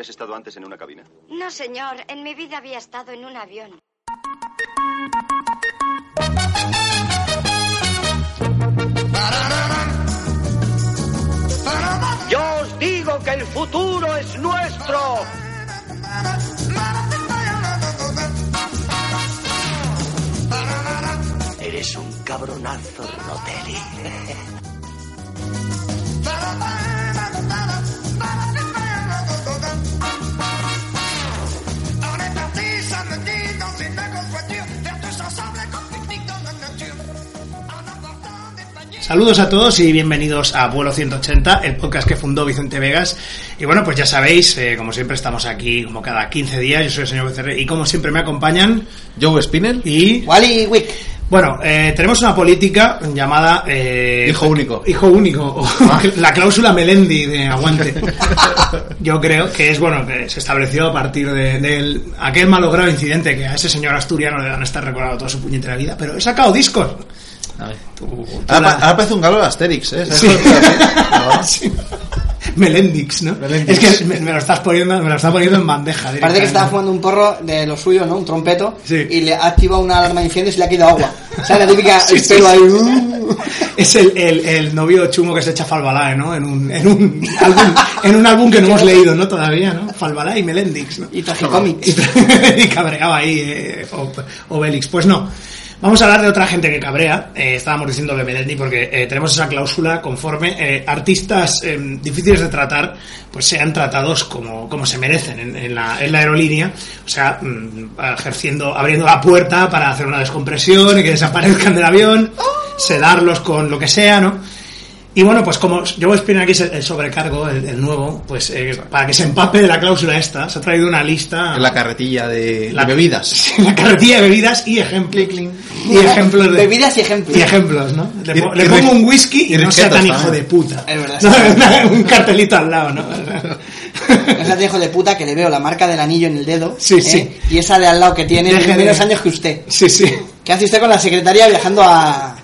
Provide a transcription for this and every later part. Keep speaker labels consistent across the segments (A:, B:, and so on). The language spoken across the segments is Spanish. A: ¿Has estado antes en una cabina?
B: No, señor. En mi vida había estado en un avión.
C: Yo os digo que el futuro es nuestro.
D: Eres un cabronazo, Rotelli.
E: Saludos a todos y bienvenidos a Vuelo 180, el podcast que fundó Vicente Vegas. Y bueno, pues ya sabéis, eh, como siempre estamos aquí como cada 15 días, yo soy el señor Becerre y como siempre me acompañan
F: Joe Spinner,
E: y...
G: Wally Wick.
E: Bueno, eh, tenemos una política llamada... eh,
F: hijo único.
E: Hijo único, o la cláusula Melendi de aguante. Yo creo que es, bueno, que se estableció a partir de, del- aquel malogrado incidente que a ese señor asturiano le van a estar recordando toda su puñetera vida, pero he sacado discos. Tú- tú
F: Ahora,
E: la-
F: pa- ahora parece un galo de Asterix, ¿eh? ¿Sabes
E: Sí.
F: lo que te hace? No.
E: Sí. Melendix, ¿no?
F: Melendix.
E: Es que me, me lo estás poniendo, me lo está poniendo en bandeja.
G: Parece
E: directamente.
G: que estaba fumando un porro de lo suyo, ¿no? Un trompeto.
E: Sí.
G: Y le ha activado una alarma de incendios y le ha caído agua. O sea, la típica, el
E: sí,
G: pelo
E: sí.
G: ahí. uh.
E: Es el, el- el novio chungo que se echa Falbalá, ¿no? En un, en un álbum, en un álbum que no hemos leído, ¿no? Todavía, ¿no? Falbalá y Melendix, ¿no?
G: Y tragicómics.
E: Y, y cabreaba ahí eh, O- Obelix. Pues no. Vamos a hablar de otra gente que cabrea. Eh, estábamos diciendo de Melendi porque eh, tenemos esa cláusula conforme eh, artistas eh, difíciles de tratar pues sean tratados como, como se merecen en, en la, en la aerolínea. O sea, mm, ejerciendo, abriendo la puerta para hacer una descompresión y que desaparezcan del avión, sedarlos con lo que sea, ¿no? Y bueno, pues como yo voy a explicar aquí es el el sobrecargo, el, el nuevo, pues eh, para que se empape de la cláusula esta, se ha traído una lista.
F: En la carretilla de,
E: La-
F: de bebidas.
E: la carretilla de bebidas y ejemplos. Y ejemplos de.
G: uh. Bebidas y ejemplos.
E: Y ejemplos, ¿no? Le,
F: Y-
E: po-
F: y
E: le
F: re-
E: pongo un whisky y,
F: y
E: no sea
F: risquetos
E: tan
F: también.
E: hijo de puta.
G: Es verdad.
E: No, un cartelito al lado, ¿no?
G: Es la de hijo de puta que le veo la marca del anillo en el dedo.
E: Sí,
G: ¿eh?
E: sí.
G: Y esa de al lado que tiene
E: Deje de-
G: menos años que usted.
E: Sí, sí.
G: ¿Qué hace usted con la secretaria viajando a...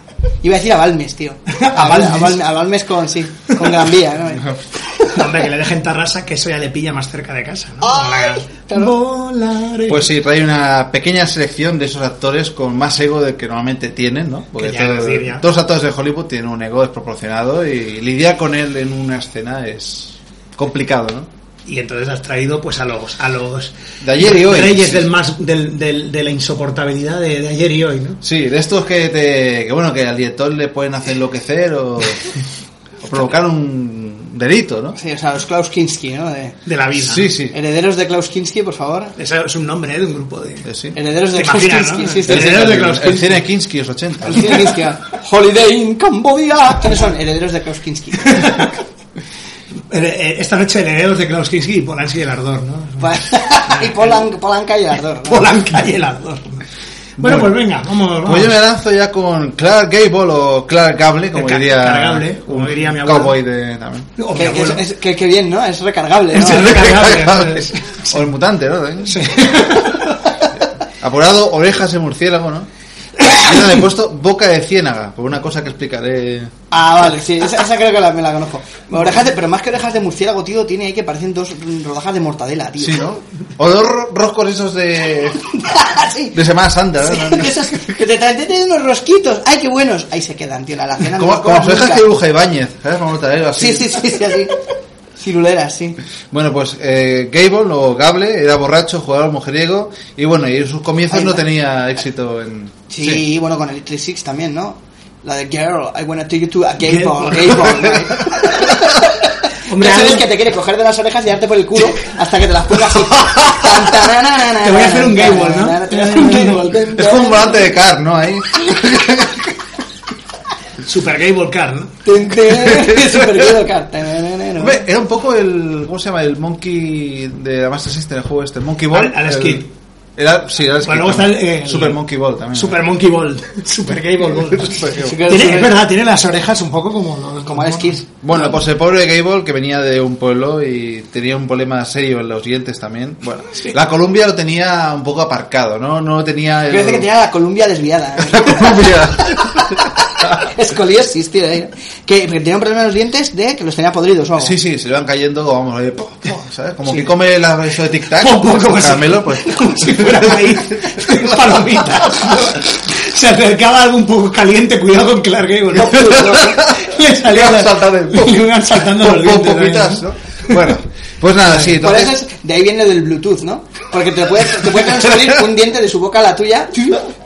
G: Iba a decir a Balmes, tío.
E: A Balmes.
G: A Balmes, a Balmes con, sí, con Gran Vía. ¿no?
E: No, hombre, que le dejen tarrasa, que eso ya le pilla más cerca de casa, ¿no?
G: Ay, claro.
E: Volaré.
F: Pues sí, trae una pequeña selección de esos actores con más ego del que normalmente tienen, ¿no? Porque
E: Que ya,
F: todo-
E: decir ya.
F: todos los actores de Hollywood tienen un ego desproporcionado y lidiar con él en una escena es complicado, ¿no?
E: Y entonces has traído pues a los a los
F: De ayer y hoy,
E: reyes
F: sí.
E: del más del, del- de la insoportabilidad de, de ayer y hoy, ¿no?
F: Sí, de estos que, te, que bueno, que al director le pueden hacer enloquecer o, o provocar un delito, ¿no?
G: Sí, o sea, los Klaus Kinski, ¿no? De-
E: De la vida.
F: Sí,
E: ¿no?
F: sí.
G: Herederos de Klaus Kinski, por favor.
E: Ese es un nombre ¿eh? de un grupo de.
F: Eh, sí.
G: Herederos de
E: Te
G: Klaus
E: imaginas,
G: Kinski.
E: ¿no?
G: Sí, sí.
F: El
E: Herederos
F: cine-
E: de Klaus
F: el
E: Kinski.
F: cine Kinski es 80.
G: El cine Kinski. Holiday in Cambodia. ¿Quiénes son? Herederos de Klaus Kinski.
E: Eh, eh, Esta noche herederos de Klaus Kinski y Polanski y el Ardor, ¿no?
G: y Polan- Polanca y el Ardor. ¿no?
E: Polanca y el Ardor. Bueno,
F: Bueno.
E: pues venga, vamos. vamos.
F: Pues yo me lanzo ya con Clark Gable o Clark Gable, como
E: Ca-
F: diría,
E: cargable,
F: un
E: como diría mi abuelo.
F: cowboy de, también.
E: Oh, mi
G: Que, que,
E: abuelo.
G: es- que- que bien, ¿no? Es recargable. ¿no?
E: Es el recargable, ¿no? Es-
F: o el mutante, ¿no? También.
E: sí.
F: Apurado, orejas de murciélago, ¿no? Yo no le he puesto boca de ciénaga, por una cosa que explicaré.
G: Ah, vale, sí, esa, esa creo que la- me la conozco. Orejas de- pero más que orejas de murciélago, tío, tiene ahí que parecen dos mm, rodajas de mortadela, tío.
F: Sí, ¿no? O los ro- roscos esos de,
G: sí.
F: de Semana Santa,
G: Sí,
F: ¿no?
G: de esos que te traen tienen unos rosquitos. ¡Ay, qué buenos! Ahí se quedan, tío, la alacena. no
F: Como,
G: los
F: como las
G: comas
F: orejas
G: nunca.
F: que dibuja Ibáñez, ¿sabes? Como algo así.
G: Sí, sí, sí, sí, así. Ciruleras, sí.
F: Bueno, pues eh, Gable o Gable era borracho, jugador mujeriego y bueno, y en sus comienzos
G: Ay,
F: no
G: ma-
F: tenía éxito en...
G: Sí, y bueno, con el 36 también, ¿no? La de Girl, I wanna take you to a gay
E: Gay
G: ball,
E: ball.
G: gay ball. ¿no?
E: Hombre,
G: Ya sabes
E: algo-
G: que te quiere coger de las orejas y darte por el culo hasta que te las pongas así. Tan, taranana,
E: Te voy a hacer un gay ball, ¿no? Te voy a hacer un gay ball.
F: Es como un volante de car, ¿no? Ahí.
E: Super Gay Volcar, ¿no?
G: Tin, tin, Super gay ball, car. Taranana, ¿no?
F: Hombre, Era un poco el. ¿Cómo se llama? El Monkey de la Master System, el juego este, el Monkey Ball.
E: Al- al
F: el-
E: Skid.
F: Era, sí, era el
E: Bueno, luego
F: Skid
E: está el,
F: también.
E: el-
F: Super Monkey Ball también.
E: Super Monkey Ball. Super Gay Ball. Ball.
F: Super Gay Ball.
G: Super-
E: Tiene- es verdad, tiene las orejas un poco como. los-
G: Como Alex Kidd.
F: Bueno, pues el pobre Gable, que venía de un pueblo y tenía un problema serio en los dientes también. Bueno, la Columbia lo tenía un poco aparcado, ¿no? No tenía. el-
G: Parece que tenía la Columbia desviada. ¿eh?
F: La Columbia.
G: Escoliosis, tío. eh. Que que tenía un problema en los dientes de que los tenía podridos o algo.
F: Sí, sí, se le van cayendo, vamos, ahí, po, po, ¿sabes? Como que come la, eso de tic tac,
E: Un poco como si-
F: caramelo, pues.
E: como si fuera maíz, palomitas. Se acercaba algo un poco caliente, cuidado con Clark Gable. ¿no? Le salía
F: Le iban saltando el pop.
E: le iban saltando los
F: Pop, pop,
E: dientes también,
F: popitas,
E: ¿no?
F: ¿no? Bueno, pues nada, sí,
G: Por
F: entonces.
G: eso es, de ahí viene lo del Bluetooth, ¿no? Porque te puede, te puede transferir un diente de su boca a la tuya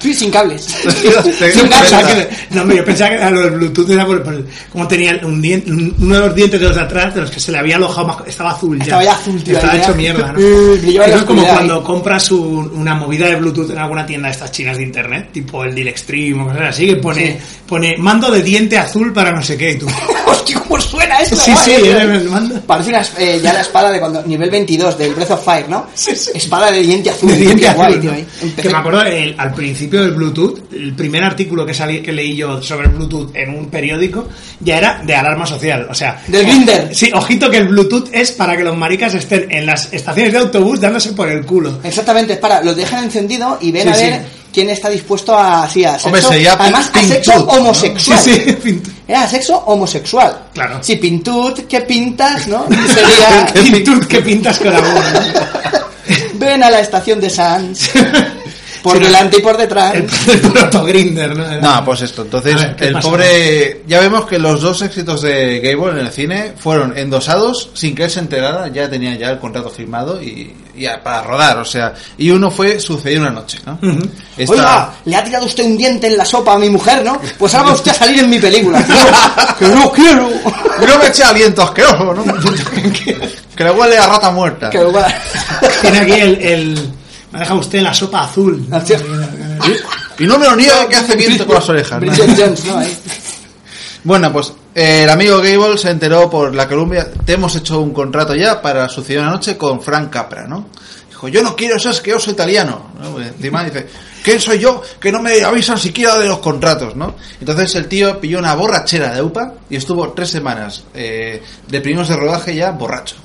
G: sin cables. sin
E: O
G: cables.
E: sea, que- no, hombre, yo pensaba que era lo del Bluetooth era por, por- como tenía un dien- un- uno de los dientes de los de atrás, de los que se le había alojado más, estaba azul ya.
G: Estaba ya azul, tío,
E: Estaba
G: ahí ya.
E: hecho mierda, ¿no?
G: Eh, le llevaba
E: Eso
G: la
E: es como
G: oscuridad
E: cuando
G: ahí.
E: compras un- una movida de Bluetooth en alguna tienda de estas chinas de internet, tipo el Dilextream o cosas así, que pone,
G: Sí.
E: pone mando de diente azul para no sé qué y tú.
G: Hostia, ¿cómo suena esto?
E: Sí, eh. sí,
G: tío.
E: era el mando.
G: Parece una, eh, ya la espada de cuando, nivel 22 del Breath of Fire, ¿no? Espada de diente azul.
E: De diente
G: Qué
E: azul,
G: guay,
E: ¿no?
G: tío, eh. ahí.
E: Que me acuerdo el- al principio del Bluetooth, el primer artículo que, salí, que leí yo sobre el Bluetooth en un periódico ya era de alarma social. O sea,
G: Del
E: o-
G: Grindr.
E: Sí, ojito que el Bluetooth es para que los maricas estén en las estaciones de autobús dándose por el culo.
G: Exactamente, es para, lo dejan encendido y ven
E: Sí,
G: a
E: sí.
G: ver quién está dispuesto a, así, a sexo,
F: Hombre, sería
G: además a
F: Pink
G: sexo
F: Tooth, ¿no?
E: Sí,
G: homosexual.
E: sí, en fin.
G: Era sexo homosexual.
E: Claro.
G: Si pintut, ¿qué pintas, no? Sería,
E: Bluetooth que pintas con amor.
G: ven a la estación de Sans, por
E: Sí, no.
G: delante y por detrás.
E: El, el proto Grinder, ¿no?
F: Nada, pues esto. Entonces,
E: A ver, ¿qué
F: el
E: pasa?
F: pobre. Ya vemos que los dos éxitos de Gable en el cine fueron endosados sin que él se enterara. Ya tenía ya el contrato firmado y, y a- para rodar, o sea. Y uno fue sucedió una noche, ¿no?
E: Ujú.
F: Esta-
G: Oiga, le ha tirado usted un diente en la sopa a mi mujer, ¿no? Pues ahora va usted a salir en mi película. tío. que no quiero.
F: No me eche aliento asqueroso, ¿no? que le huele a rata muerta.
G: Que igual-
E: Tiene aquí el, el- Me ha dejado usted la sopa azul.
G: Hostia.
F: Y no me lo niegue que hace viento con las orejas. ¿no?
G: Bridget Jones, ¿no? Ahí.
F: Bueno, pues eh, el amigo Gable se enteró por la Columbia. Te hemos hecho un contrato ya para sucedió una noche con Frank Capra, ¿no? Dijo, yo no quiero ser asqueroso italiano. ¿no? Porque Encima dice, ¿quién soy yo? Que no me avisan siquiera de los contratos, ¿no? Entonces el tío pilló una borrachera de UPA y estuvo tres semanas eh, de primeros de rodaje ya borracho.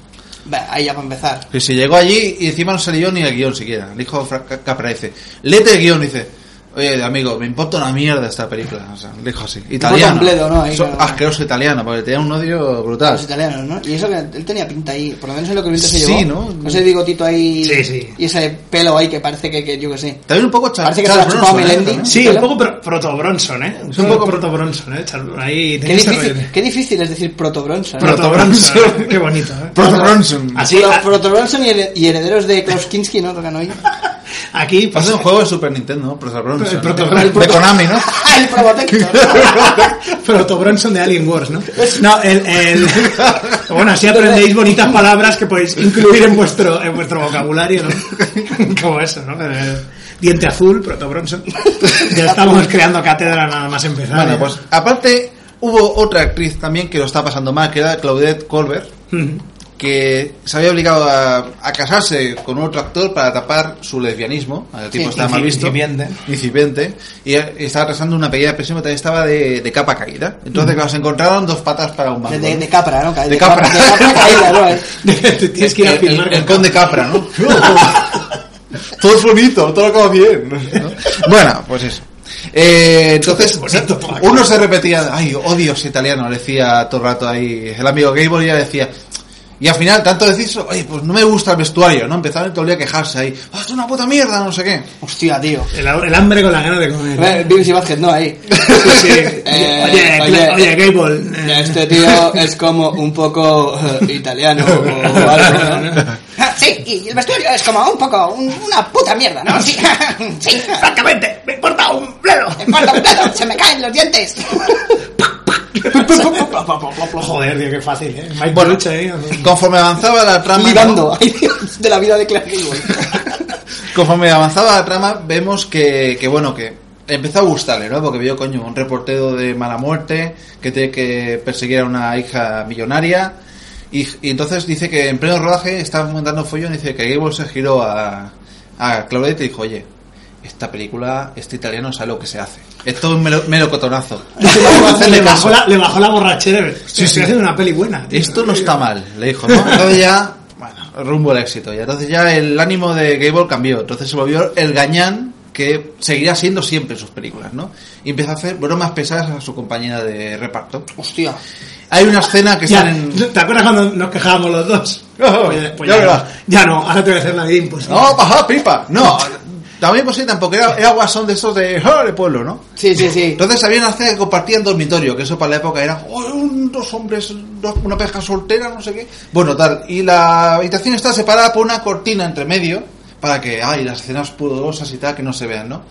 G: Va, ahí ya para empezar.
F: Que se llegó allí y encima no salió ni el guión siquiera. Le dijo Fra- Ca- Capra, dice, léete el guión, dice, oye, amigo, me importa una mierda esta película. O sea, le dijo así, italiano.
G: importa un bledo, ¿no? Ahí,
F: So-
G: claro. Pues
F: asqueroso italiano, porque tenía un odio brutal.
G: Los italianos, ¿no? Y eso que él tenía pinta ahí, por lo menos es lo que ahorita se
F: Sí,
G: llevó.
F: ¿no?
G: Con ese bigotito ahí.
E: Sí, sí.
G: Y ese pelo ahí que parece que, que yo que sé.
F: También un poco Char-
G: Parece que se
F: Charles
G: la ha chupado
F: Bronson, ¿eh?
G: Melendi.
F: También.
E: Sí, un poco pro- proto Bronson, ¿eh? Un
F: poco
E: poco proto Bronson, ¿eh? Char- Ahí
G: Qué
E: tenía ese rollo.
G: difícil, qué difícil es decir Proto Bronson. ¿no?
E: Proto Bronson. Qué bonito, ¿eh?
F: Proto Bronson.
E: Así,
G: Pro-
E: a-
G: Proto Bronson y, hered- y herederos de Klaus Kinski, ¿no? Tocan hoy.
E: aquí pues,
F: Pasa
E: pasa
F: un juego de Super Nintendo, Proto Bronson.
E: El Proto-
F: de
E: el Proto-
F: Konami, ¿no?
G: ¡Ah, el Probotector!
E: Proto Bronson de Alien Wars, ¿no? No, el, el- Bueno, así aprendéis bonitas palabras que podéis incluir en vuestro, en vuestro vocabulario, ¿no? Como eso, ¿no? Eh, Diente azul, Proto Bronson. Ya estamos creando cátedra nada más empezar. ¿eh?
F: Bueno, pues aparte hubo otra actriz también que lo está pasando mal, que era Claudette Colbert, que se había obligado a, a casarse con otro actor para tapar su lesbianismo. El tipo
G: Sí,
F: estaba mal
E: incipi-
F: visto.
E: incipiente.
F: Incipiente. Y eh, estaba trazando una pequeña presión, pero también estaba de, de capa caída. Entonces, claro, se encontraron dos patas para un mango.
G: De, de, de
F: ¿no?
G: Capra, ¿no? Ca-
F: De
G: de Capra.
F: Capra.
G: De Capra caída, ¿no? Eh,
E: Te tienes que ir a
F: El- el-
E: filmar.
F: el, conde Capra, ¿no? todo es bonito, todo acaba bien. ¿no? Bueno, pues eso. Eh, entonces,
E: Bonito, todo acaba
F: uno se repetía, ay, odio ese italiano, le decía todo el rato ahí, el amigo Gable ya decía, y al final, tanto decir eso, oye, pues no me gusta el vestuario, ¿no? Empezaron todo el día a quejarse ahí, "Ah, es una puta mierda, no sé qué.
G: Hostia, tío.
E: El, el hambre con la gana de comer.
G: Eh, BBC Basket, no, ahí.
E: Sí.
G: Eh,
E: oye, Cle-
G: oye.
E: oye, Gable. eh,
G: Este tío es como un poco eh, italiano o algo, ¿no? Ah, Sí, y el vestuario es como un poco un- una puta mierda, ¿no? Sí, sí.
E: Francamente, me importa un bledo.
G: Me importa un pelo, se me caen los dientes.
E: Oh, Joder, tío, qué fácil, ¿eh? Mike
F: Bueno.
E: Peluche, ¿eh?
F: Conforme avanzaba la trama... ¿no?
G: Ligando, ay Dios, de la vida de Clark Gable.
F: Conforme avanzaba la trama, vemos que, que, bueno, que empezó a gustarle, ¿no? Porque vio, coño, un reportero de mala muerte que tiene que perseguir a una hija millonaria. Y, y entonces dice que en pleno rodaje está montando follón y dice que Gable se giró a, a Claudette y dijo, oye, esta película, este italiano sabe lo que se hace. Esto es un melo, melocotonazo. Vamos a hacerle
E: le, bajó
F: caso.
E: la, le bajó la borrachera. Sí,
F: sí.
E: Estoy haciendo una peli buena. tío.
F: Esto no está mal, le dijo, ¿no? Entonces ya, bueno, rumbo al éxito. Y entonces ya el ánimo de Gable cambió. Entonces se volvió el gañán que seguirá siendo siempre en sus películas, ¿no? Y empieza a hacer bromas pesadas a su compañera de reparto.
G: Hostia.
F: Hay una escena que
E: Ya,
F: están en...
E: ¿Te acuerdas cuando nos quejábamos los dos? Pues
F: No, ya
E: ya,
F: verás. Oh.
E: no, ya no, ahora te voy a hacer la vida imposible.
F: No, paja, pipa. No, también posible tampoco. Era, era guasón de esos de, ¡ah, de pueblo, ¿no?
G: Sí, sí, sí.
F: Entonces había una escena que compartían dormitorio, que eso para la época era "Oh, un- dos hombres, dos- una pareja soltera, no sé qué. Bueno, tal. Y la habitación está separada por una cortina entre medio, para que, ay, las escenas pudorosas y tal, que no se vean, ¿no?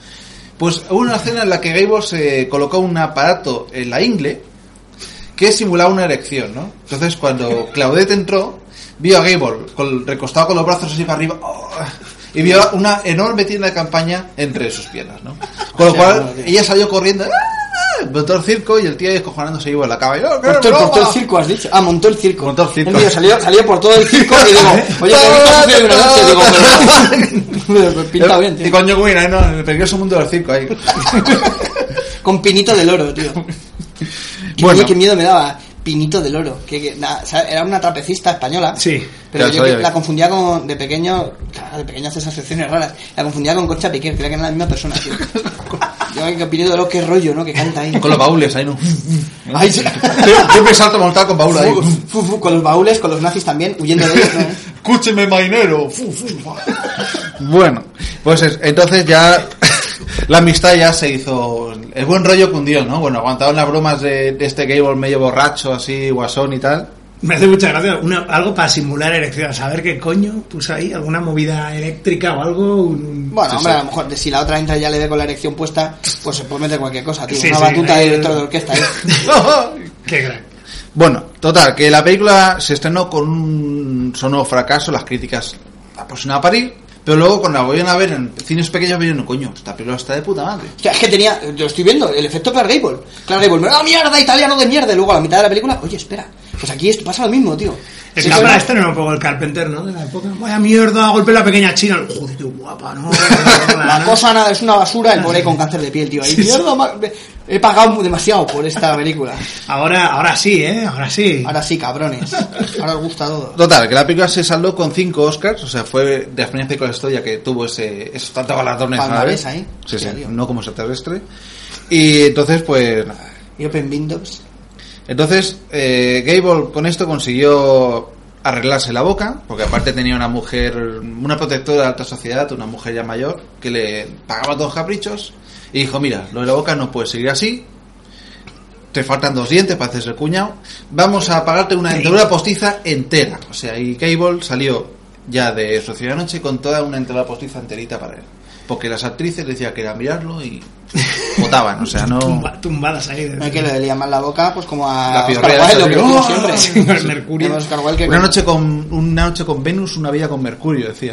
F: Pues hubo una escena en la que Gable se colocó un aparato en la ingle que simulaba una erección, ¿no? Entonces cuando Claudette entró, vio a Gable con- recostado con los brazos así para arriba ¡oh! y vio una enorme tienda de campaña entre sus piernas, ¿no? Con lo
G: Hostia,
F: cual
G: madre.
F: ella salió corriendo, ¡ah! montó el circo y el tío descojonándose iba en la cama. y, ¡no, no,
G: Montó,
F: no,
G: montó el
F: va!
G: circo, has dicho. Ah, montó el circo.
F: Montó el circo.
G: El tío salió, salió por todo el circo y digo, oye, que está sucediendo una noche. Digo, pero- pero pinta bien,
F: Eh, Y
G: tío.
F: coño, güey, ahí no, en el peligroso mundo del circo ahí.
G: Con pinito del oro, tío.
F: Bueno.
G: Oye, qué miedo me daba. Pinito del oro. Que, que- na- o sea, era una trapecista española.
E: Sí.
G: Pero
F: Ya
G: yo
F: sabía.
G: que la confundía con. De pequeño. Claro, de pequeño haces asociaciones raras. La confundía con Concha Piquer, creía que era la misma persona, tío. Yo, que pinito del oro, qué rollo, ¿no? Que canta ahí.
F: Con los baúles ahí no.
G: Ay, sí.
F: Siempre salto mortal con baúl ahí.
G: Fu- fu- fu- con los baúles, con los nazis también, huyendo de ellos, ¿no?
F: Escúcheme, mainero. bueno, pues es- entonces ya la amistad ya se hizo. El buen rollo cundió, ¿no? Bueno, aguantaron las bromas de, de este Gable medio borracho, así, guasón y tal.
E: Me hace mucha gracia una- algo para simular erección, a saber qué coño puso ahí, alguna movida eléctrica o algo. un- un-
G: Bueno,
E: sí,
G: hombre,
E: sí.
G: a lo mejor si la otra entra y ya le ve con la erección puesta, pues se puede meter cualquier cosa, tío.
E: Sí,
G: Una
E: sí,
G: batuta de
E: eh,
G: director de orquesta, ¿eh?
E: Qué gran.
F: bueno, total, que la película se estrenó con un sonoro fracaso, las críticas la pusieron a parir. Pero luego cuando la volvieron a ver en cines pequeños, vieron, coño, esta película está de puta madre.
G: O sea, es que tenía, lo estoy viendo, el efecto Clark Gable. Clark Gable, ¡menuda mierda, italiano de mierda! Y luego a la mitad de la película, oye, espera, pues aquí esto pasa lo mismo, tío.
E: El
G: Sí,
E: cámara
G: sí,
E: este no era un poco el Carpenter, ¿no? De la época. Vaya mierda, golpe la pequeña china. Joder, qué guapa, ¿no?
G: La cosa nada, es una basura, el pobre ahí con cáncer de piel, tío. Ahí,
E: Sí, sí.
G: mierda, ma- he pagado demasiado por esta película.
E: Ahora, ahora sí, ¿eh? Ahora sí.
G: Ahora sí, cabrones. Ahora os gusta todo.
F: Total, que la película se saldó con 5 Oscars, o sea, fue de experiencia con la historia que tuvo ese, esos tantos galardones.
G: Palmarés
F: ¿sabes?
G: ahí.
F: Sí, sí,
G: Hostia, tío.
F: no como extraterrestre. Y entonces, pues nada.
G: Y Open Windows.
F: Entonces, eh, Gable con esto consiguió arreglarse la boca, porque aparte tenía una mujer, una protectora de alta sociedad, una mujer ya mayor, que le pagaba todos los caprichos, y dijo, mira, lo de la boca no puede seguir así, te faltan dos dientes para hacerse el cuñado, vamos a pagarte una dentadura postiza entera. O sea, y Gable salió ya de Sociedad de Noche con toda una dentadura postiza enterita para él. Porque las actrices le decían que era mirarlo y votaban, o sea, no...
E: Tumba- tumbadas ahí. de-
G: No hay que le dolía más la boca, pues como
F: La
G: a
F: piorrea,
G: Oscar Wilde,
F: eso,
G: lo que
F: tío.
G: como
F: ¡Oh!
G: siempre.
E: Sí, con el mercurio.
G: Como Oscar Wilde que-
F: Una noche con una noche con Venus, una vida con Mercurio, decía.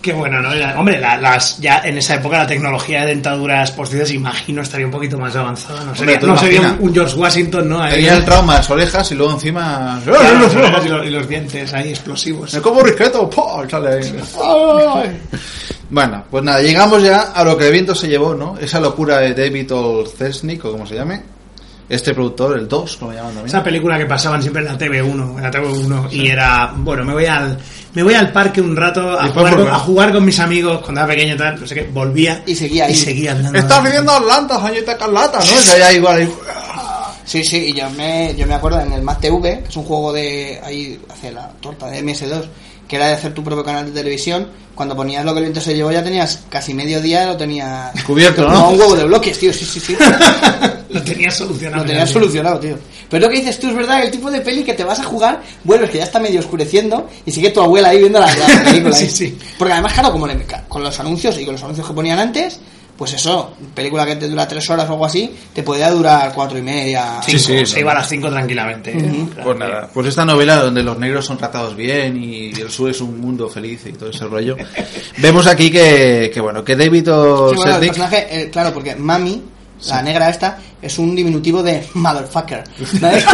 E: Qué bueno, ¿no? La- hombre, la- las, ya en esa época la tecnología de dentaduras postizas, imagino, estaría un poquito más avanzada. No sería,
F: tú
E: no sería
F: imagina.
E: un, un George Washington, ¿no? Ahí-
F: Tenía el trauma de las orejas y luego encima.
E: Claro, las orejas y, los, y los dientes ahí explosivos.
F: Me como risqueto, ¡pum! sale ahí. Bueno, pues nada, llegamos ya a lo que el viento se llevó, ¿no? Esa locura de David Olcesnik, o como se llame. Este productor, el 2, como llaman también.
E: Esa película que pasaban siempre en la TV1, en la TV1 y era, bueno, me voy al me voy al parque un rato a,
F: Después
E: jugar con,
F: volver.
E: a jugar con mis amigos cuando era pequeño y tal, no sé qué, volvía
G: Y seguía ahí.
E: y seguía hablando.
F: Estás viviendo Atlanta, señorita Carlata, ¿no? Está ya igual ahí.
G: Sí, sí, y yo me, yo me acuerdo en el Mac TV, que es un juego de. Ahí hace la torta de MS2, que era de hacer tu propio canal de televisión. Cuando ponías lo que el viento se llevó, ya tenías casi medio día, lo tenías.
F: Cubierto, ¿no?
G: No, un huevo de bloques, tío, sí, sí, sí.
E: Lo tenía solucionado.
G: Lo tenías solucionado, tío. Pero lo que dices tú es verdad, el tipo de peli que te vas a jugar, vuelves que ya está medio oscureciendo y sigue tu abuela ahí viendo la, la película.
E: Sí,
G: ¿eh?
E: sí.
G: Porque además, claro, como le- con los anuncios y con los anuncios que ponían antes, pues eso, película que te dura tres horas o algo así, te podía durar cuatro y media.
E: Cinco,
F: Sí, sí,
E: se
F: no.
E: iba a las 5 tranquilamente. ¿eh? Claro.
F: Pues nada, pues esta novela donde los negros son tratados bien y el sur es un mundo feliz y todo ese rollo. Vemos aquí que, que bueno, que David
G: Sí, bueno, el
F: Olcesnik.
G: personaje, eh, claro, porque Mami, la negra esta, es un diminutivo de motherfucker. ¿vale?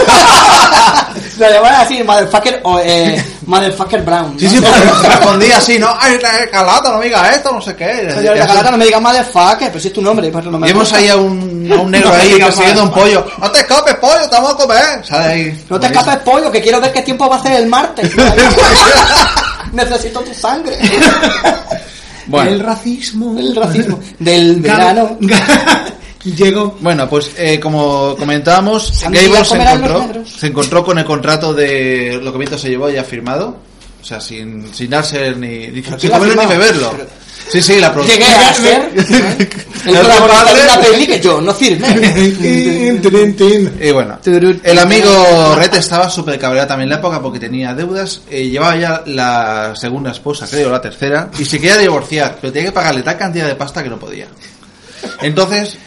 G: la llamaban así, motherfucker o eh, motherfucker brown. ¿no?
F: Sí, sí, porque me respondía así, ¿no? Ay, la calata, no me digas esto, no sé qué.
G: Señor de la Calata, no me digas motherfucker, pero si es tu nombre. pero no me
F: Y vemos ahí a un, a un negro ahí persiguiendo un pollo. ¡No te escapes, pollo! ¡Te vamos a comer! Sale ahí.
G: No te escapes, pollo, que quiero ver qué tiempo va a hacer el martes. Necesito tu sangre.
F: Bueno.
E: El racismo.
G: El racismo. Del verano.
E: Llegó.
F: Bueno, pues eh, como comentábamos,
G: Sandía
F: Gable se
G: comerán los
F: encontró,
G: negros.
F: se encontró con el contrato de lo que Vito se llevó ya firmado. O sea, sin, sin darse ni, ni- sin
G: lo ha
F: comerlo ni
G: firmado?
F: beberlo.
G: Pero-
F: Sí, sí, la producción.
G: Llegué a ser el
F: El
G: protagonista
F: padre-
G: de una peli que yo no firmé.
F: Y bueno,
G: Turut.
F: el amigo Red estaba súper cabreado también en la época porque tenía deudas. eh, llevaba ya la segunda esposa, creo, la tercera. Y se quería divorciar, pero tenía que pagarle tal cantidad de pasta que no podía. Entonces,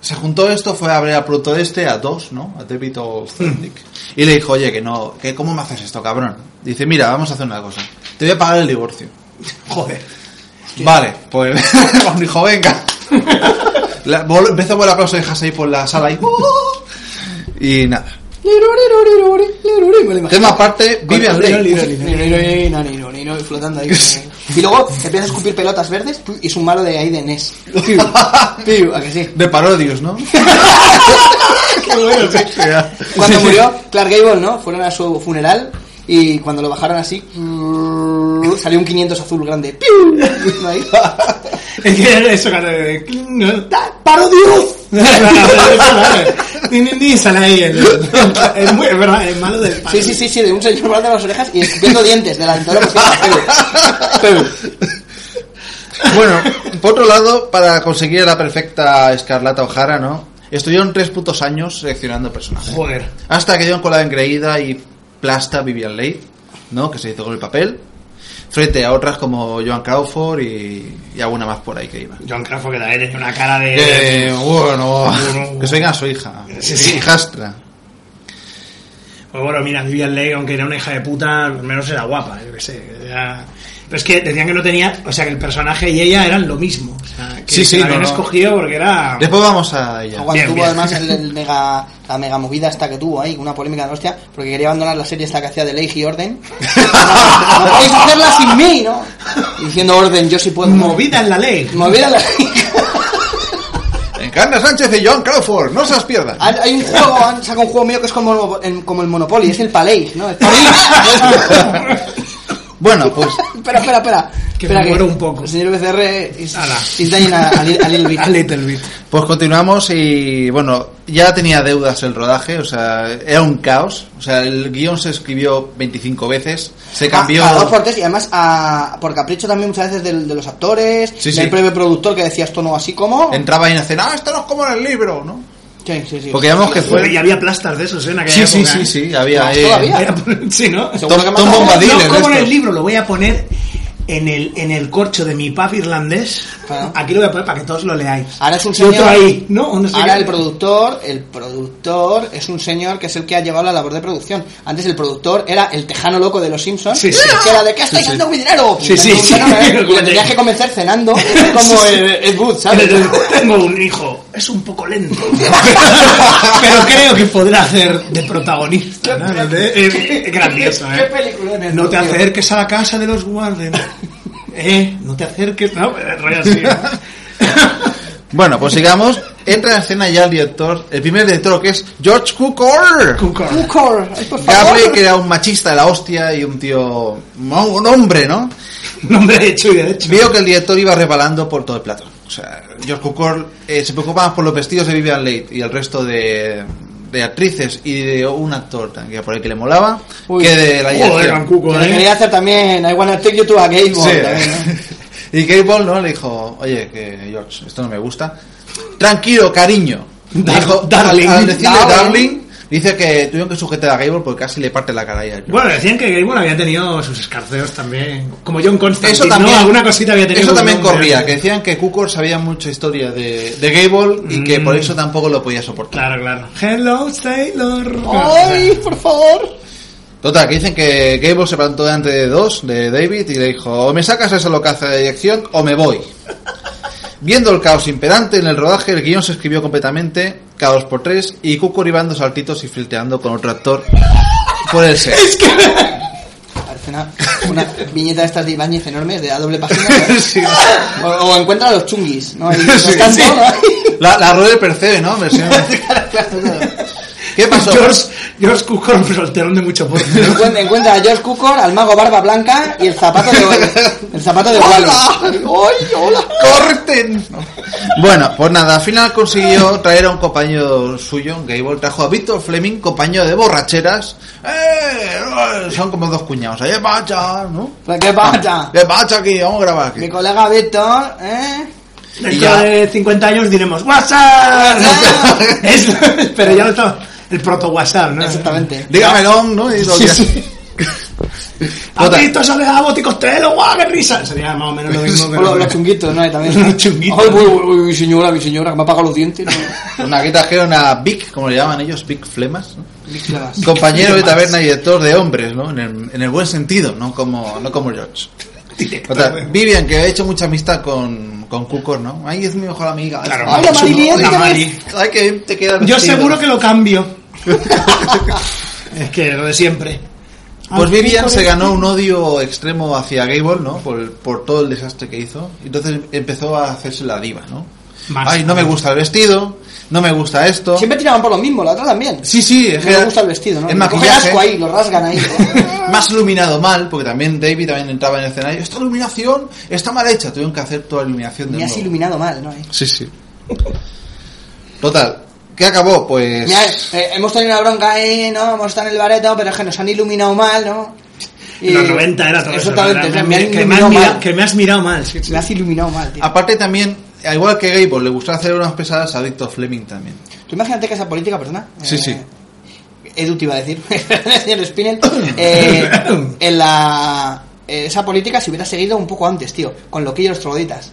F: se juntó esto, fue a ver al productor este, a dos, ¿no? A David Olsendick. Y le dijo, oye, que no, que ¿cómo me haces esto, cabrón? Dice, mira, vamos a hacer una cosa. Te voy a pagar el divorcio.
E: Joder.
F: Vale, pues os dijo, venga. La- vol- empezó por el aplauso de Hasei por la sala y... ¡oh! Y nada. Tema aparte, Vivian
E: Con-
F: Leigh.
G: Flotando ahí. Y luego empieza a escupir pelotas verdes y es un malo de ahí de NES. Tío, ¿a que sí?
F: De parodios, ¿no?
G: Cuando murió Clark Gable, ¿no? Fueron a su funeral y cuando lo bajaron así, salió un 500 azul grande. ¡Piu! ¿No ahí?
E: Es que eso, cara de.
G: ¡Parodios!
E: Ni, ni, ni, sale ahí el, es muy, es verdad, es malo del
G: Sí, sí, sí, sí, de un señor volando las orejas y escupiendo dientes de la dentadura que se llama Pebble. Pebble.
F: Bueno, por otro lado, para conseguir a la perfecta Escarlata O'Hara, ¿no? Estuvieron tres putos años seleccionando personajes.
E: Joder.
F: Hasta que dieron con la engreída y plasta Vivian Leigh, ¿no? Que se hizo con el papel. Frente a otras como Joan Crawford y, y alguna más por ahí que iba.
E: John Crawford que también tiene una cara de.
F: Eh, bueno,
E: Bueno.
F: que se venga su hija.
E: pues, Sí, sí.
F: Hijastra.
E: Pues bueno, mira, Vivian Leigh, aunque era una hija de puta, al menos era guapa, yo qué sé. era- Pero es que decían que no tenía. O sea, que el personaje y ella eran lo mismo. O sea, que
F: Sí, sí,
E: la habían
F: no, no.
E: escogido porque era.
F: Después vamos a ella.
G: Cuando
E: Bien,
G: tuvo
E: bien.
G: además el, el mega, la mega movida esta que tuvo ahí, una polémica de hostia, porque quería abandonar la serie esta que hacía de Ley y Orden. ¡No podéis hacerla sin mí, no! Y Diciendo Orden, yo sí puedo.
E: Movida en la ley.
G: Movida la...
F: Encarna Sánchez y Joan Crawford, no se las pierdan.
G: Han- Hay un juego, han sacado un juego mío que es como el, mo- en- como el Monopoly, es el Palais, ¿no? El Palais.
F: Bueno, pues
G: espera, espera, espera.
E: Que
G: espera
E: me muero un poco.
G: El señor BCR is,
E: Ala.
G: is dying a, a li- a little bit.
E: A little bit.
F: Pues continuamos y bueno, ya tenía deudas el rodaje, o sea, era un caos, o sea, el guión se escribió 25 veces, se cambió...
G: A, a dos Ah, por tres, y además a, por capricho también muchas veces del- de los actores,
F: Sí, sí.
G: del breve productor que decía esto no así como.
F: entraba y decía, ah, esto no es como en el libro, ¿no?
G: Sí, sí, sí.
F: Porque digamos que
E: Joder, y
F: fue...
E: había plastas de esos, ¿eh? En aquella
F: Sí, sí,
E: época, ¿eh?
F: sí, sí, había... eh,
G: Todavía.
E: Era por- sí, ¿no?
G: Seguro
F: Tom,
G: que
F: Tom
G: más-
F: Bombadil
E: No
F: en
E: como en
F: esto.
E: el libro, lo voy a poner en el, en el corcho de mi pub irlandés.
G: Claro.
E: Aquí lo voy a poner para que todos lo leáis.
G: Ah. Ahora es un
E: Y otro
G: señor.
E: ahí, ¿no? No sé
G: ahora
E: qué.
G: el productor, el productor es un señor que es el que ha llevado la labor de producción. Antes el productor era el tejano loco de los Simpsons,
E: Sí, sí.
G: que era de ¿qué estáis
F: Sí, sí.
G: haciendo con mi dinero?
E: Sí, sí,
G: Y
E: sí.
G: lo tenías que convencer cenando, como el Ed Wood, ¿sabes?
E: Tengo un hijo, es un poco lento, pero creo que podrá hacer de protagonista. ¿no? Eh, eh, eh, grandioso,
G: Qué
E: ¿eh?
G: peliculón es,
E: No te
G: tío.
E: acerques a la casa de los Warden. Eh, no te acerques. No, rollo así, ¿no?
F: Bueno, pues sigamos, entra en escena ya el director, el primer director que es George Cukor.
E: Cucor.
G: Cukor, ay, por favor.
F: Gabriel, que era un machista de la hostia y un tío... un hombre, ¿no?
E: Nombre hecho y derecho.
F: Veo que el director iba rebalando por todo el plato. O sea, George Cukor eh, se preocupaba más por los vestidos de Vivian Leigh y el resto de, de actrices y de un actor también que por ahí que le molaba
G: Uy.
F: que de la
E: Joder,
F: dirección.
E: con Cuco,
G: Que le
E: ¿eh?
G: quería hacer también I wanna take you to a gay ball,
F: Sí.
G: también, ¿no?
F: y Kate Ball no le dijo, oye, que George, esto no me gusta. Tranquilo, cariño.
E: Dar-
F: dijo,
E: darling.
F: al, al decirle
G: Darling.
F: darling, dice que tuvieron que sujetar a Gable porque casi le parte la cara a ella.
E: Bueno, decían que Gable había tenido sus escarceos también. Como John Constantine,
F: Eso también,
E: ¿no? Alguna cosita había tenido.
F: eso
E: con
F: también
E: John,
F: corría,
E: pero-
F: que decían que Cukor sabía mucha historia de, de Gable y que
E: Mm.
F: por eso tampoco lo podía soportar.
E: Claro, claro. Hello, Sailor.
G: Ay, por favor.
F: Total, que dicen que Gable se plantó delante de dos, de David, y le dijo, o me sacas esa locaza de dirección o me voy. Viendo el caos imperante en el rodaje, el guión se escribió completamente, cada dos por tres, y Cukor iba dando saltitos y flirteando con otro actor por el set.
G: Parece una, una viñeta de estas de Ibáñez enormes de a doble página. ¿no?
F: Sí.
G: O, o encuentra a los chunguis, ¿no? Y
F: Sí,
G: los tanto,
F: sí.
G: ¿no?
F: La, la rueda del Percebe, ¿no? Versión-
G: Claro, claro, claro.
F: ¿Qué pasó?
E: George, George Cukor, pero alterón de mucho porte. ¿no?
G: Encuent- Encuentra a George Cukor, al mago Barba Blanca y el zapato de El zapato de Wally.
F: ¡Ay, hola! ¡Corten! Bueno, pues nada, al final consiguió traer a un compañero suyo, Gable, trajo a Víctor Fleming, compañero de borracheras. ¡Eh! Son como dos cuñados. ¡Eh, pacha! ¿No?
G: ¿Qué pasa?
F: ¿Qué pacha aquí? Vamos a grabar aquí.
G: Mi colega Víctor, ¿eh?
E: Dentro
F: Y ya.
E: de 50 años diremos WhatsApp. Es- pero ya no está el proto WhatsApp, ¿no?
G: Exactamente.
F: Dígamelo, ¿no? Y lo
E: Sí,
F: dirás.
E: sí. ¿Has
F: Total.
E: visto esa de la botica Costello? ¡Guau, qué risa! Sería más o menos lo mismo.
G: O
E: pero-
G: los, los chunguitos, ¿no? Y también.
E: Los chunguitos.
G: Ay, uy, uy, uy, mi señora, mi señora, que me ha pagado los dientes. ¿no?
F: Una que trajeron a Vic, como le llaman ellos, Vic Flemas. ¿no?
G: Dice la-
F: Compañero de taberna y director de hombres, ¿no? En el, en el buen sentido, no como, no como George. O sea, Vivian, que ha hecho mucha amistad con, con Cucor, ¿no? Ay, es mi mejor amiga.
E: Claro,
F: Ay,
E: macho,
F: la Marilyn,
E: la
F: que ves.
E: Mari.
F: Ay, que te queda el
E: Yo
F: vestido.
E: seguro que lo cambio. es que lo de siempre.
G: Ah,
F: Pues Vivian se ganó un odio extremo hacia Gable, ¿no? Por, por todo el desastre que hizo. Entonces empezó a hacerse la diva, ¿no?
E: Más.
F: Ay, no me gusta el vestido, no me gusta esto.
G: Siempre tiraban por lo mismo, la otra también.
F: Sí, sí, es
G: No
F: que-
G: le gusta el vestido, ¿no?
F: El
G: Le cogen
F: maquillaje.
G: asco ahí, lo rasgan ahí.
F: más iluminado mal, porque también David también entraba en el escenario. Esta iluminación está mal hecha, tuvieron que hacer toda la iluminación de
G: Me has
F: nuevo.
G: iluminado mal, ¿no?
F: Sí, sí. Total, ¿qué acabó? Pues.
G: Mira, eh, hemos tenido una bronca ahí, ¿no? Hemos estado en el bareto, pero es que nos han iluminado mal, ¿no?
E: En los 90 era todo eso, ¿verdad?
G: Exactamente, o sea,
E: Me
G: me,
E: has-
G: han
E: que, me has
G: iluminado
E: mirado,
G: mal.
E: que me has mirado mal. sí, sí.
G: Me has iluminado mal, tío.
F: Aparte también, al igual que Gable, le gustaba hacer unas pesadas a Víctor Fleming también.
G: Tú imagínate que esa política, perdona. Eh,
F: Sí, sí.
G: Edu te iba a decir, el señor Spinel. eh, en la. eh, Esa política se hubiera seguido un poco antes, tío, con lo que los trogoditas.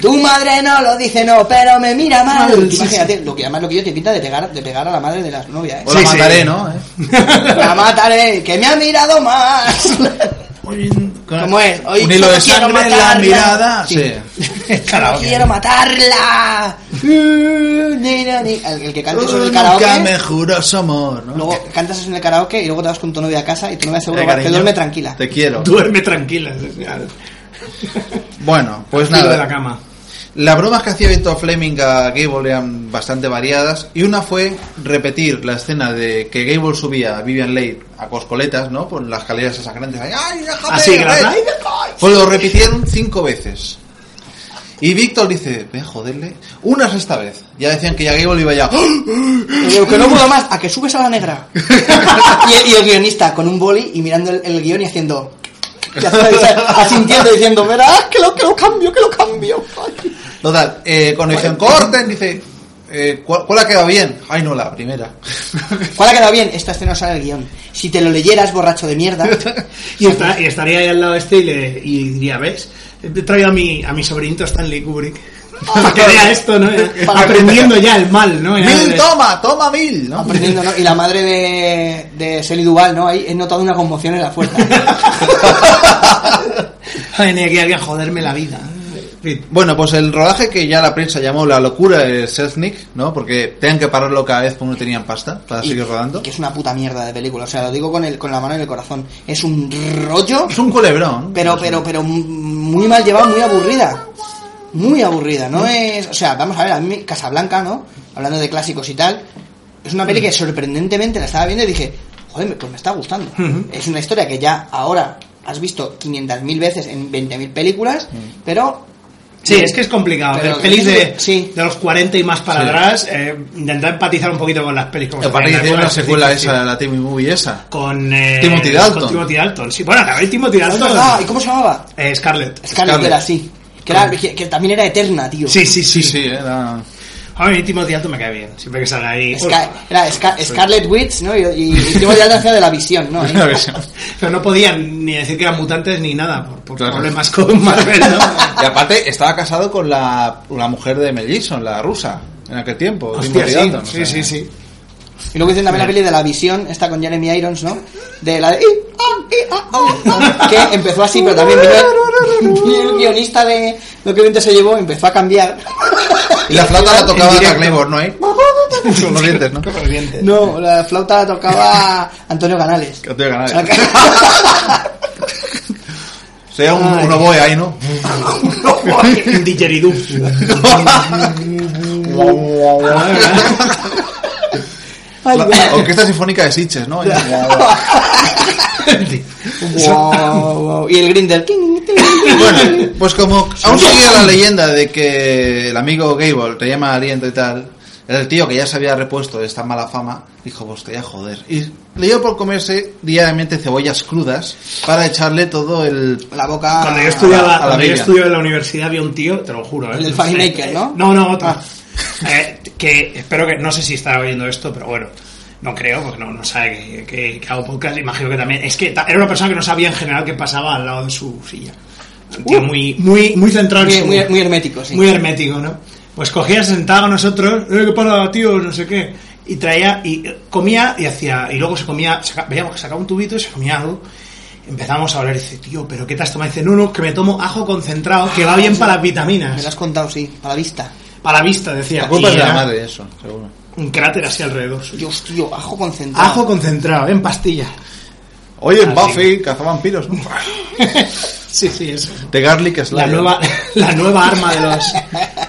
G: Tu madre no lo dice, no, pero me mira mal.
F: Mal,
G: Tú
F: sí,
G: Imagínate, lo que además lo que yo te pinta de pegar, de pegar a la madre de las novias,
F: O
G: ¿eh?
E: Sí,
F: la
E: sí.
F: mataré, ¿no? ¿Eh?
G: La mataré, que me ha mirado más.
F: Oye, con-
G: ¿Cómo es? Oye,
F: un hilo
G: yo
F: de
G: no quiero
F: sangre en la
G: matarla.
F: mirada.
G: Ah, Sí.
F: Sí.
E: Karaoke.
G: Quiero matarla. Ni, ni, ni. El, el que canta eso en el
F: Nunca
G: karaoke.
F: me juró su amor. ¿no?
G: Luego cantas eso en el karaoke y luego te vas con tu novia a casa y tu novia seguro
F: Eh,
G: va- te
F: cariño,
G: duerme tranquila.
F: Te quiero.
E: Duerme tranquila. o sea,
F: Bueno, pues
E: tiro de la
F: nada.
E: cama.
F: Las bromas que hacía Víctor Fleming a Gable eran bastante variadas. Y una fue repetir la escena de que Gable subía a Vivian Leigh a coscoletas, ¿no? Por las escaleras esas grandes. ahí, ¡Ay, déjame!
E: Así,
G: eh.
F: ven".
E: grande.
F: Pues lo repitieron cinco veces. Y Víctor dice, ve a joderle. Unas esta vez. Ya decían que ya Gable iba ya.
G: Y digo, que no puedo más, a que subes a la negra. y, el, y el guionista con un boli y mirando el, el guión y haciendo. Ya sabes, asintiendo diciendo, verás, que lo, que lo cambio, que lo cambio. Ay.
F: Total, eh, cuando dicen corten, dice, eh, ¿cuál, cuál ha quedado bien? Ay, no, la primera.
G: ¿Cuál ha quedado bien? Esta escena no sale el guión. Si te lo leyeras, borracho de mierda.
E: Y, está- y estaría ahí al lado este y, le, y diría, ¿ves? He traído a mi, a mi sobrinito Stanley Kubrick. Para que vea esto, ¿no?
G: Ah. Para-
E: Aprendiendo ya el mal, ¿no? Era
F: ¡Mil,
E: de-
F: toma! ¡Toma mil! ¿no?
G: Aprendiendo, ¿no? Y la madre de, de Sally Duval, ¿no? Ahí he notado una conmoción en la fuerza.
E: Venía aquí alguien a joderme la vida. En fin.
F: Bueno, pues el rodaje que ya la prensa llamó la locura de Selznick, ¿no? Porque tenían que pararlo cada vez porque no tenían pasta para seguir rodando.
G: Que es una puta mierda de película. O sea, lo digo con, el, con la mano en el corazón. Es un rollo.
F: Es un culebrón.
G: Pero, pero, pero muy mal llevada, muy aburrida. Muy aburrida,
E: Mm.
G: ¿no? Es. O sea, vamos a ver, a mí Casablanca, ¿no? Hablando de clásicos y tal. Es una
E: Mm.
G: peli que sorprendentemente la estaba viendo y dije, joder, me- pues me está gustando. Es una historia que ya ahora has visto 500.000 veces en 20.000 películas, pero.
E: Mm. Sí, es que es complicado.
G: Pero-
E: Las pelis de,
G: sí.
E: de los 40 y más para atrás, eh, intentar empatizar un poquito con las pelis. Como se
F: Aparte que
E: hacían en
F: hicieron
E: la
F: una
E: época,
F: secuela
E: sí, sí.
F: esa, la TV Movie esa.
E: Con, eh,
F: Timothy Dalton.
E: con Timothy Dalton. Sí, bueno, también Timothy Dalton.
G: Ah, ¿y cómo se llamaba?
E: Eh, Scarlett.
G: Scarlett,
F: Scarlett.
G: era así. Que, era- que- que también era eterna, tío.
E: Sí, sí, sí.
F: Sí, sí, eh, era...
E: A mí Timothy Dalton me cae bien. Siempre que sale ahí.
G: Scar- era Scar- Scarlet Witch, ¿no? Y, y, y tengo ya la hacía de la visión, ¿no?
F: una versión.
E: Pero no podían ni decir que eran mutantes ni nada por, por
F: Claro.
E: problemas con Marvel, ¿no?
F: Y aparte estaba casado con la, la mujer de Mel Gibson, la rusa, en aquel tiempo.
E: Hostia,
F: Timothy
E: sí,
F: Dalton, o
E: sí,
F: sea.
E: sí, sí.
G: Y luego dicen también la peli de la visión, esta con Jeremy Irons, ¿no? De la de... Que empezó así, pero también vino el, el guionista de lo que vente se llevó, empezó a cambiar.
F: Y la flauta la tocaba
E: En
F: Doug
E: directo.
F: Claymore, ¿no? ¿Eh? Con los dientes, ¿no?
E: Con los dientes.
G: No, la flauta la tocaba Antonio Canales.
F: Que no tengo ganas. Sea un, un oboe ahí, ¿no?
E: Un didgeridoo.
G: Ay,
F: La
G: guau.
F: Orquesta Sinfónica de Sitges, ¿no?
G: Guau, guau. Y el Grindel.
F: Bueno, pues como aún seguía la leyenda de que el amigo Gable te llama aliento y tal, el tío que ya se había repuesto de esta mala fama, dijo, pues te voy a joder. Y le dio por comerse diariamente cebollas crudas para echarle todo el...
G: La boca.
E: Cuando yo estudiaba,
F: a la
E: cuando yo
F: Biblia.
E: estudiaba en la universidad había un tío, te lo juro, ¿eh?
G: ah, El del Fahrenheit, ¿no? Ah.
E: No, no, otro. Eh, que espero que, no sé si estará oyendo esto, pero bueno, no creo, porque no, no sabe que, que- que hago podcast, imagino que también. Es que ta- era una persona que no sabía en general qué pasaba al lado de su silla. Un tío muy, muy, muy centrado en
G: Uh, Muy,
E: su-
G: muy, muy hermético, sí.
E: muy hermético, ¿no? Pues cogía, se sentaba con nosotros, eh, ¿qué pasa, tío? No sé qué. Y traía, y eh, comía, y hacía, y luego se comía, saca- veíamos que sacaba un tubito y se comía algo. Empezamos a hablar y dice, tío, ¿pero qué te has tomado? Y dice, no, no, que me tomo ajo concentrado, que va bien para las
G: Me lo
E: vitaminas.
G: has contado, sí, para la vista.
E: Para la vista, decía.
F: La culpa
E: Y
F: es de la
E: era
F: madre, eso, seguro.
E: Un cráter así alrededor. suyo.
G: Dios, tío, ajo concentrado.
E: Ajo concentrado, en pastilla.
F: Oye, en
E: Ah,
F: Buffy cazaban piros, ¿no?
E: Sí, sí, eso.
F: De Garlic Slayer.
E: La nueva, la nueva arma de los.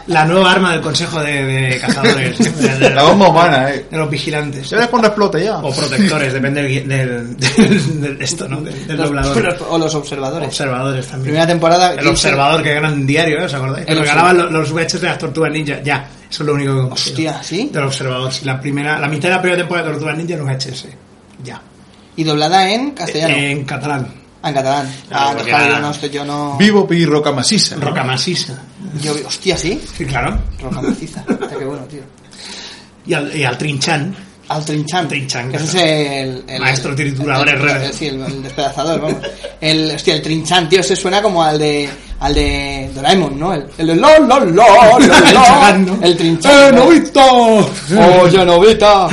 E: La nueva arma del consejo de, de cazadores. de- de-
F: La bomba humana, eh.
E: De los vigilantes.
F: Ya verás cuando explote ya.
E: O protectores, depende del, del, del- del- esto, ¿no? Del, del
G: Los-
E: doblador.
G: O los observadores.
E: Observadores también.
G: Primera temporada.
E: El
G: Gibson-
E: observador que ganan diario, ¿eh? ¿os acordáis? Que
G: El
E: regalaban los, los VHs de las tortugas ninja. Ya, eso es lo único que he conseguido.
G: Hostia, ¿sí?
E: Del observador. sí, la, primera, la mitad de la primera temporada de tortugas ninja en VHS. Ya. Eh,
G: Y doblada en castellano.
E: En catalán.
G: Ah, en catalán.
E: Claro,
G: Ah, no,
E: porque
G: claro,
E: era-
G: yo no, estoy- yo no.
F: Vivo y roca maciza.
E: Roca maciza.
G: Yo vi- hostia, sí.
E: Sí, claro.
G: Roja maciza. Hostia, qué bueno, tío.
E: Y al, y al trinchan.
G: Al Trinchan.
E: Trinchan,
G: Que Eso es
E: claro.
G: el. el-
E: Maestro triturador en redes.
G: Sí, el, el despedazador, vamos. El, hostia, el Trinchan, tío, se suena como al de. Al de Doraemon, ¿no? El, el, de lo, lo, lo, lo,
E: El Trinchan,
G: lo,
E: ¿no?
G: El Trinchan.
E: ¡Eh,
G: ¿no?
E: novito!
G: Oye, novita.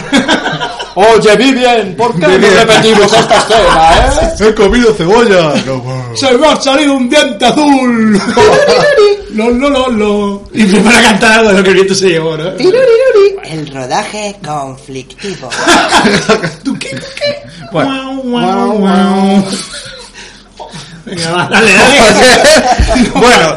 G: Oye, Vivian, ¿por qué no repetimos esta escena, eh?
F: He comido cebolla. No, wow.
E: ¡Se me ha salido un diente azul! ¡Lo, lo, lo, lo! Y me van a cantar algo de lo que el viento se llevó, ¿no?
G: Tiruriruri. El rodaje conflictivo.
E: ¿Tú qué? ¿Tú qué?
F: Bueno.
E: Guau, guau, guau. Venga, va, dale, dale.
F: bueno,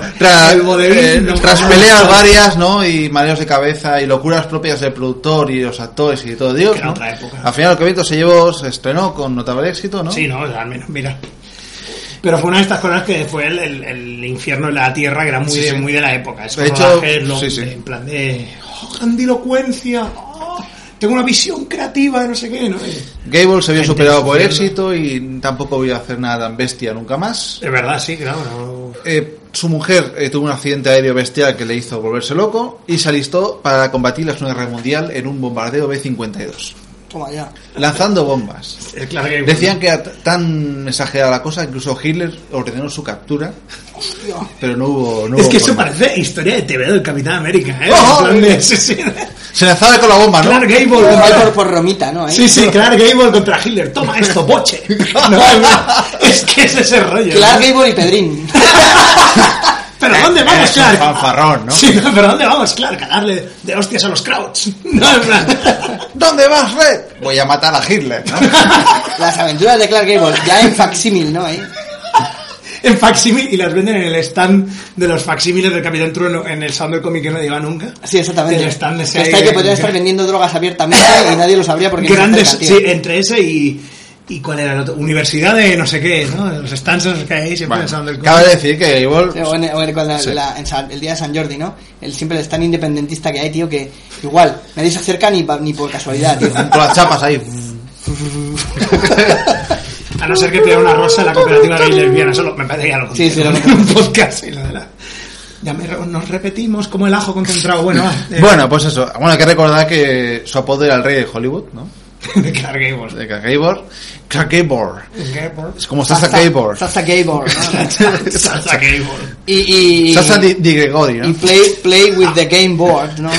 F: tras,
E: El vodevil,
F: eh,
E: no.
F: tras peleas varias, ¿no? Y mareos de cabeza y locuras propias del productor y los actores y de todo Dios,
E: Que era
F: ¿no?
E: otra época.
F: Al final, el viento se llevó, se estrenó con notable éxito, ¿no?
E: Sí, no, al menos, mira. Pero fue una de estas cosas que fue el, el, el infierno en la tierra, que era muy,
F: Sí,
E: de,
F: sí.
E: muy de la época. Es
F: De hecho, sí, sí.
E: en plan de. ¡Oh, grandilocuencia! oh, tengo una visión creativa de no sé qué, ¿no? Es
F: Gable se vio
E: Gente
F: superado por
E: sufriendo.
F: éxito y tampoco volvió a hacer nada tan bestia nunca más.
E: verdad, sí, claro. no-
F: Eh, su mujer eh, tuvo un accidente aéreo bestial que le hizo volverse loco y se alistó para combatir la Segunda Guerra Mundial en un bombardeo B-52,
G: Toma ya.
F: lanzando bombas.
E: es claro que-
F: Decían que era t- tan exagerada la cosa, incluso Hitler ordenó su captura,
G: Hostia.
F: pero no hubo. no
E: Es
F: hubo
E: que eso
F: forma.
E: parece historia de TV del Capitán América, ¿eh?
F: ¡Oh!
E: En plan de- sí, sí.
F: Se lanzaba con la bomba, ¿no?
E: Clark Gable.
G: Lo mal por, por Romita, ¿no? ¿Eh?
E: Sí, sí, Clark Gable contra Hitler. Toma esto, boche. No, no, es que es ese rollo.
G: Clark
E: ¿no?
G: Gable y Pedrín.
E: Pero ¿dónde vamos,
F: Es un
E: Clark?
F: fanfarrón, ¿no?
E: Sí, no, pero ¿dónde vamos, Clark? A darle de hostias a los Krauts. No, en plan,
F: ¿Dónde vas, Red? Voy a matar a Hitler, ¿no?
G: Las aventuras de Clark Gable, ya en facsímil, ¿no? ¿Eh?
E: en facsímil y las venden en el stand de los facsímiles del Capitán Trueno en el Sound del cómic que no llega nunca.
G: Sí, exactamente.
E: Del stand ese
G: Que
E: ahí
G: está ahí que
E: en-
G: podrían estar vendiendo drogas abiertamente y nadie lo sabría porque no se
E: Grandes,
G: acercan,
E: sí, eh,
G: tío.
E: entre ese y. ¿Y cuál era el otro? Universidad de no sé qué, ¿no? Los stands esos que hay siempre en
F: Bueno,
E: el Sound del cómic.
F: cabe decir que
G: Sí,
F: Gable.
G: o en- o en- cuando
F: Sí.
G: la- en San- el día de San Jordi, ¿no? El siempre el stand independentista que hay, tío, que igual nadie se acerca ni, pa- ni por casualidad, tío.
F: Con las chapas ahí.
E: A no ser que te dé una rosa en la cooperativa gay lesbiana. Eso lo- me parece que ya lo conté,
G: Sí, sí, lo
E: ¿no?
G: conté.
E: en un podcast y lo de la- Ya me re- nos repetimos como el ajo concentrado. Bueno, va, eh,
F: Bueno, pues eso. Bueno, hay que recordar que su apodo era el rey de Hollywood, ¿no?
E: carguemos.
F: De Clark Gable. Clark Gable. Es como Sasa
G: Sasa
F: Gable.
G: Sasa Gable, ¿no?
E: Salsa Gable.
G: Y, y, y,
F: Sasa Di, Di Gregori, ¿no?
G: y play, play with the game board, ¿no?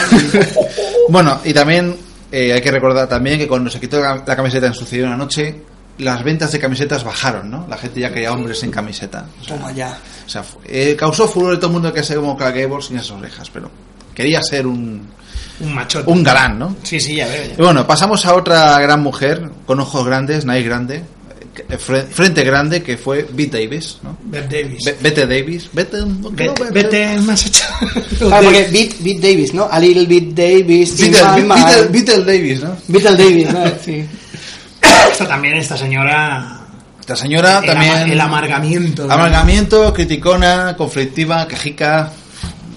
F: Bueno, y también eh, hay que recordar también que cuando se quitó la la camiseta en sucedió una noche, las ventas de camisetas bajaron, ¿no? La gente ya quería hombres sin camiseta. O sea,
G: Toma ya.
F: o sea, fu- eh, causó furor de todo el mundo que se como Clark Gable sin esas orejas, pero quería ser un,
E: Un machote.
F: un galán, ¿no?
E: Sí, sí, ya veo. ya.
F: Y bueno, pasamos a otra gran mujer, con ojos grandes, nariz grande, eh, fre- frente grande que fue Beat Davis, ¿no?
E: Bette Davis.
F: Be- Bette Davis. Bette, no,
E: Vete,
F: no, Bette-
E: vete Massachusetts.
G: Claro, Ah, porque Beat, Beat Davis, ¿no? A little Beat Davis. in
F: Beatle,
G: my mind.
F: Beatle- Beatle Davis, ¿no?
G: Beatle Davis, ¿no? Sí.
E: Esta también, esta señora.
F: Esta señora
E: el, ama-
F: Ah, también...
E: el amargamiento. ¿no?
F: Amargamiento, criticona, conflictiva, quejica,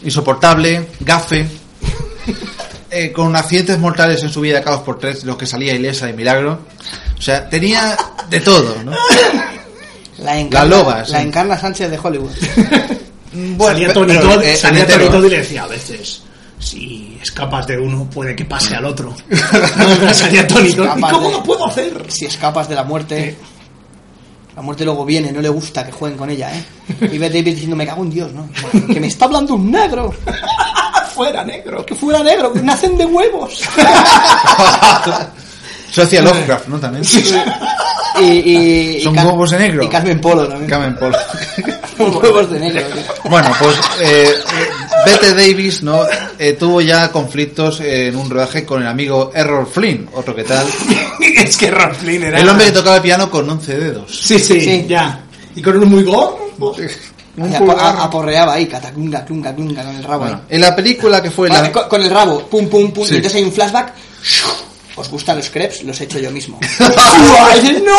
F: insoportable, gafe, eh, con accidentes mortales en su vida cada dos por tres, de los que salía ilesa de milagro. O sea, tenía de todo, ¿no?
G: La, encarna,
F: La loba,
G: la
F: sí.
G: encarna Sánchez de Hollywood.
E: salía
F: pe-
E: Tony
F: Mm, pero,
E: Todd,
F: eh,
E: salía
F: en
E: Tony
F: hetero.
E: Todd y le decía a veces. Si escapas de uno, puede que pase al otro. No, salía Tony Todd. ¿Y
G: Escapas
E: cómo
G: de-
E: lo puedo hacer?
G: Si escapas de la muerte, la muerte luego viene, no le gusta que jueguen con ella, ¿eh? Y Bette Davis diciendo, me cago en Dios, ¿no? Que me está hablando un negro.
E: Fuera, negro.
G: Que fuera negro, que nacen de huevos.
F: Eso hacía Lovecraft, ¿no? También.
G: Y, y, y
F: Son
G: Car-
F: huevos de negro.
G: Y Carmen Polo también.
F: Carmen Polo.
G: Son huevos de negro. tío.
F: Bueno, pues eh, Bette Davis no Eh, tuvo ya conflictos en un rodaje con el amigo Errol Flynn, otro que tal.
E: es que Ralph Lynn era.
F: El hombre que tocaba el piano con 11 dedos.
E: Sí, sí,
G: Sí.
E: ya. Y con un muy gordo.
F: Ah,
G: Y apo- a- aporreaba ahí, catacunga, cunga, cunga, con el rabo.
F: Bueno,
G: ahí.
F: en la película que fue
G: Vale,
F: la...
G: con, con el rabo, pum, pum, pum.
F: Sí.
G: Y entonces hay un flashback. ¿Os gustan los crepes? Los he hecho yo mismo. Y dices, ¡No!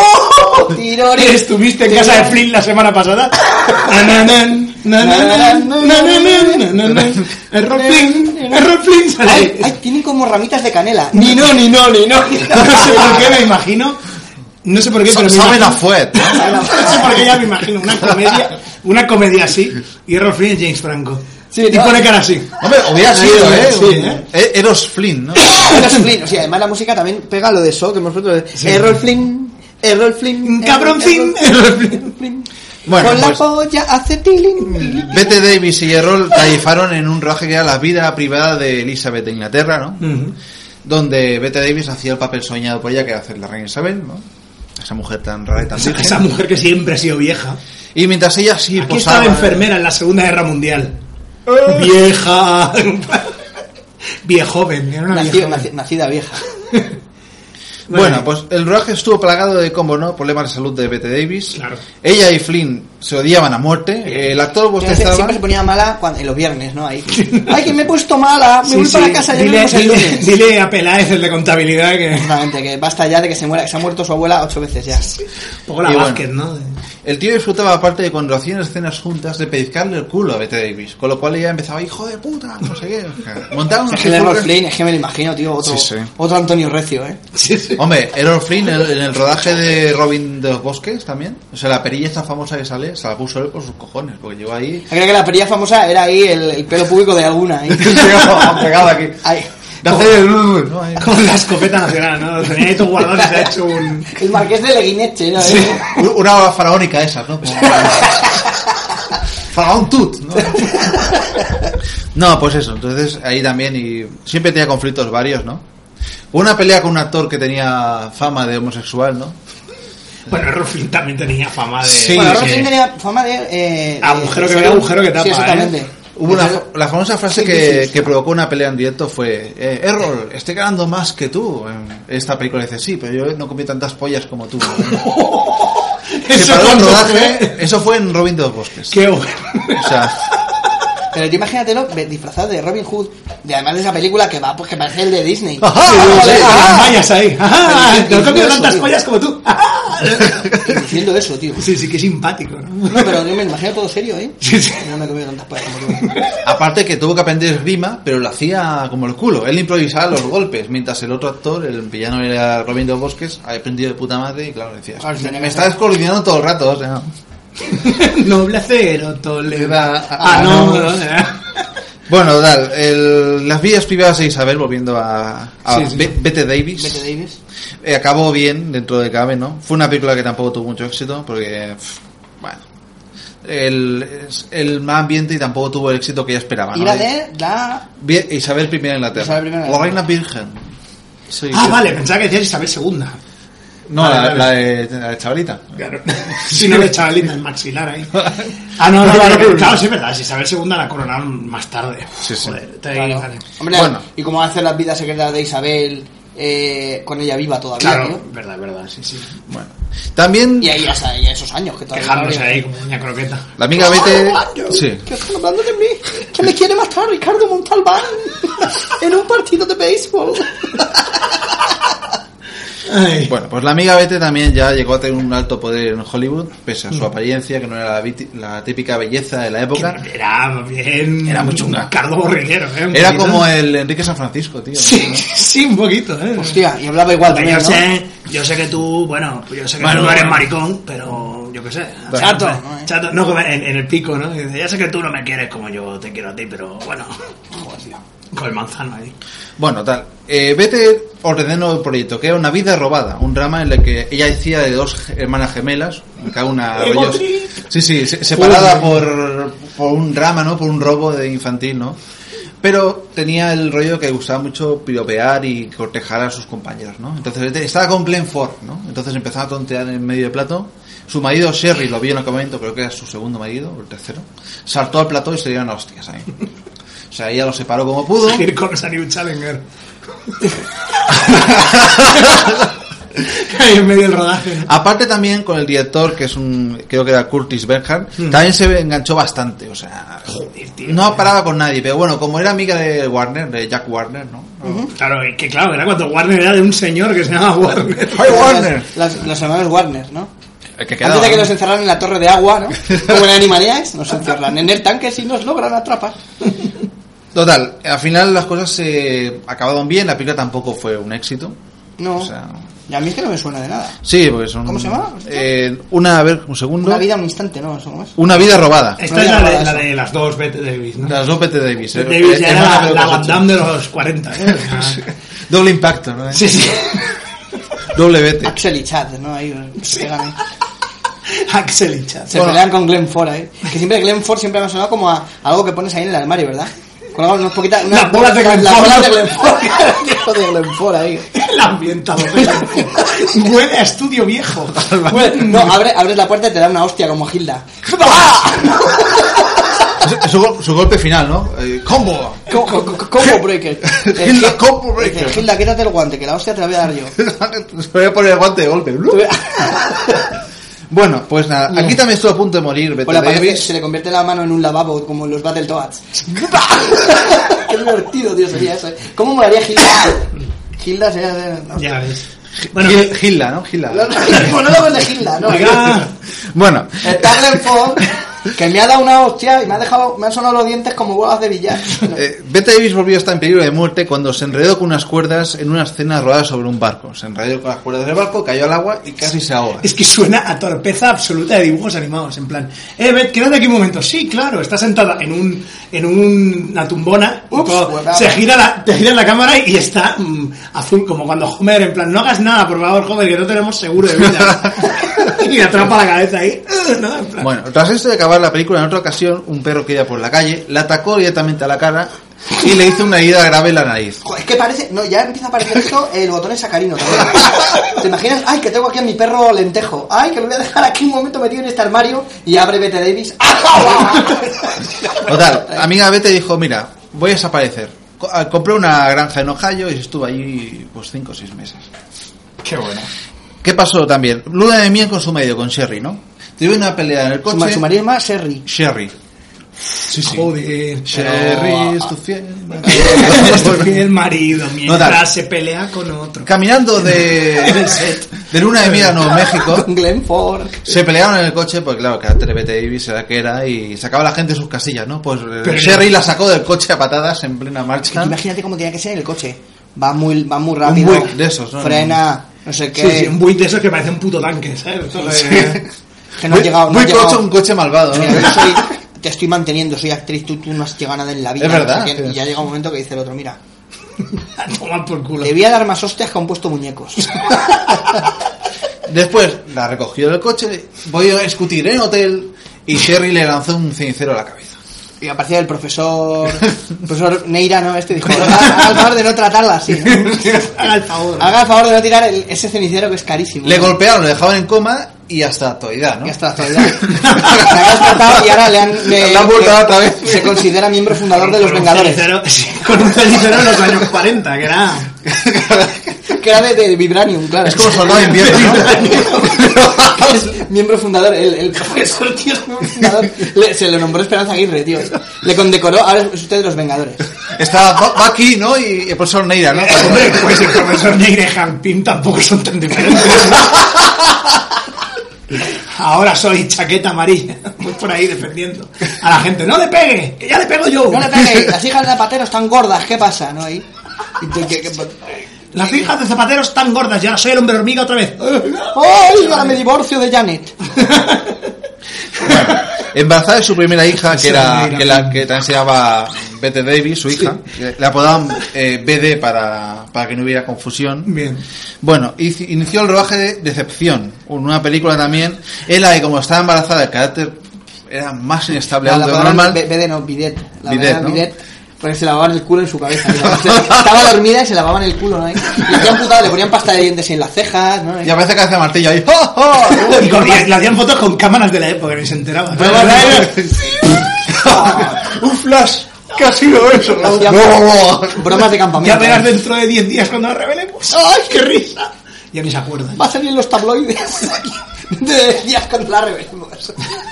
G: Tirori.
E: Estuviste en casa de Flynn la semana pasada. Ananan, nananan, nananan, nananan. Error Flynn, error Flynn sale
G: Ay,
E: ahí.
G: ay, tienen como ramitas de canela.
E: Ni no, ni no, ni no. ni no. No sé por qué me imagino. No sé por qué, pero me
F: Saben
E: imagino-
F: a fuet, ¿no?
E: No sé por qué ya me imagino una comedia, una comedia así. Y Errol Flynn es James Franco.
G: Sí,
E: y
G: no.
E: pone cara así.
F: Hombre, hubiera
E: Sí,
F: sido, ¿eh?
E: sí, ¿eh?
F: Eh, Eros Flynn, ¿no?
G: Errol Flynn. O sea, además la música también pega lo de eso que hemos puesto. de
E: Sí. Mm,
G: Errol Flynn. Errol Flynn.
E: Cabrón Flynn,
G: Errol-
E: Errol Flynn.
G: Errol Flynn.
F: Bueno,
G: Con la
F: pues
G: polla hace tiling,
E: Mm.
G: tiling.
F: Bette Davis y Errol tarifaron en un rodaje que era La vida privada de Elizabeth de Inglaterra, ¿no?
E: Ujú.
F: Donde Bette Davis hacía el papel soñado por ella que era hacer la reina Isabel, ¿no? Esa mujer tan rara y tan
E: Esa,
F: virgen.
E: esa mujer que siempre ha sido vieja.
F: Y mientras ella sí
E: Aquí
F: posaba...
E: estaba enfermera en la Segunda Guerra Mundial. Vieja. Viejoven, era una
G: Nacido-
E: viejoven.
G: naci- Nacida vieja.
F: Bueno, pues el rodaje estuvo plagado de, como no, problemas de salud de Bette Davis.
E: Claro.
F: Ella y Flynn se odiaban a muerte. El actor
E: Pues
G: Entonces,
F: bostezaba...
G: siempre se ponía mala cuando- en los viernes, ¿no? Ahí. Ay, que me he puesto mala, me
E: Sí,
G: voy
E: sí.
G: para casa, ya nos
E: dile,
G: vemos el
E: dile,
G: lunes.
E: dile a Peláez, el de contabilidad, que.
G: Exactamente, que basta ya de que se muera, que se ha muerto su abuela ocho veces ya.
E: Un poco la
F: Y bueno.
E: Vázquez, ¿no? De-
F: El tío disfrutaba, aparte de cuando hacían escenas juntas, de pellizcarle el culo a Bette Davis. Con lo cual ella empezaba, hijo de puta, no sé qué. Montaban
G: Es
F: unas
G: que el Errol
F: historias-
G: Flynn, es que me lo imagino, tío, otro,
F: Sí, sí.
G: otro Antonio Recio, ¿eh?
F: Hombre, Errol Flynn en, en el rodaje de Robin de los Bosques también. O sea, la perilla esta famosa que sale, se la puso él por sus cojones, porque lleva ahí.
G: Creo que la perilla famosa era ahí el, el pelo público de alguna. ahí.
F: Llegaba pegada aquí.
G: Ahí.
F: De hacer el. ¿no? Ahí.
E: Con la escopeta nacional, ¿no? Lo Tenía ahí todo guardado y se ha hecho un.
G: El marqués de Leguineche, ¿no?
F: Un- Una hora faraónica esa, ¿no? Como- Faraón Tut, ¿no? No, pues eso, entonces ahí también y siempre tenía conflictos varios, ¿no? Una pelea con un actor que tenía fama de homosexual, ¿no?
E: Bueno, Rufin también tenía fama de.
F: Sí,
E: Bueno,
G: bueno, Errol
E: Rufin
G: Flynn tenía fama de... eh, de-
E: Ah, Agujero que
G: de
E: ve,
G: ser un-
E: agujero que tapa,
G: Sí, exactamente.
E: ¿eh?
F: Hubo una,
G: Entonces,
F: la famosa frase
G: Sí, sí,
F: que,
G: sí.
F: que provocó una pelea en directo fue eh, Errol, estoy ganando más que tú en esta película. Dice, sí, pero yo no comí tantas pollas como tú. Se
E: Eso
F: paró el
E: cuando
F: rodaje,
E: fue-
F: eso fue en Robin de los Bosques.
E: Qué bueno.
F: O sea,
G: Pero tú imagínatelo ve- disfrazado de Robin Hood, de además de esa película que va, pues que parece el de Disney.
F: Ajá,
E: Sí,
F: sí,
E: sí,
F: sí.
E: las mallas ahí. Ah, Ajá,
G: Ah,
E: no
G: Pero
E: he
G: incluso,
E: comido tantas
G: tío.
E: pollas como tú. Ah,
G: Y diciendo eso, tío.
E: Sí, sí, que simpático, ¿no?
G: No, pero yo me imagino todo serio, ¿eh?
E: Sí, sí.
G: No me he comido tantas pollas como tú.
F: Aparte que tuvo que aprender esgrima, pero lo hacía como el culo. Él improvisaba los golpes, mientras el otro actor, el villano era Robin de los Bosques, había aprendido de puta madre y claro, decías,
G: Claro, sí,
F: me,
G: sí.
F: me está descoordinando todo el rato, o sea...
E: Noble acero, tolera.
F: Era-
E: Ah, no,
F: ah, no.
E: no, era-
F: Bueno, tal, el- las vidas privadas de Isabel, volviendo a, a
E: Sí, sí.
F: Be- Bette Davis,
G: Bette Davis.
F: eh, acabó bien dentro de cabe, ¿no? Fue una película que tampoco tuvo mucho éxito, porque, pff, bueno, el, es- el más ambiente y tampoco tuvo el éxito que ella
E: Ah,
F: esperaba,
G: Y
F: ¿no?
G: la de la...
F: Bien, Isabel I de Inglaterra.
G: Isabel I de
F: La
G: Inglaterra.
F: reina virgen. Sí,
E: Ah,
F: sí.
E: vale, pensaba que decías Isabel Segunda.
F: No,
E: Vale,
F: la,
E: vale.
F: la de, la de chavalita.
E: Claro. Si no le echaba linda el maxilar ahí. Ah, no, no,
F: No,
E: vale,
F: no, no.
E: claro, sí, es verdad. Si Isabel Segunda la coronaron más tarde.
F: Sí, sí.
E: Joder, te-
G: Claro.
E: vale.
G: Hombre,
F: Bueno.
G: y como hace las vidas secretas de Isabel eh, con ella viva todavía,
E: Claro,
G: tío.
E: verdad, verdad, sí, sí.
F: Bueno. También
G: Y ahí hasta ahí a esos años que todavía.
E: Quejándose
G: no
E: ahí como una croqueta.
F: la amiga Bete... Sí.
G: Que están hablando de mí. Que me quiere matar Ricardo Montalbán en un partido de béisbol.
E: Ay.
F: Bueno, pues la amiga Bete también ya llegó a tener un alto poder en Hollywood, pese a
E: Mm.
F: su apariencia, que no era la, viti- la típica belleza de la época.
E: Que Era bien.
F: Era muy chunga.
E: Cardo borrillero, ¿eh? Un
F: Era
E: poquito.
F: como el Enrique San Francisco, tío.
E: Sí, sí, un poquito, ¿eh?
F: Pues
G: Hostia, y hablaba igual
E: Hombre, yo,
G: también, ¿no?
E: sé, yo sé que tú, bueno, yo sé que
F: Bueno,
E: tú no eres
F: bueno.
E: maricón, pero yo qué sé.
F: Bueno.
E: chato,
G: No, eh.
E: chato, no, como en, en el pico, ¿no? Y dice, ya sé que tú no me quieres como yo te quiero a ti, pero bueno,
G: Joder, tío.
E: con el manzano ahí.
F: Bueno, tal. Eh, Bete ordenó el proyecto, que era Una vida robada, un drama en el que ella decía de dos ge- hermanas gemelas, cada una...
E: Ego
F: rollos-
E: trip.
F: sí, sí, se- separada por, por un drama, ¿no? Por un robo de infantil, ¿no? Pero tenía el rollo que gustaba mucho piropear y cortejar a sus compañeros, ¿no? Entonces Bete estaba con Glenn Ford, ¿no? Entonces empezaba a tontear en medio del plato. Su marido Sherry lo vio en el momento, creo que era su segundo marido, o el tercero. Saltó al plató y se dieron a hostias ahí. O sea, ella lo separó como pudo.
E: Here comes a new challenger. ahí en medio del rodaje. ¿no?
F: Aparte también con el director, que es un, creo que era Curtis Bernhard,
E: Mm.
F: también se enganchó bastante, o sea,
E: Joder, tío.
F: no paraba con nadie, pero bueno, como era amiga de Warner, de Jack Warner, ¿no?
E: Claro, y que claro, era cuando Warner era de un señor que se llamaba Warner.
F: ¡Ay, Warner!
G: Las, las- los hermanos Warner, ¿no?
F: El que
G: Antes
F: quedaba,
G: de que
F: ¿no?
G: nos encerraran en la torre de agua, ¿no? Como en Animaniacs, nos encerran en el tanque si nos logran atrapar.
F: Total, al final las cosas se acabaron bien, la película tampoco fue un éxito.
G: No.
F: O sea,
G: Y a mí es que no me suena de nada.
F: sí, porque son...
G: ¿Cómo se llamaba?
F: Eh, una, a ver, un segundo.
G: Una vida, un instante, ¿no? Eso no es.
F: Una vida robada.
E: Esta es la de, la de las dos Bette Davis, ¿no?
F: Las López de Davis.
E: Bette
F: eh.
E: Davis
F: Es
E: ya
F: más,
E: era la,
F: creo que
E: la
F: los
E: Van
F: ocho.
E: Damme de los 40, ¿eh? O sea,
F: Doble impacto, ¿no?
E: Sí, sí.
F: Doble vete.
G: Axel y Chad, ¿no? Ahí pegan, ¿eh?
E: Axel y Chad.
G: Se
F: Bueno.
G: pelean con Glenn Ford, ¿eh? Que siempre Glenn Ford siempre me ha sonado como a algo que pones ahí en el armario, ¿verdad? Con algo- unas poquitas... unas-
E: Las bolas de
G: las-
E: Glenn
G: las
E: Ford.
G: bolas de Glenn Ford. Hijo de Glenn Ford ahí.
E: El ambientador. Huele a estudio viejo.
G: Bueno, no, abre, abres la puerta y te da una hostia como Hilda.
F: Su- Su, gol- su golpe final, ¿no? Eh, combo.
G: Co- co- co- Combo breaker. Eh,
F: Hilda,
G: Gil-
F: combo breaker.
G: dice, Hilda, quítate el guante, que la hostia te la voy a dar yo.
F: Se voy a poner el guante de golpe. bueno, pues nada. Aquí también estuvo a punto de morir Bette
G: Bueno, aparece,
F: Davis.
G: se le convierte la mano en un lavabo, como en los Battletoads. Qué divertido, tío, sería eso. ¿eh? ¿Cómo molaría Hilda? Hilda sería... no.
E: Ya ves. Bueno, eh,
F: Gil- Gilda, ¿no? Gilda.
G: Los monólogos de Hilda, ¿no?
E: oiga,
F: Bueno,
G: Está Glenn Ford, que me ha dado una hostia y me ha dejado, me han sonado los dientes como bolas de billar.
F: eh, Bette Davis volvió a estar en peligro de muerte cuando se enredó con unas cuerdas en una escena rodada sobre un barco. Se enredó con las cuerdas del barco, cayó al agua y casi se ahoga.
E: es que suena a torpeza absoluta de dibujos animados. En plan, eh, Bet, quédate aquí un momento. Sí, claro, está sentada en un en un- una tumbona.
G: Ups,
E: todo-
G: guardado.
E: se gira la, te gira la cámara y está mm, azul, como cuando Homer, en plan, no hagas nada, por favor, Homer, que no tenemos seguro de vida. y le atrapa la cabeza ahí. ¿no? En plan,
F: Bueno, tras esto de acabar la película, en otra ocasión, un perro que iba por la calle la atacó directamente a la cara y le hizo una herida grave en la nariz.
G: Joder, es que parece, no, ya empieza a aparecer esto el botón es sacarino también. ¿Te imaginas? Ay, que tengo aquí a mi perro lentejo. Ay, que lo voy a dejar aquí un momento metido en este armario y abre Bette Davis. ¡Ah,
F: Total, amiga Bete dijo, mira, voy a desaparecer. Co- ah, Compré una granja en Ohio y estuve allí pues 5 o 6 meses.
E: qué bueno.
F: ¿Qué pasó también? Luna de miel con su medio, con Sherry, ¿no? Tuve una pelea en el
G: Su,
F: coche.
G: su marido es más Sherry.
F: Sherry. Sí, sí.
E: Joder.
F: Sherry es tu fiel.
E: Estoy el marido mientras
F: Total.
E: se pelea con otro.
F: Caminando de, de Luna de miel a Nuevo México,
G: Glenn Ford.
F: se pelearon en el coche, pues claro, el carácter de Bette Davis era que era y sacaba la gente de sus casillas, ¿no? Pues eh,
E: Pero-
F: Sherry la sacó del coche a patadas en plena
G: Que
F: marcha.
G: Imagínate cómo tenía que ser en el coche. Va muy, va muy rápido.
F: buick de esos, ¿no?
G: Frena, no sé qué.
E: Sí, sí, un buit de esos que parece un puto tanque, ¿sabes? Todo de-
G: Que no ha
F: Muy-
G: llegado. No
F: muy
G: ha llegado.
F: coche, un coche malvado, ¿no?
G: Mira, yo soy- te estoy manteniendo, soy actriz, tú, tú no has llegado a nada en la vida.
F: Es verdad,
G: no sé quién.
F: sí.
G: y ya llega un momento que dice el otro, mira,
E: A tomar por culo.
G: le voy a dar más hostias que han puesto muñecos.
F: Después la recogió del coche, voy a discutir en el hotel y Sherry le lanzó un cenicero a la cabeza.
G: y aparecía el profesor, el profesor Neira, ¿no? Este dijo, haga el favor de no tratarla así. ¿no?
E: Haga el favor.
G: Haga el favor de no tirar el- ese cenicero que es carísimo.
F: Le
G: ¿no?
F: golpearon, lo dejaron en coma y hasta la actualidad, ¿no?
G: Y hasta la actualidad. La has matado y ahora le han... le-
F: La han multado otra vez.
G: Se considera miembro fundador de los
E: Con un
G: Vengadores.
E: cenicero- sí, con un cenicero en los años 40, que era...
G: que era de, de Vibranium, claro.
F: Es como soldado de invierno,
G: Que es miembro fundador, el, el profesor, tío, es miembro fundador. Le- se le nombró Esperanza Aguirre, tío. Le condecoró, ahora es usted de los Vengadores.
F: Está Bu- Bucky, ¿no? Y el profesor Neira, ¿no?
E: Hombre, pues el profesor Negre y Hank Pym tampoco son tan diferentes. Ahora soy chaqueta amarilla. Voy por ahí defendiendo a la gente. ¡No le pegue! ¡Que ya le pego yo!
G: No le peguéis, las hijas de Zapatero están gordas, ¿qué pasa? ¿No? Ahí. Y tú, ¿qué- qué-
E: Las hijas de zapatero están gordas. Ya soy el hombre hormiga otra vez.
G: ¡Ay, ahora me divorcio de Janet!
F: Embarazada de su primera hija, que era
E: Neira.
F: que, la, que también se llamaba Bette Davis, su hija. que Le apodaban eh, BD para, para que no hubiera confusión.
E: Bien.
F: Bueno, hici- inició el rodaje de Decepción, una película también en la que como estaba embarazada el carácter era más inestable
G: La,
F: aún
G: la
F: de lo
G: palabra
F: normal.
G: be- bede no, bidet. La
F: Bidet,
G: palabra
F: ¿no?
G: bidet, porque se lavaban el culo en su cabeza. mira. Se- Estaba dormida y se lavaban el culo, ¿no? Y le hacían putada, le ponían pasta de dientes en las cejas, ¿no?
F: Y aparece cabeza de martillo ahí. ¡Oh, oh!
E: Y, con- y le hacían fotos con cámaras de la época, ni se enteraba.
G: Ah.
F: ¡Un flash! ¿Qué ha sido eso?
G: Le hacían
F: No.
G: bromas de
E: Ya
G: campamento.
E: verás
G: ¿no?
E: dentro de 10 días cuando la revelemos.
G: ¡Ay,
E: ¡Qué risa! Ya ni se acuerdan.
G: Va a salir en los tabloides. de días contra la revelemos.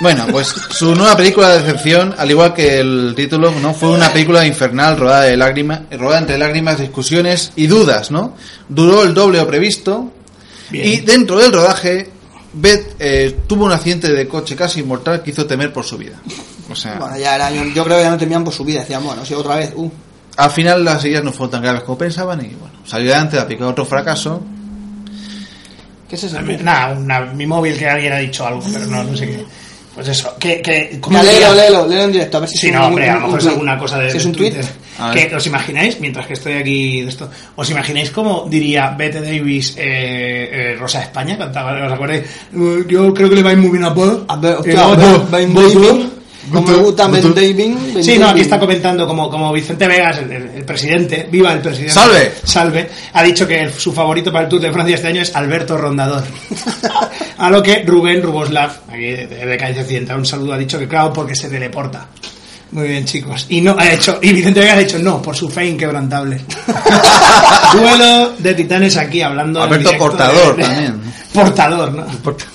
F: Bueno, pues su nueva película de decepción, al igual que el título, ¿no? Fue una película infernal rodada de lágrimas, rodada entre lágrimas, discusiones y dudas, ¿no? Duró el doble o previsto.
E: Bien.
F: Y dentro del rodaje, Beth eh, tuvo un accidente de coche casi mortal que hizo temer por su vida. O sea,
G: Bueno, ya era, yo, yo creo que ya no terminan por su vida. Decían, bueno, si otra vez, uh.
F: al final las heridas no fueron tan graves como pensaban y bueno, salió adelante, aplicó otro fracaso.
G: ¿Qué es eso?
E: Nada, una- mi móvil que alguien ha dicho algo, pero no, no sé qué. Pues eso, que... que ¿cómo
G: Ya,
E: diría?
G: léelo, léelo, léelo en directo. A ver si
E: Sí,
G: es un-
E: no, hombre, a
G: un-
E: lo mejor
G: un
E: es
G: tuit.
E: alguna cosa de,
G: Si es
E: de
G: un tweet.
E: Twitter.
F: A ver.
E: Que os imagináis, mientras que estoy aquí de esto, os imagináis cómo diría Bette Davis eh, eh, Rosa de España, cantaba, ¿os acordáis? Eh, Yo creo que le va a ir muy bien a Paul.
G: A ver,
E: Eh,
G: hostia,
E: vamos,
G: Ben-
E: vamos,
G: Ben
E: vamos.
G: David. Como me gusta Ben
F: Gutu.
G: David. Ben
E: Sí, no, aquí
G: David.
E: está comentando como, como Vicente Vegas, el, el- el presidente, viva el presidente.
F: ¡Salve!
E: Salve. Ha dicho que el- su favorito para el Tour de Francia este año es Alberto Rondador. A lo que Rubén Ruboslav, aquí de, de Calle Occidental, un saludo, ha dicho que claro, porque se teleporta. Muy bien, chicos. Y no ha hecho, y Vicente Vegas ha dicho no, por su fe inquebrantable. Duelo de titanes aquí hablando. en
F: Alberto
E: directo
F: Portador también.
E: Portador, ¿no?
G: El porta-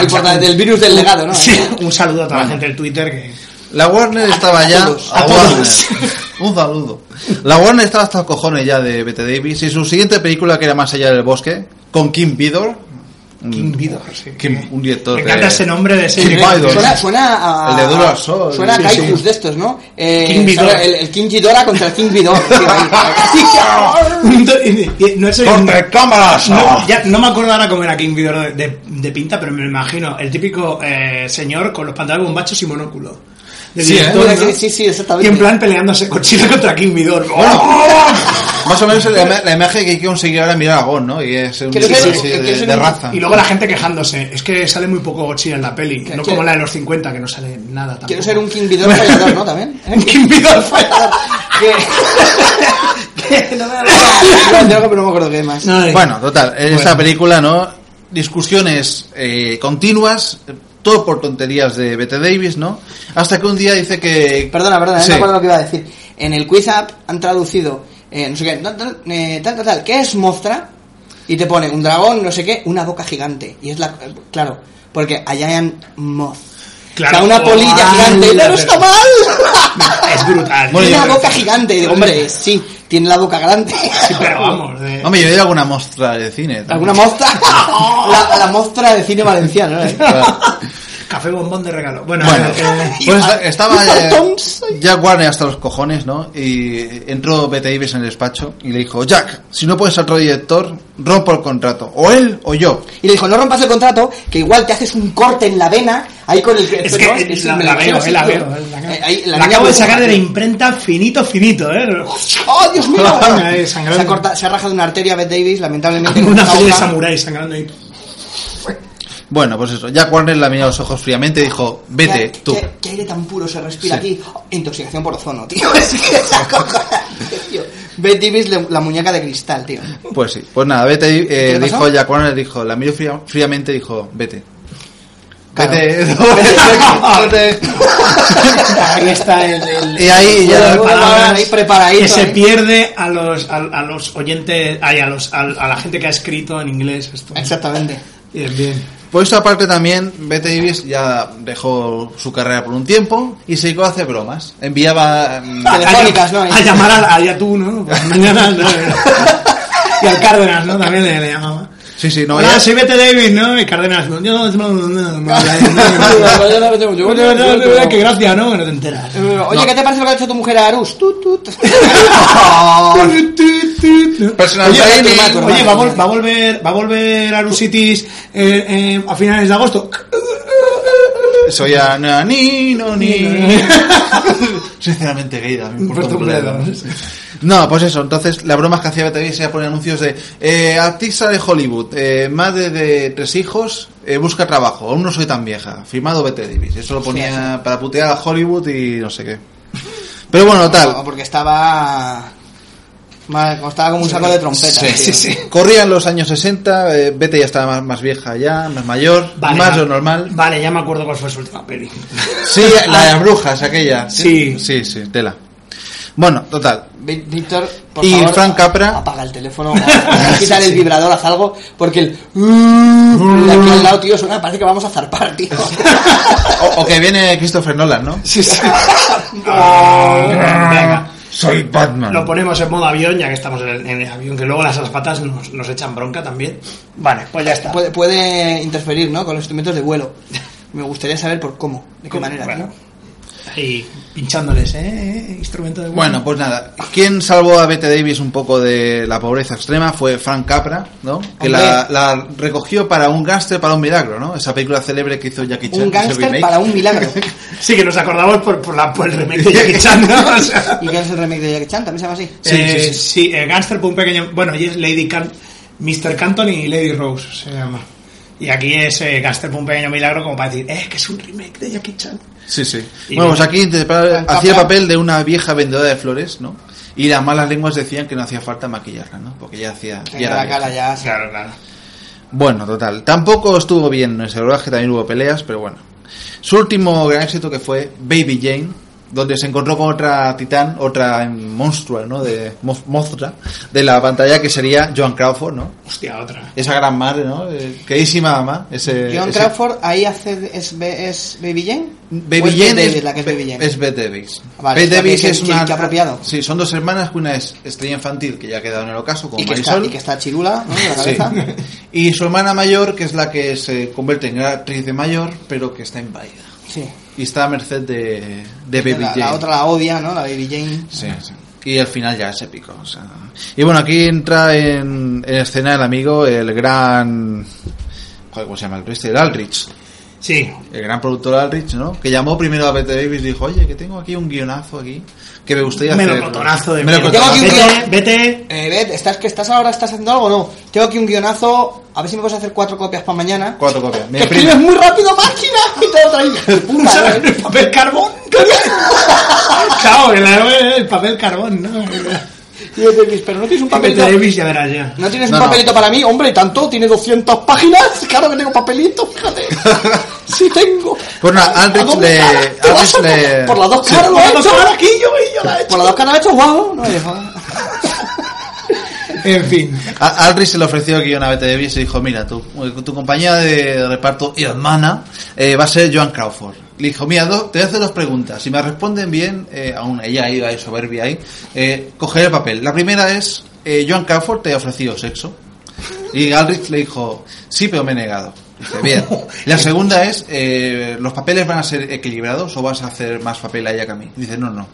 G: el porta- del virus del legado, ¿no?
E: Sí, un saludo a toda la gente del Twitter que.
F: La Warner estaba ya.
G: todos,
E: a
F: Warner.
E: todos.
F: Un saludo. La Warner estaba hasta los cojones ya de Bette Davis. Y su siguiente película, que era Más allá del bosque, con Kim Vidor.
E: Kim Vidor, sí.
F: Kim- un director
E: Me encanta
F: de-
E: ese nombre de
F: Kim
E: serie.
F: Vidor.
G: Suena, suena a.
F: El de Duro al Sol.
G: Suena a
F: Sí,
G: Kaijus
E: sí.
G: de estos, ¿no? Eh,
E: King Vidor.
G: ¿sabes? El, el King Ghidorah contra el King Vidor. tío, ahí.
E: no sé.
F: ¡Corte cámaras!
G: Ah.
F: Ah.
E: No, ya, no me acuerdo ahora cómo era Kim Vidor de, de- de pinta, pero me lo imagino. El típico eh, señor con los pantalones bombachos y monóculo. Del
F: Sí,
E: director,
G: ¿eh?
E: ¿no?
G: Sí, sí, sí, exactamente.
E: Y en plan peleándose con Chile contra Kim Vidor.
G: ¡Oh!
F: Más o menos la, ima- la imagen que hay que conseguir ahora es mirar a Gon, ¿no? Y es un
G: Quiero
F: tipo
G: ser-
F: así
G: quiero
F: de,
G: ser
F: de
G: un-
F: raza.
E: Y luego la gente quejándose. Es que sale muy poco Godzilla en la peli. No
G: quiero-
E: como la de los 50, que no sale nada. Tampoco.
G: Quiero ser un King Vidor fallador, ¿no? También. ¿eh?
E: Un Kim Vidor fallador.
G: Que- no me acuerdo. Yo, pero no me acuerdo qué más.
E: Ay.
F: Bueno, total, en esta
E: Bueno.
F: película, ¿no? Discusiones eh, continuas, eh, todo por tonterías de Bette Davis, ¿no? Hasta que un día dice que...
G: Perdona, perdona, eh,
F: Sí.
G: no me acuerdo lo que iba a decir. En el quiz app han traducido, eh, no sé qué, tal, tal, eh, tal, tal, tal, ¿qué es Mostra? Y te pone un dragón, no sé qué, una boca gigante. Y es la. eh, Claro, porque allá en Moz.
E: Claro.
G: o sea, una polilla
E: Ah,
G: gigante. ¡No, no está mal!
E: Es brutal.
F: Bueno,
G: una
F: yo-
G: boca gigante. Y digo, hombre, sí, tiene la boca grande.
E: Sí, pero vamos. de-
F: Hombre, yo he ido a alguna muestra de cine. también.
G: ¿Alguna mostra? la, la mostra de cine valenciano, ¿eh?
F: Claro.
E: Café bombón de regalo. Bueno,
F: Bueno,
E: eh,
F: pues
G: y-
F: estaba
G: y
F: eh,
G: Phantoms.
F: Jack Warner hasta los cojones, ¿no? Y entró Bette Davis en el despacho y le dijo, Jack, si no puedes ser otro director, rompo el contrato. O él o yo.
G: Y le dijo, no rompas el contrato, que igual te haces un corte en la vena, ahí con el...
E: Es que
G: ¿no?
E: eh,
G: Es-
E: la,
G: me
E: la
G: lo
E: veo,
G: imagino
E: eh,
G: así,
E: la
G: tío.
E: veo. eh, la-
G: Eh, ahí, la
E: la
G: niña
E: acabo de
G: buena,
E: sacar de la
G: tío.
E: imprenta finito, finito, ¿eh?
G: ¡Oh, Dios mío!
E: Ah, eh,
G: se,
E: sangrando.
G: ha corta- se ha rajado una arteria Beth Davis, lamentablemente. con
E: Una
G: una
E: peli de
G: hoja.
E: samuráis sangrando ahí.
F: Bueno, pues eso. Jack Warner la miró a los ojos fríamente y dijo, vete
G: ¿Qué-
F: tú.
G: ¿Qué, qué aire tan puro se respira
F: Sí.
G: aquí? Oh, intoxicación por ozono, tío. Es que es acojonante, tío. Beth Davis, le- la muñeca de cristal, tío.
F: Pues sí. Pues nada, vete. eh,
G: ¿Qué le pasó?
F: dijo Jack Warner, dijo, la miró fría- fríamente y dijo, vete. Vete, vete.
G: Ahí está el. el-
F: Y ahí ya
G: el-
F: lo
G: el-
E: palabras
G: ahí preparadito,
E: que se
G: ahí.
E: pierde a los, a, a los oyentes, ay, a, los, a, a la gente que ha escrito en inglés esto.
G: Exactamente.
E: Bien, bien.
F: Por eso aparte también, Bette Davis ya dejó su carrera por un tiempo y se dedicó a hacer bromas. Enviaba... mm,
G: Telefónicas, ¿no?
E: A, a llamar a, a Yatú, ¿no? Por la mañana, ¿no? Y al Cárdenas, ¿no? También le, le llamaba.
F: Sí, sí, no.
E: Hola,
F: ya-
E: soy Bette Davis, ¿no? Y Cárdenas, no, yo no, no, no, no, no, no, no, no, no, no, que gracia, ¿no? Que no te enteras.
G: Eh, Oye, ¿qué te parece lo que ha hecho tu mujer a Arus? Tú, tú, tú.
F: Personal
E: Oye,
F: training.
E: oye,
G: tu hermano, tu hermano.
E: va, a vol- va a volver, va a volver a Lusitis eh, eh, a finales de agosto.
F: Soy a na- ni, no, ni. Sinceramente, gay, a mí me importa
E: Pues tú
F: un bledo.
E: bledo, sí.
F: No, pues eso. Entonces, las bromas que hacía Bette Davis era poner anuncios de eh, artista de Hollywood, eh, madre de tres hijos, eh, busca trabajo. Aún no soy tan vieja. Firmado Bette Davis. Eso lo ponía
G: Sí,
F: para putear a Hollywood y no sé qué. Pero bueno,
G: No,
F: tal.
G: porque estaba. mal, como estaba como un saco de trompetas.
F: Sí,
G: tío.
F: Corrían los años 60, eh, Bette ya estaba más, más vieja ya, más mayor, más
E: ya-
F: lo normal.
E: Vale, ya me acuerdo cuál fue su última peli.
F: Sí, la de las brujas, aquella.
E: Sí.
F: Sí, sí, tela. Bueno, total.
G: Ví- Víctor, por
F: Y
G: favor,
F: Frank Capra.
G: Apaga el teléfono, quítale el vibrador, haz algo, porque el. uh, de aquí al lado, tío, suena, parece que vamos a zarpar, tío.
F: O, o que viene Christopher Nolan, ¿no?
E: Sí, sí. Ah, venga.
F: Soy Batman.
E: Lo ponemos en modo avión, ya que estamos en el, en el avión, que luego las aspatas nos, nos echan bronca también. Vale, pues ya está.
G: puede, puede interferir, ¿no? Con los instrumentos de vuelo. Me gustaría saber por cómo, de qué manera,
E: Bueno,
G: tío.
E: ahí pinchándoles, ¿eh? Instrumento de
F: Bueno, pues nada. Quien salvó a Bette Davis un poco de la pobreza extrema fue Frank Capra, ¿no? Que la, la recogió para un gángster para un milagro, ¿no? Esa película célebre que hizo Jackie Chan.
G: Un
F: ese
G: gángster
F: remake.
G: para un milagro.
E: Sí, que nos acordamos por, por, la, por el remake de Jackie Chan, ¿no? O sea,
G: ¿Y qué es el remake de Jackie Chan? ¿También se llama así?
E: Sí,
F: Sí, sí,
E: eh,
F: sí.
E: sí, eh, Gangster por un pequeño. Bueno, y es Lady Can, Mr. Canton y Lady Rose se llama. Y aquí es eh, Gangster por un pequeño milagro, como para decir, eh, que es un remake de Jackie Chan.
F: Sí, sí.
E: Y
F: bueno,
E: no.
F: pues aquí interpre-
G: Capra.
F: hacía el papel de una vieja vendedora de flores, ¿no? Y las malas lenguas decían que no hacía falta maquillarla, ¿no? Porque ya hacía... ya
G: Venga,
F: era
G: la
F: vieja.
G: cala ya. sí.
E: Claro, claro.
F: Bueno, total. Tampoco estuvo bien en ese rodaje, también hubo peleas, pero bueno. Su último gran éxito que fue Baby Jane, donde se encontró con otra titán, otra monstrua, ¿no? De mo- monstrua, de la pantalla que sería Joan Crawford, ¿no?
E: Hostia, otra.
F: Esa gran madre, ¿no? Eh, Queridísima mamá. Ese,
G: John
F: Eh, ese-
G: Crawford ahí hace de- es, Be- es Baby Jane. ¿O
F: Baby
G: es
F: Jane
G: Bette
F: es,
G: Davis la que es Baby Jane.
F: es Bette Davis.
G: Vale,
F: Bette
G: o sea, que-
F: Davis
G: que-
F: es
G: que-
F: una...
G: que apropiado.
F: Sí, son dos hermanas, que una es estrella infantil, que ya ha quedado en el ocaso, como
G: y, que está,
F: Marisol.
G: y que está chirula, ¿no? De la
F: Sí.
G: cabeza.
F: Y su hermana mayor, que es la que se convierte en gran actriz de mayor, pero que está inválida.
G: Sí.
F: Y está a merced de, de Baby
G: La- la,
F: Jane.
G: otra la odia, ¿no? La Baby Jane.
F: Sí, sí. Y al final ya es épico. o sea. Y bueno, aquí entra en, en escena el amigo, el gran... Joder, ¿cómo se llama? El este? El Aldrich.
E: Sí,
F: El gran productor Aldrich, ¿no? Que llamó primero a Bette Davis y dijo, oye, que tengo aquí un guionazo aquí que me gustaría hacer.
E: Melocotonazo de
F: Melocotonazo.
G: Tengo aquí un
E: Vete,
G: guion.
E: vete.
G: Eh, Beth, ¿estás, que ¿estás ahora estás haciendo algo o no? Tengo aquí un guionazo. A ver si me puedes hacer cuatro copias para mañana.
F: Cuatro copias. Me
G: ¡Que
F: imprime.
G: escribes muy rápido, máquina! Y todo otra hija de puta,
E: ¿Sabes?
G: ¿no?
E: El papel carbón. claro, el, el papel carbón, ¿no?
G: Y Bette Davis, pero no tienes un
E: Papel
G: papelito.
E: Davis, ya verás ya.
G: ¿No tienes
F: No,
G: un
F: no.
G: papelito para mí? Hombre, tanto, tiene 200 páginas. Claro que tengo papelito, fíjate. sí tengo.
F: Pues nada,
G: ¿A
F: Aldrich
G: dónde
F: le-
G: cara? ¿Te vas
F: Aldrich
G: a-
F: le-
G: Por las dos
F: Sí.
G: caras lo
E: Por
G: he
E: las dos
G: hecho.
E: caras aquí, yo, yo la he hecho.
G: Por las dos caras lo he hecho, guau. No me dejas.
E: En fin.
F: A- Aldrich se le ofreció guion a Bette Davis y dijo, mira, tu, tu compañía de reparto y hermana eh, va a ser Joan Crawford. Le dijo, mira, do- te voy a hacer dos preguntas. Si me responden bien, eh, aún ella iba ahí soberbia ahí, eh, cogeré el papel. La primera es, eh, Joan Crawford te ha ofrecido sexo. Y Aldrich le dijo, sí, pero me he negado. Dice, bien. La segunda es, eh, ¿los papeles van a ser equilibrados o vas a hacer más papel a ella que a mí? Dice, no, no.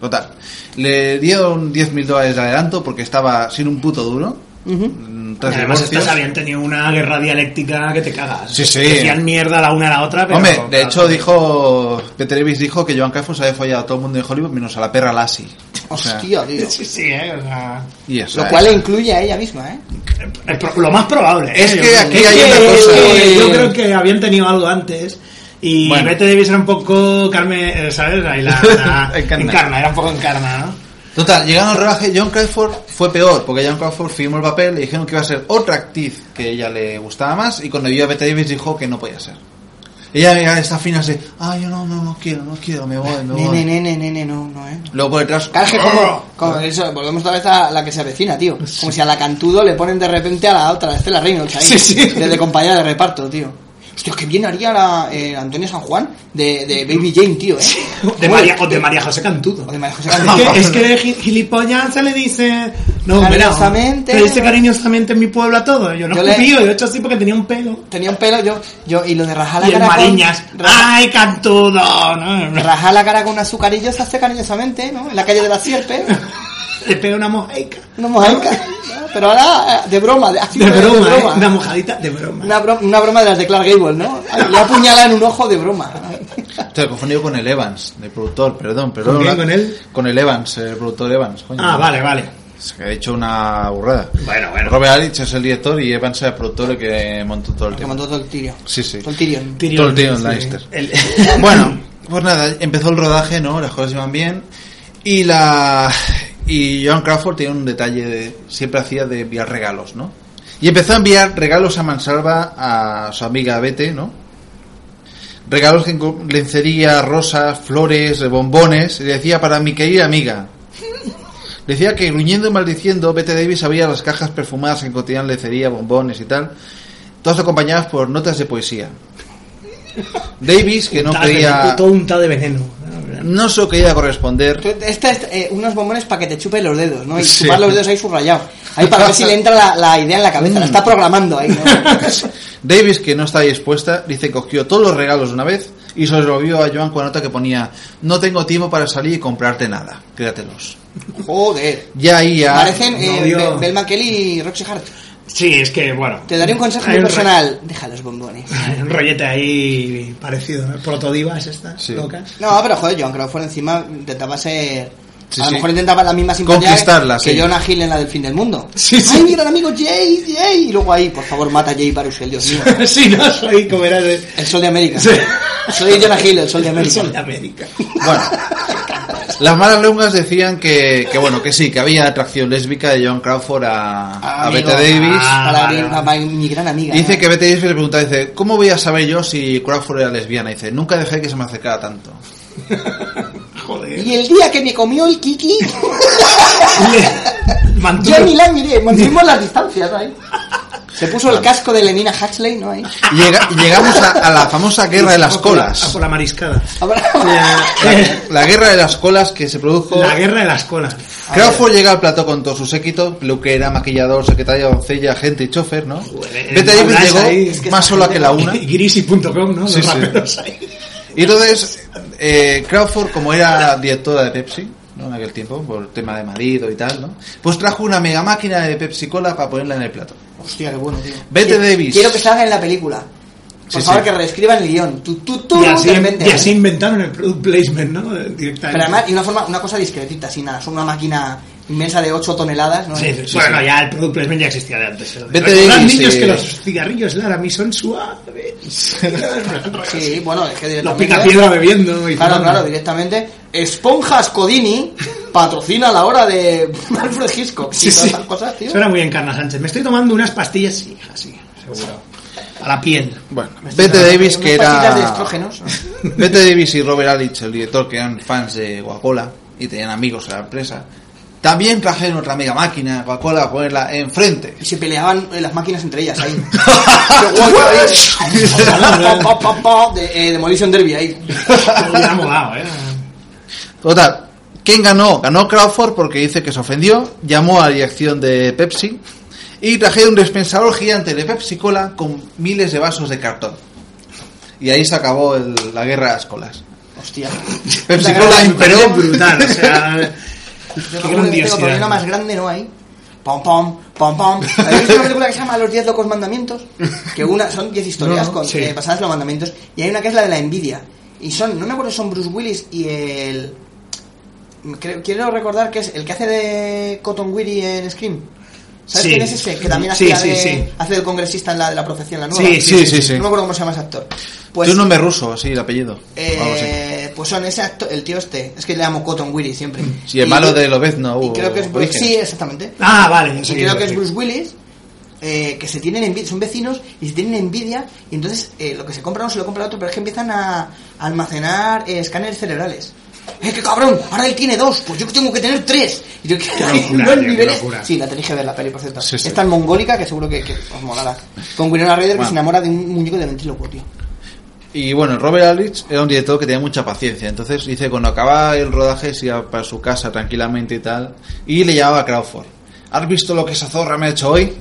F: Total. Le dieron 10.000 dólares de adelanto porque estaba sin un puto duro. Mm, tras
E: Además,
F: divorcios.
E: estas habían tenido una guerra dialéctica que te cagas.
F: Sí, sí.
E: Decían mierda la una a la otra, pero.
F: Hombre, de hecho dijo, Peter Davis dijo que Joan Crawford se había follado a todo el mundo en Hollywood menos a la perra Lassie. O sea,
G: Hostia, tío.
E: Sí, sí, eh, o sea,
F: y eso,
G: Lo
F: eh.
G: cual le incluye a ella misma, ¿eh?
E: el pro- Lo más probable.
F: Es
E: eh,
F: que
E: yo-
F: aquí
E: es
F: hay
E: que-
F: una
E: es
F: cosa.
E: que Yo creo que habían tenido algo antes. Y
F: Bueno.
E: Bette Davis era un poco Carmen, eh, ¿sabes? Ahí la, la-
F: Encarna.
E: encarna, era un poco encarna, ¿no?
F: Total, llegaron al rodaje, John Crawford fue peor, porque John Crawford firmó el papel, le dijeron que iba a ser otra actriz que a ella le gustaba más, y cuando vio a Bette Davis dijo que no podía ser. Ella ya está fina así, ah, yo no, no, no quiero, no quiero, me voy, me voy.
G: Nene, nene, nene, no, no, eh.
F: Luego por detrás,
G: Carge
F: "Arr".
G: como, como eso, volvemos otra vez a la que se avecina, tío. Como si a la Cantudo le ponen de repente a la otra, a Estela Reynolds ahí.
E: Sí, sí.
G: De, de compañera de reparto, tío. Hostia, que bien haría la, eh, Antonio San Juan de, de Baby Jane, tío, eh.
E: Mm. De
G: Joder.
E: María, o de María José Cantudo.
G: O de María José
E: Es
G: Cantudo.
E: que, es que de gi- gilipollas se le dice. No, verá,
G: Cariñosamente.
E: Se le dice cariñosamente en mi pueblo a todo. Yo no
G: Yo le-
E: confío, yo he hecho así porque tenía un pelo.
G: Tenía un pelo, yo, yo, y lo de rajar la
E: y el
G: cara. con-
E: Mariñas. Ah.
G: rajar-
E: ¡Ay, Cantudo! No, no.
G: Rajar la cara con un azucarillo se hace cariñosamente, ¿no? En la calle de la Sierpe.
E: Le pega una mojaica.
G: Una mojaica. Pero ahora, eh, de broma. De,
E: De broma, ¿eh? Una mojadita de broma.
G: Una, bro- una broma de las de Clark Gable, ¿no? Ay, Le apuñala en un ojo de broma.
F: Te he confundido con el Evans, el productor, perdón, perdón.
E: ¿Con quién?
F: La-
E: ¿Con él?
F: Con el Evans, el productor Evans, coño.
E: Ah, vale, vale.
F: Se ha hecho una burrada.
E: Bueno, bueno.
F: Robert Alich es el director y Evans es el productor el que montó todo el
G: Que
F: tema.
G: mandó todo el tirio.
F: Sí, sí.
G: Todo el Tyrion.
E: Tyrion,
F: Todo el Tyrion
E: sí.
F: Lannister.
E: El-
F: Bueno, pues nada, empezó el rodaje, ¿no? Las cosas iban bien. Y la. Y John Crawford tiene un detalle de. Siempre hacía de enviar regalos, ¿no? Y empezó a enviar regalos a Mansalva a su amiga Bete, ¿no? Regalos que incu- lencería, rosas, flores, eh, bombones. Y le decía para mi querida amiga. Decía que gruñendo y maldiciendo, Bette Davis había las cajas perfumadas que contenían lencería, bombones y tal. Todas acompañadas por notas de poesía. Davis, que no
E: Untada de-
F: creía.
E: Todo untado de veneno.
F: No se lo quería corresponder.
G: Tú- Esta es eh, unos bombones para que te chupe los dedos, ¿no? Y
F: Sí.
G: chupar los dedos ahí subrayado. Ahí para ver si le entra la, la idea en la cabeza. La está programando ahí, ¿no?
F: Davis, que no estaba dispuesta, dice que cogió todos los regalos de una vez y se los devolvió a Joan con una nota que ponía No tengo tiempo para salir y comprarte nada, quédatelos.
G: Joder.
F: Ya ahí ya...
G: Parecen eh,
E: no, yo-
G: Be- Bell McKelly y Roxy Hart.
E: Sí, es que, bueno.
G: Te daré un consejo
E: Hay
G: muy
E: un re-
G: personal. Deja los bombones.
E: hay un rollete ahí parecido, ¿no? Protodivas estas,
F: Sí.
E: locas.
G: No, pero joder, John Crawford encima intentaba ser.
F: Sí,
G: a lo
F: sí.
G: mejor intentaba la misma simpatía
F: Conquistarla,
G: que
F: sí.
G: Jonah Hill en la del fin del mundo.
E: Sí, sí.
G: Ay, mira el amigo Jay, Jay. Y luego ahí, por favor, mata a Jay Baruchel, Dios mío.
E: sí, no, soy como era de...
G: El sol de América.
E: Sí.
G: Soy Jonah Hill, el sol de América.
E: Sol de América.
F: Bueno, las malas lenguas decían que, que bueno, que sí, que había atracción lésbica de Joan Crawford a, a
G: Amigo,
F: Bette Davis.
E: Ah,
G: para
E: vale,
G: mi-
E: vale.
G: para mi gran amiga. ¿eh?
F: Dice
G: ¿no?
F: que Bette Davis le preguntaba, dice, ¿cómo voy a saber yo si Crawford era lesbiana? Dice, nunca dejé que se me acercara tanto.
E: Joder.
G: Y el día que me comió el Kiki,
E: Le-
G: yo ni
E: Mantuvo,
G: la miré, mantuvimos las distancias ahí. Se puso el casco de Lenina Huxley, ¿no? Ahí.
F: Llega- llegamos a, a la famosa guerra de las
E: a por la-
F: colas.
E: A por la mariscada.
G: Habrá-
F: La, la guerra de las colas que se produjo.
E: La guerra de las colas.
F: Crawford llega al plató con todo su séquito, peluquera, maquillador, secretaria, doncella, gente y chofer, ¿no?
E: Joder,
F: Bette Davis
E: hablas
F: llegó
E: ahí, es
G: que
F: más
G: esta
F: sola
G: gente
F: que la una.
E: Y Grisi.com, ¿no? Los
F: Sí, sí.
E: raperos ahí.
F: Y entonces, eh, Crawford, como era directora de Pepsi, ¿no? En aquel tiempo, por el tema de marido y tal, ¿no? Pues trajo una mega máquina de Pepsi Cola para ponerla en el plato.
G: Hostia, qué bueno, tío.
F: Bette
G: Quiero-
F: Davis.
G: Quiero que salga en la película. Por
F: Sí,
G: favor,
F: sí.
G: que reescriban el guión. Tú, tú, tú,
E: Y así,
G: de repente.
E: y así inventaron el product placement, ¿no? Eh, Directamente.
G: Pero además, y una forma, una cosa discretita, sin nada. Son una máquina inmensa de 8 toneladas, ¿no?
E: Sí, sí, bueno, ya el product placement ya existía de antes.
F: Vete
E: Recordad,
F: Davis,
E: niños,
F: eh,
E: que los cigarrillos Lara mí son suaves.
G: Sí, bueno, es que
E: Los
G: directamente.
E: pica piedra bebiendo. Y
G: Claro,
E: fumando.
G: claro, directamente. Esponjas Codini patrocina la hora de Alfred Hitchcock. y
E: Sí,
G: todas
E: sí.
G: esas cosas, tío.
E: Suena muy bien, Carla Sánchez. Me estoy tomando unas pastillas, sí, hija, sí, seguro. A la piel.
F: Bueno,
G: Me estoy
F: Bette
G: dando
F: Davis,
G: unas
F: que
G: pastillas de
F: era.
G: estrógenos.
F: Bette Davis y Robert Alich, el director, que eran fans de Coca-Cola y tenían amigos en la empresa, también trajeron otra mega máquina de Coca-Cola para ponerla enfrente.
G: Y se peleaban eh, las máquinas entre ellas ahí. Qué guay, ahí. Pa, pa, pa, pa, de, eh, Demolition Derby ahí.
E: Me hubiera molado, ¿eh?
F: Total, ¿quién ganó? Ganó Crawford porque dice que se ofendió, llamó a la dirección de Pepsi y trajeron un dispensador gigante de Pepsi Cola con miles de vasos de cartón. Y ahí se acabó el- la guerra de las colas.
G: Hostia.
F: Pepsi
G: La
F: Cola
G: gran-
E: Pero
F: imperó.
E: brutal, o sea.
G: Yo
E: Qué
G: me acuerdo que
E: grandiosidad.
G: tengo problema más grande, ¿no? Ahí. Pom, pom, pom, pom. ¿Habéis visto una película que se llama Los Diez Locos Mandamientos? Que una, son diez historias
E: No,
G: con,
E: sí.
G: eh, basadas en los mandamientos. Y hay una que es la de la envidia. Y son, no me acuerdo si son Bruce Willis y el... creo- quiero recordar que es el que hace de Cotton Weary en Scream. ¿Sabes
E: Sí.
G: quién es ese? Que también
E: Sí,
G: hacía
E: sí,
G: de-
E: sí.
G: hace del congresista en la de la profecía, en la nueva.
E: Sí,
F: sí, sí, sí.
G: No me acuerdo cómo se llama ese actor.
F: Tiene un nombre ruso, sí, el apellido. o algo así.
G: Pues Eh, pues son ese acto, el tío este, es que le llamo Cotton Weary siempre.
F: Mm. Sí, el malo de Lobezno,
G: Y creo que
F: o
G: es Bruce,
F: Origen.
G: sí, exactamente.
E: Ah, vale.
G: Y
E: sí,
G: creo
E: sí,
G: que es
E: sí.
G: Bruce Willis. eh, que se tienen envidia, son vecinos y se tienen envidia, y entonces eh, lo que se compra no se lo compra el otro, pero es que empiezan a, a almacenar eh, escáneres cerebrales. ¡Eh, qué cabrón! Ahora él tiene dos, pues yo tengo que tener tres. Y yo,
E: Qué locura,
G: no hay
E: tío, qué
G: niveles.
E: locura.
G: Sí, la tenéis que ver la peli, por cierto.
F: Sí, sí.
G: Es tan mongólica que seguro que, que os molará. Con Winona Ryder que
F: Bueno.
G: se enamora de un muñeco de ventrílocuo, tío.
F: Y bueno, Robert Aldrich era un director que tenía mucha paciencia. Entonces dice que cuando acababa el rodaje se iba para su casa tranquilamente y tal. Y le llamaba a Crawford. ¿Has visto lo que esa zorra me ha hecho hoy?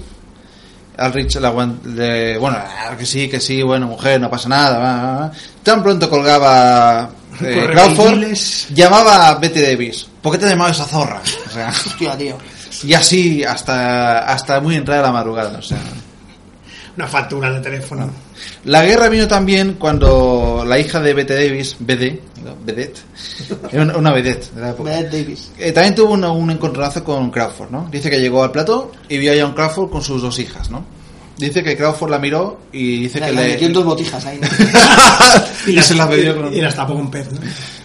F: Aldrich le aguan- le- bueno, ah, que sí, que sí, bueno, mujer, no pasa nada. va, va, va. Tan pronto colgaba eh,
E: Corre,
F: Crawford,
E: diles.
F: llamaba a Betty Davis. ¿Por qué te ha llamado esa zorra? O sea,
G: Hostia, tío.
F: y así hasta, hasta muy entrada la madrugada. O sea.
E: Una factura de teléfono.
F: La guerra vino también cuando la hija de Bette Davis, BD, ¿no? vedette, era una- una vedette de la época.
G: Bette Davis.
F: Eh, también tuvo una- un encontronazo con Crawford, ¿no? Dice que llegó al plató y vio a John Crawford con sus dos hijas, ¿no? Dice que Crawford la miró y dice
G: Le,
F: que
G: le
F: le...
G: metió en dos botijas ahí. ¿no?
F: y se las bebió con...
E: Y las tapó con pez, ¿no?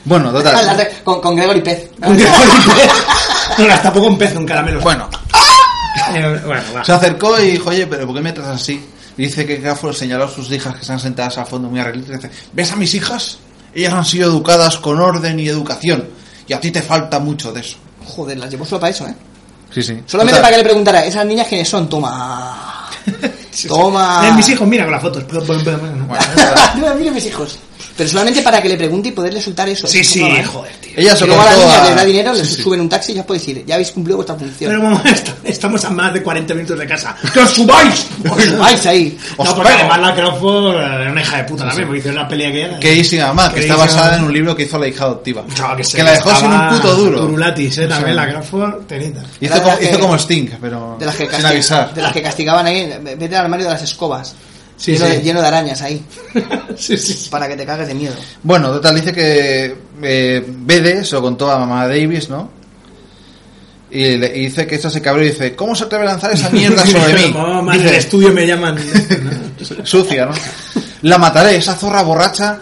F: Bueno,
G: Ah, la
F: total.
G: de- con, con Gregory Pez.
E: No, las tapó con pez, un caramelo.
F: bueno,
E: Eh, bueno, va.
F: se acercó y dijo, oye, pero ¿por qué me tratas así? Y dice que Crawford señaló a sus hijas que están sentadas al fondo muy arreglitas. y Dice, ¿ves a mis hijas? Ellas han sido educadas con orden y educación. Y a ti te falta mucho de eso.
G: Joder, las llevó solo para eso, ¿eh?
F: Sí, sí.
G: Solamente
F: Total,
G: para que le preguntara, ¿esas niñas quiénes son? Toma. Toma.
E: Eh, mis hijos, mira con las fotos. Pum, pum, pum, pum.
F: bueno, total.
G: Mira, mira mis hijos. Pero solamente para que le pregunte y poderle soltar eso.
E: Sí,
G: Eso
E: sí,
G: mola, ¿eh?
E: joder, tío.
F: Ella se
G: Y luego a
F: contó
G: las niñas
F: a-
G: les da dinero,
F: Sí,
G: les
F: sí.
G: suben un taxi y ya os podéis ir. Ya habéis cumplido vuestra función.
E: Pero vamos, est- estamos a más de 40 minutos de casa. ¡Que os subáis!
G: Os subáis ahí.
E: No,
F: Os
E: porque
F: pego.
E: además la Crawford eh, era una hija de puta también, porque hizo la pelea que era.
F: Que hice mamá, que está
E: Crazy
F: basada
E: Mamá.
F: en un libro que hizo la hija adoptiva.
E: No, que, se
F: la dejó sin un
E: estaba
F: puto duro.
E: Turulatis, eh, también
F: Sí.
E: la Crawford, tenita.
F: Hizo,
G: Era de
F: como,
G: las que-
F: hizo como Sting, pero
G: De las, que
F: sin
G: casti-
F: avisar.
G: de las que castigaban ahí, vete al armario de las escobas.
E: Sí,
G: lleno,
E: sí.
G: De, lleno de arañas ahí,
E: sí, sí, sí.
G: para que te cagues de miedo.
F: Bueno, total, dice que eh, Bede se lo contó a mamá Davis, ¿no? Y, le, y dice que esto se cabró y dice, ¿cómo se atreve a lanzar esa mierda sobre mí?
E: Mamá, en el
F: Dice,
E: estudio me llaman. ¿no?
F: sucia, ¿no? La mataré, esa zorra borracha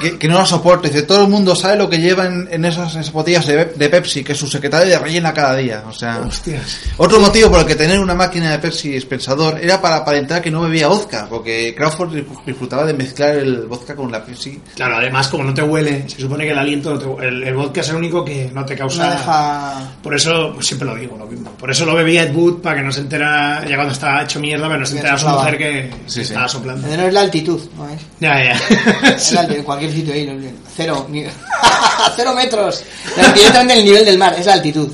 F: que, que no la soporto. Dice, todo el mundo sabe lo que lleva en, en esas, esas botellas de, Pep- de Pepsi, que su secretaria le rellena cada día. O sea,
E: Hostias.
F: otro motivo por el que tener una máquina de Pepsi dispensador era para aparentar que no bebía vodka, porque Crawford dis- disfrutaba de mezclar el vodka con la Pepsi.
E: Claro, además, como no te huele, se supone que el aliento, no te- el, el vodka es el único que no te causa.
G: No deja.
E: Por eso, pues, siempre lo digo, lo mismo. Por eso lo bebía Ed Wood, para que no se entera, ya cuando está hecho mierda, pero no se
G: Que
E: entera su
G: soplaba.
E: mujer que
F: Sí,
E: que
F: sí.
E: estaba soplando.
G: No es la altitud, ¿no es?
E: Ya, ya.
G: Es la altitud, en cualquier sitio ahí. lo- Cero, ni- cero metros. La- Directamente en el nivel del mar, es la altitud.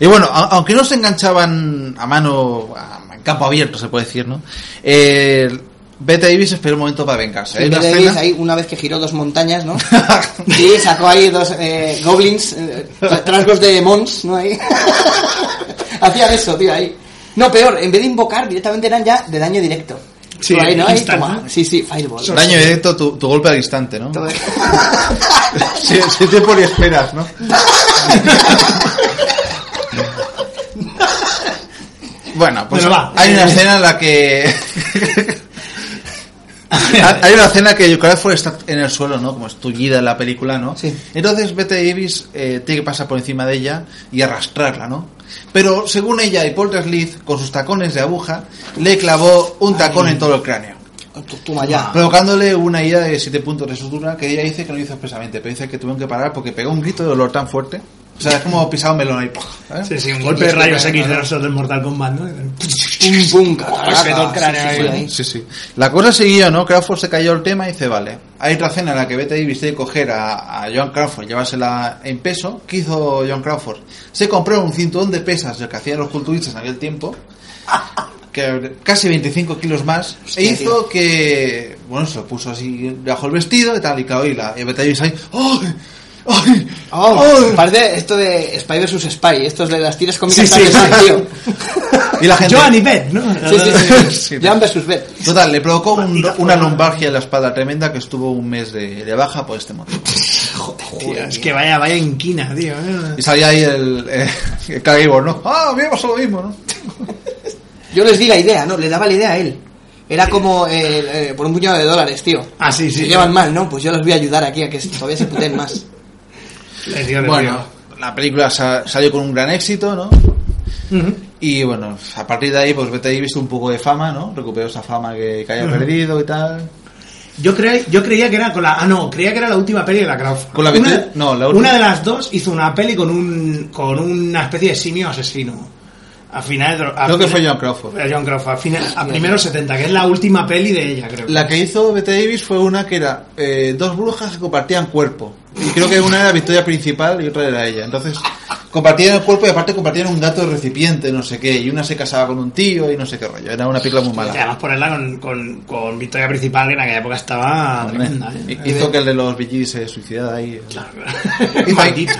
F: Y bueno, a- aunque no se enganchaban a mano, a- en campo abierto se puede decir, ¿no? Eh, Bette Davis esperó un momento para vengarse. Hay
G: Y
F: una
G: Davis
F: escena-
G: ahí, una vez que giró dos montañas, ¿no? Y sacó ahí dos eh, goblins, eh, tra- trasgos de mons, ¿no? Ahí. Hacían eso, tío, ahí. No, peor, en vez de invocar, directamente eran ya de daño directo.
E: Sí,
G: Tú ahí, ¿no? Ahí,
E: instant,
G: toma.
E: ¿no?
G: Sí, sí, fireball.
F: Daño directo, tu, tu golpe al instante, ¿no?
G: Todo-
F: Sí, sí, tiempo ni esperas, ¿no? bueno, pues
E: Bueno, va.
F: hay una escena en la que... hay una escena que Crawford está en el suelo, ¿no? Como estullida en la película, ¿no?
G: Sí.
F: Entonces Bette Davis eh, tiene que pasar por encima de ella y arrastrarla, ¿no? Pero según ella y Paul Leslie, con sus tacones de aguja, le clavó un tacón en todo el cráneo
G: tú- Toma ya.
F: provocándole una ida de 7 puntos de sutura que ella dice que no hizo expresamente, pero dice que tuvieron que parar porque pegó un grito de dolor tan fuerte. O sea, es como pisar un melón ahí. ¡pah! ¿sabes?
E: Sí, sí, un golpe de rayos X de nosotros del Mortal Kombat, ¿no?
G: Pum, pum, cataraca.
E: Respeto al Pues cráneo
G: Sí, sí,
E: ahí.
G: ahí.
F: Sí, sí. La cosa siguió, ¿no? Crawford se cayó el tema y dice, vale. Hay otra escena en la que Bette Davis tiene que coger a, a John Crawford, llevársela en peso. ¿Qué hizo John Crawford? Se compró un cinturón de pesas, lo que hacían los culturistas en aquel tiempo. Que casi 25 kilos más.
G: Hostia,
F: e hizo que... Bueno, se lo puso así bajo el vestido y tal. Y claro, y, la, y Bette Davis ahí... ¡Ay! ¡Ay!
G: Oh,
F: ¡Ay!
G: parece esto de Spy vs Spy, esto es de las tiras cómicas
E: Sí, sí,
G: tan
E: sí.
G: tío.
F: Y la gente...
E: Joan y Beth, ¿no?
G: Sí, sí,
F: Sí,
G: sí.
F: tío.
G: Jan vs Beth.
F: Total, le provocó un-
E: Maldita
F: una
E: forma.
F: lumbalgia en la espalda tremenda que estuvo un mes de, de baja por este motivo.
E: Tío, es que vaya, vaya inquina, tío. ¿eh?
F: Y salía ahí el, eh, el Carnivore, ¿no? Ah, a mí me pasó lo mismo, ¿no?
G: Yo les di la idea, ¿no? Le daba la idea a él. Era como eh, eh, por un puñado de dólares, tío.
E: Ah, sí, sí.
G: Se llevan mal, ¿no? Pues yo los voy a ayudar aquí a que todavía se puten más.
E: Le dio Eh, de
F: Bueno, la película sa- salió con un gran éxito, ¿no?
E: río. Ujú.
F: Y bueno, a partir de ahí, pues vete ahí, visto un poco de fama, ¿no? Recuperó esa fama que, que haya perdido y tal.
E: Yo, cre- yo creía que era con la. Ah, no, creía que era la última peli de la Crawford.
F: Con la
E: una,
F: Beatriz- no, la última.
E: una de las dos hizo una peli con un con una especie de simio asesino. A finales de. a
F: Creo que
E: fina-
F: fue Joan Crawford.
E: Era Joan Pues Crawford. A, fina- a primeros 70, que es la última peli de ella, creo.
F: La que hizo Bette Davis fue una que era eh, dos brujas que compartían cuerpo. Y creo que una era Victoria Principal y otra era ella. Entonces, compartían el cuerpo y aparte compartían un gato recipiente, no sé qué. Y una se casaba con un tío y no sé qué rollo. Era una película muy
E: Y
F: mala.
E: además ponerla con, con, con Victoria Principal, que en aquella época estaba
F: Hombre,
E: tremenda. ¿eh?
F: hi- Hizo que el de los BG se suicidara ahí.
E: Claro. Maldito.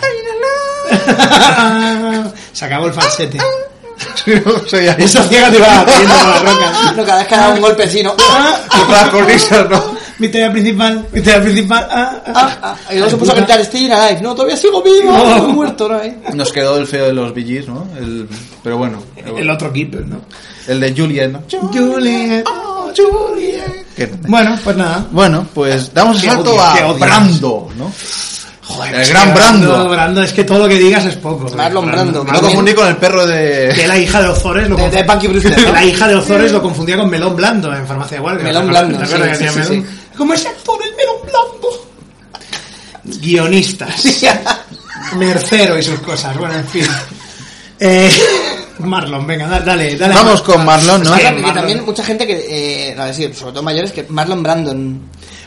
E: Se acabó el falsete.
F: no sé, ya-
E: Esa ciega te va haciendo con la roca.
G: No, cada vez que daba un golpe sí, ¿no? Ah,
F: Con las cornisas, ¿no?
E: Mi teoría principal, mi teoría principal. ah, ah.
G: Ah, ah, y luego se puso a cantar Stay Alive. No, todavía sigo vivo, no, he muerto, ¿no? eh?
F: Nos quedó el feo de los BGs, ¿no? El- pero bueno.
E: El otro kit, ¿no?
F: El de Juliet, ¿no?
E: Juliet.
F: Que-
E: Bueno, pues nada.
F: Bueno, pues damos el
E: Qué
F: salto
E: odio, qué
F: a
E: odio.
F: Brando, ¿no?
E: Joder,
F: El
E: es
F: gran
E: que
F: Brando.
E: Brando, es que todo lo que digas es poco. güey.
G: Marlon Brando.
F: Me lo confundí con el perro de...
E: Que la hija de Ozores lo
G: De- de
E: confundía-
G: Punky Brewster, ¿no?
E: que La hija de Ozores lo confundía con Melón Blando en Farmacia de Guardia.
G: Melón
E: ¿Te
G: Blando,
E: acuerdas? ¿Te acuerdas
G: sí,
E: que
G: sí,
E: hacía
G: sí,
E: melón? ¿Cómo es actor el Melón Blando? Guionistas. Mercero y sus cosas. Bueno, en fin. Eh, Marlon, venga, da- dale, dale.
F: Vamos con Marlon, ¿no?
E: Es
G: Claro, y
E: Marlon.
G: también mucha gente que, eh, no, es decir, sobre todo mayores, que Marlon Brandon.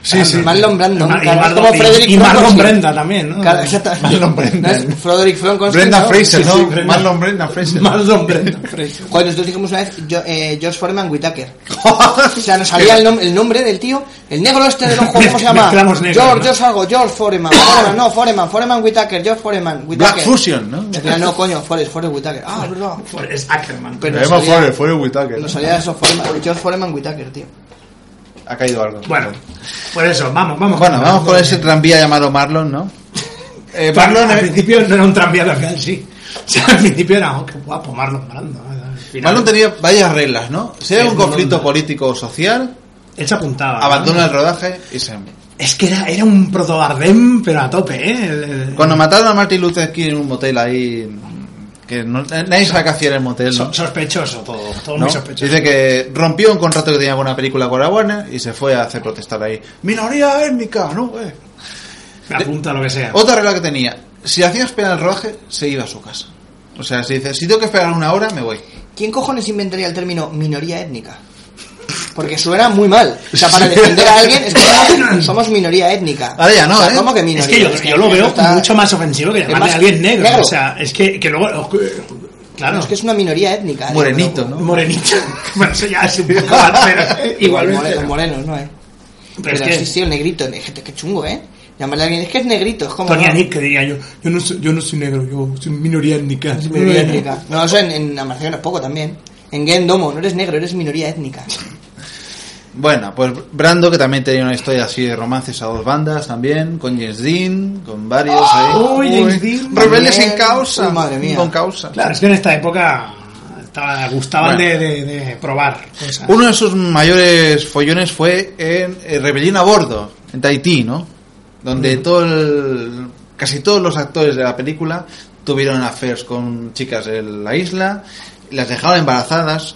E: Sí, sí.
G: Marlon Brandon.
E: Y Mar- y
G: claro, es
E: Marlon-
G: como
E: y-
G: Frederick
E: y Marlon
G: Frankenstein.
E: Brenda también, ¿no?
G: Claro, exactamente.
F: Marlon Brando.
G: No es Frederick Frankenstein,
F: Brenda
G: ¿no?
F: Fraser,
E: Sí, sí,
F: ¿no?
E: Brenda.
F: Marlon Brenda Fraser.
E: Marlon Brenda. Fraser.
G: Joder, nosotros dijimos una vez Jo- eh, George Foreman Whitaker. O sea, nos salía el, nom- el nombre del tío. El negro este del ojo, ¿cómo se llama?
E: Mezclamos negros,
G: George,
E: ¿no?
G: George algo, George Foreman. Foreman, no, Foreman, Foreman Whitaker, George Foreman, Whitaker.
F: Black Fusion, ¿no?
G: Al final, no, coño, Forrest, Forrest Whitaker. Ah, verdad.
E: Es Ackerman.
G: Pero
F: Emma
G: salía-
F: Foreman, Foreman Whitaker.
G: Nos salía eso, Foreman, George Foreman Whitaker, tío.
F: Ha caído algo.
E: Bueno, por eso, vamos, vamos.
F: Bueno, vamos con ese tranvía llamado Marlon, ¿no? Eh,
E: Marlon
F: Marlon,
E: al principio no era un tranvía de real, sí. O sea, al principio era, oh, qué guapo, Marlon Brando. Al final,
F: Marlon tenía varias reglas, ¿no? Ah. Si hay
E: Sí,
F: un
E: no,
F: conflicto
E: no.
F: político o social,
E: Él se apuntaba. ¿no?
F: abandona el rodaje y se...
E: Es que era, era un protobardem, pero a tope, ¿eh? El- el-
F: Cuando mataron a Martin Luther King en un motel ahí... Que no- nadie sabe qué hacía en el motel, ¿no?
E: so- sospechoso todo, todo
F: ¿no?
E: muy sospechoso.
F: Dice que rompió un contrato que tenía con una película con la Warner y se fue a hacer protestar ahí. Minoría étnica, ¿no? Eh.
E: Me apunta lo que sea.
G: Oh,
F: Otra regla que tenía, si hacía esperar el rodaje, se iba a su casa. O sea, si dice, si tengo que esperar una hora, me voy.
G: ¿Quién cojones inventaría el término minoría étnica? Porque suena muy mal. O sea, para defender a alguien es que somos, somos minoría étnica.
F: Ahora ya no,
G: O sea,
F: ¿eh?
G: ¿Cómo que minoría?
E: Es que yo, yo lo
G: eso
E: veo
G: está-
E: mucho más ofensivo que llamarle
G: más
E: a alguien negro.
G: negro.
E: O sea, es que, que luego. Claro.
G: Es que es una minoría étnica. ¿eh? digo,
F: Morenito, ¿no?
E: Morenito. Bueno, eso ya es un poco más, pero
G: pero- more-
E: igualmente.
G: Los morenos, ¿no? Eh?
E: Pero
G: Pero,
E: es que-
G: sí, sí, el negrito. ne- Gente, qué chungo, ¿eh? Llamarle a alguien, es que es negrito, es como...
E: Tony
G: no,
E: Anik que diría yo, yo no soy, yo no soy negro, yo soy minoría étnica.
G: es minoría étnica. No, eso en, en Amarciano es poco también. En Gendomo, no eres negro, eres minoría étnica.
F: Bueno, pues Brando, que también tenía una historia así de romances a dos bandas también, con James Dean, con varios ahí.
E: uy, James Dean.
F: Rebeldes sin
G: Oh, También.
F: causa.
G: Uy, madre mía.
F: Con causa.
E: Claro, es que en esta época estaba- gustaban
F: Bueno.
E: de, de- de probar cosas.
F: Uno de sus mayores follones fue en eh, Rebelión a Bordo, en Tahití, ¿no? Donde todo el- casi todos los actores de la película tuvieron affairs con chicas de la isla, las dejaron embarazadas.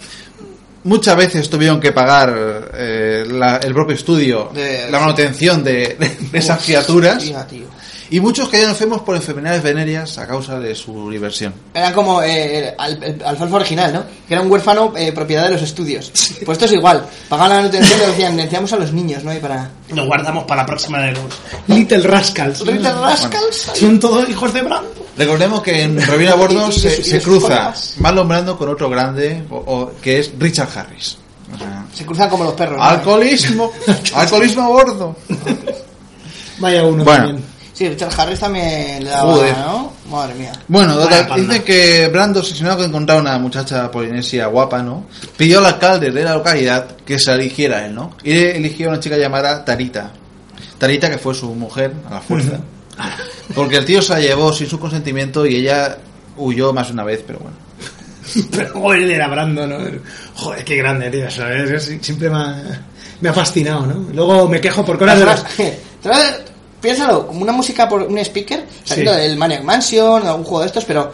F: Muchas veces tuvieron que pagar eh, la- el propio estudio
G: De-
F: la manutención de, de- de esas
G: Uf,
F: criaturas
G: tía, tío.
F: y muchos cayeron enfermos por enfermedades venéreas a causa de su diversión.
G: Era como eh, al, el alfalfa original, ¿no? Que era un huérfano eh, propiedad de los estudios. Pues esto es igual. Pagaban la manutención y decían, necesitamos a los niños, ¿no? Y para...
E: Lo guardamos para la próxima de los Little Rascals.
G: Little Rascals.
E: Son todos hijos de Brando.
F: Recordemos que en Revina
G: Y-
F: Bordo
G: y-
F: se,
G: y-
F: se
G: y-
F: cruza
G: colegas.
F: Marlon Brando con otro grande o- o- que es Richard Harris. O sea,
G: Se cruzan como los perros. ¿no?
F: alcoholismo, alcoholismo a bordo.
E: Vaya uno
F: Bueno.
E: también.
G: Sí, Richard Harris también le daba,
F: Joder.
G: ¿no? Madre mía.
F: Bueno,
E: Vaya
F: total,
E: panda.
F: dicen que Brando, obsesionado con encontrar una muchacha polinesia guapa, ¿no? Pidió al alcalde de la localidad que se eligiera él, ¿no? Y eligió a una chica llamada Tarita. Tarita, que fue su mujer a la fuerza. Porque el tío se la llevó sin su consentimiento y ella huyó más de una vez, pero bueno.
E: Pero joder, él era Brando, ¿no? Joder, qué grande, tío. ¿sabes? Es- Siempre me ha, me ha fascinado, ¿no? Luego me quejo porque ahora de
G: Además,
E: las...
G: además, Piénsalo, como una música por un speaker, saliendo
E: Sí.
G: del Maniac Mansion, de algún juego de estos, pero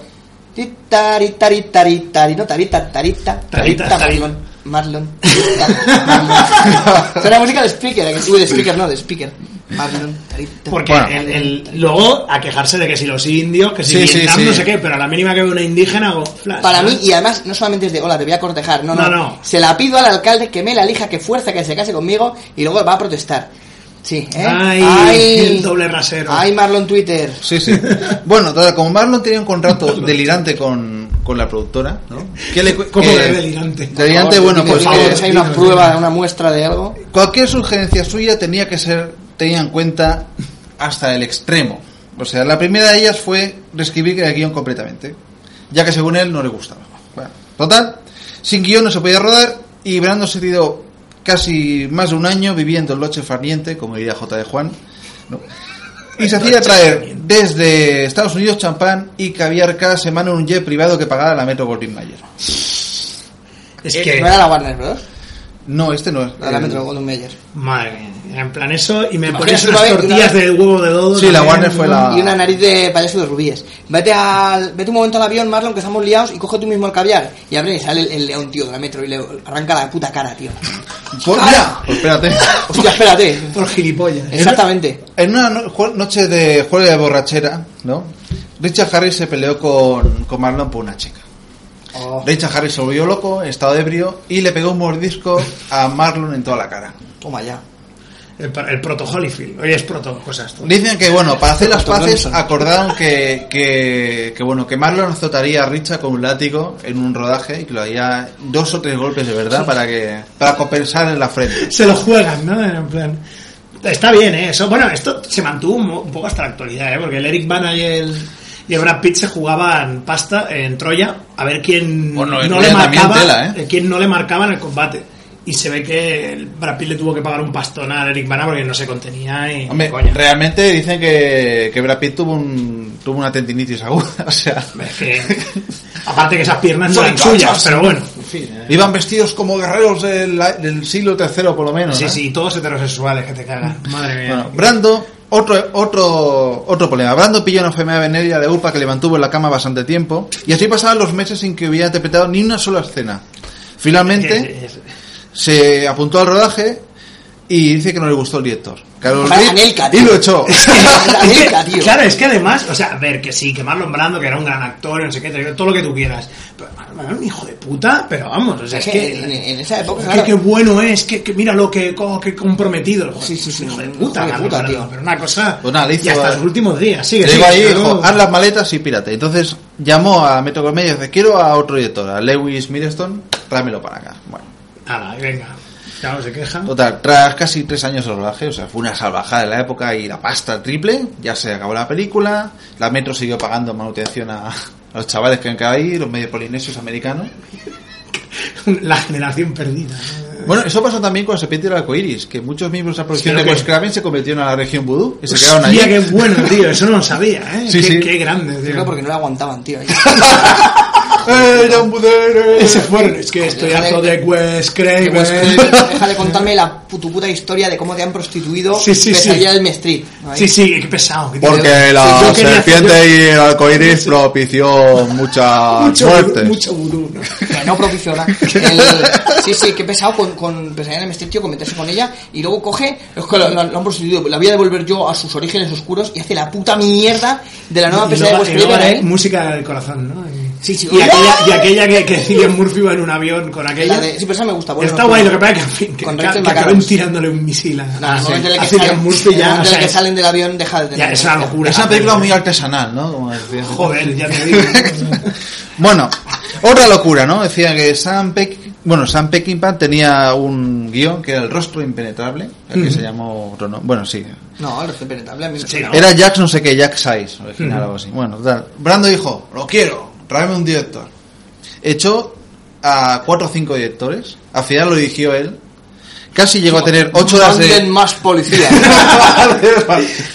G: Ti, tari, tari, tari, tari, no, tarita, tarita,
E: Tarita,
G: tarita,
E: tarita.
G: Marlon. Marlon. tarita, Marlon. Suena música de speaker, ¿a que sí? Uy, de speaker no, de speaker. Marlon, tarita.
E: Porque
F: Bueno.
E: el- el- luego a quejarse de que si los indios, que si
F: Sí, sí,
E: Vietnam, no
F: sí.
E: sé qué, pero a la mínima que veo una indígena hago flash.
G: Para
E: ¿no?
G: mí, y además, no solamente es de hola, te voy a cortejar, no, no,
E: No, no.
G: Se la pido al alcalde que me la elija, que fuerza que se case conmigo y luego va a protestar. Sí, ¿eh?
E: Ay, el doble rasero.
G: Ay, Marlon Twitter.
F: Sí, sí. Bueno, total, como Marlon tenía un contrato delirante con, con la productora, ¿no? ¿Qué le, cu-
E: ¿Cómo
F: que-
E: de delirante?
F: Delirante, bueno,
G: Por
F: pues
G: favor,
F: que
G: dime, si hay una
E: dinos,
G: prueba,
E: dinos.
G: una muestra de algo.
F: cualquier sugerencia suya tenía que ser tenida en cuenta hasta el extremo. O sea, la primera de ellas fue reescribir el guión completamente, ya que según él no le gustaba. Bueno, total, sin guión no se podía rodar y Brando se tiró casi más de un año viviendo en Loche Farniente, como diría J. de Juan, ¿no? y se hacía traer desde Estados Unidos champán y caviar cada semana en un jet privado que pagara la Metro Goldwyn Mayer.
E: Es
G: Eh,
E: que,
G: No era la Warner Bros.
F: No, este no es.
G: La de la
F: el-
G: Metro Golden Mayer.
E: madre mía, en plan eso, y me
G: Imagínate
E: pones
G: una
E: unas
G: vez-
E: tortillas
G: una-
E: de huevo de dodo.
F: Sí, la
E: también,
F: Warner fue
E: ¿no?
F: la- Ah.
G: Y una nariz de payaso de rubíes. Vete al, vete un momento al avión, Marlon, que estamos liados y coge tú mismo el caviar. Y abre y sale el, el león, tío, de la Metro y le arranca la puta cara, tío.
F: Por- mira, pues espérate.
G: Hostia, espérate.
E: Por gilipollas.
G: Exactamente.
F: En una no- jue- noche de juego de borrachera, ¿no? Richard Harris se peleó con, con Marlon por una chica.
G: Oh.
F: Richard Harris se volvió loco, en estado ebrio, y le pegó un mordisco a Marlon en toda la cara.
G: Toma ya.
E: El, el proto Holyfield. Oye, es proto cosas. tú.
F: Dicen que, bueno, para hacer las
G: Doctor
F: paces
G: Johnson.
F: acordaron que, que, que, bueno, que Marlon azotaría a Richard con un látigo en un rodaje y que lo haría dos o tres golpes de verdad para que para compensar en la frente.
E: Se lo juegan, ¿no? En plan. Está bien, ¿eh? Eso, bueno, esto se mantuvo un, mo- un poco hasta la actualidad, ¿eh? Porque el Eric Bana y el, y el Brad Pitt se jugaban pasta en Troya a ver quién,
F: Bueno, en
E: no
F: Troya
E: le
F: también
E: marcaba,
F: tela, ¿eh?
E: eh, quién no le marcaba en el combate. Y se ve que el Brad Pitt le tuvo que pagar un pastón al Eric Bana porque no se contenía y...
F: Hombre,
E: coño.
F: realmente dicen que, que Brad Pitt tuvo, un, tuvo una tendinitis aguda, o sea...
E: Es que- aparte que esas piernas no
F: Son
E: eran suyas,
F: tochas.
E: pero bueno.
F: Iban vestidos como guerreros del, del siglo III, por lo menos.
E: Sí,
F: ¿no?
E: sí, todos heterosexuales que te cagan. Madre mía.
F: Bueno, Brando, otro, otro, otro problema. Brando pilló una enfermedad venérea de UPA que le mantuvo en la cama bastante tiempo. Y así pasaban los meses sin que hubiera interpretado ni una sola escena. Finalmente, se apuntó al rodaje y dice que no le gustó el director. Carol
G: Vaya
F: Reed,
G: Anelka,
F: y
G: tío.
F: lo echó.
G: Anelka, tío.
E: Claro, es que además, o sea, a ver, que sí, que Marlon Brando, que era un gran actor, no sé qué, te digo, todo lo que tú quieras. Pero Marlon Brando era un hijo de puta, pero vamos, o sea, es,
G: Es
E: que...
G: que en, en esa época.
E: que-
G: claro,
E: que bueno es, que, que mira lo que, co- que comprometido. Joder,
G: Sí, sí, sí,
E: hijo de
G: un
E: puta,
G: hijo de
E: Marlon
G: puta,
E: Brando,
G: tío.
E: Pero una cosa.
F: Pues nada, le
E: y
F: hizo-
E: hasta sus últimos días, sigue,
F: Llegó
E: sigue,
F: ahí y
E: ¿no?
F: dijo, haz las maletas y pírate. Entonces llamó a Metro Comedia y dice, quiero a otro director, a Lewis Middleton, tráemelo para acá. Bueno.
E: Ala, venga. Claro, se queja.
F: Total, tras casi tres años de rodaje, o sea, fue una salvajada de la época y la pasta triple, ya se acabó la película, la Metro siguió pagando manutención a, a los chavales que han quedado ahí, los medio polinesios americanos.
E: La generación perdida. ¿no?
F: Bueno, eso pasó también con Serpiente del Arcoiris, que muchos miembros de la producción
E: Pero
F: de
E: que-
F: Wes Craven se convirtieron a la región vudú y se quedaron
E: Hostia, qué
F: ahí.
E: bueno, tío, eso no lo sabía, ¿eh?
F: Sí,
E: qué,
F: sí.
E: qué grande, tío.
G: Creo porque no la aguantaban, tío. ahí.
F: ¡Era un budero!
E: Se fueron, es que estoy harto de Wes
G: Que
E: Craven.
G: Wes Craven, Pues, Deja de contarme la pu- tu puta historia de cómo te han prostituido.
E: Sí, sí, sí.
G: Pesadilla del Mestrid. Ahí.
E: Sí, sí, qué pesado. que tiene-
F: Porque la
E: Sí, yo quería
F: serpiente y el arcoiris propició mucha
E: mucho,
F: muerte.
E: mucho vudú, ¿no?
G: Que no propició nada. El- Sí, sí, qué pesado con, con Pesadilla del Mestrid, tío, con meterse con ella. Y luego coge. Es que lo, lo- lo han prostituido. La voy a devolver yo a sus orígenes oscuros y hace la puta mierda de la nueva
E: Y
G: pesadilla
E: luego-
G: de
E: y
G: Wes
E: luego,
G: Craven.
E: eh,
G: ahí.
E: música del corazón, ¿no? Y,
G: Sí, sí.
E: y aquella, y aquella que, que Cillian Murphy va en un avión con aquella.
G: La de- sí, pero esa me gusta. bueno,
E: Está
G: no,
E: guay,
G: pero-
E: lo que pasa es que, en fin, que,
G: Con
E: que-
G: Rachel
E: que acaben
G: McAdams.
E: tirándole un misil a,
G: Nada,
E: a-
G: el
E: a
G: momento en el que
E: Cillian
G: salen-
E: Murphy
G: el
E: ya. o
G: momento en el
E: sea,
G: que
E: es-
G: salen del avión deja de tener.
E: ya, es una locura.
F: Es una película muy artesanal, ¿no? Como decía.
E: Joder, ya te digo.
F: Bueno, otra locura, ¿no? Decía que Sam Peck, bueno, Sam Peckinpah tenía un guión que era El rostro impenetrable, el que se llamó otro, ¿no? Bueno, sí.
G: No, el recién penetrable a mí me
E: Sí, no.
F: Era Jack no sé qué, Jack Size, original
E: Ujú.
F: algo así. Bueno, total. Brando dijo, lo quiero, tráeme un director. Echó a cuatro o cinco directores, al final lo dirigió él. Casi llegó a tener ocho horas
G: Manden
F: de...
G: más policía.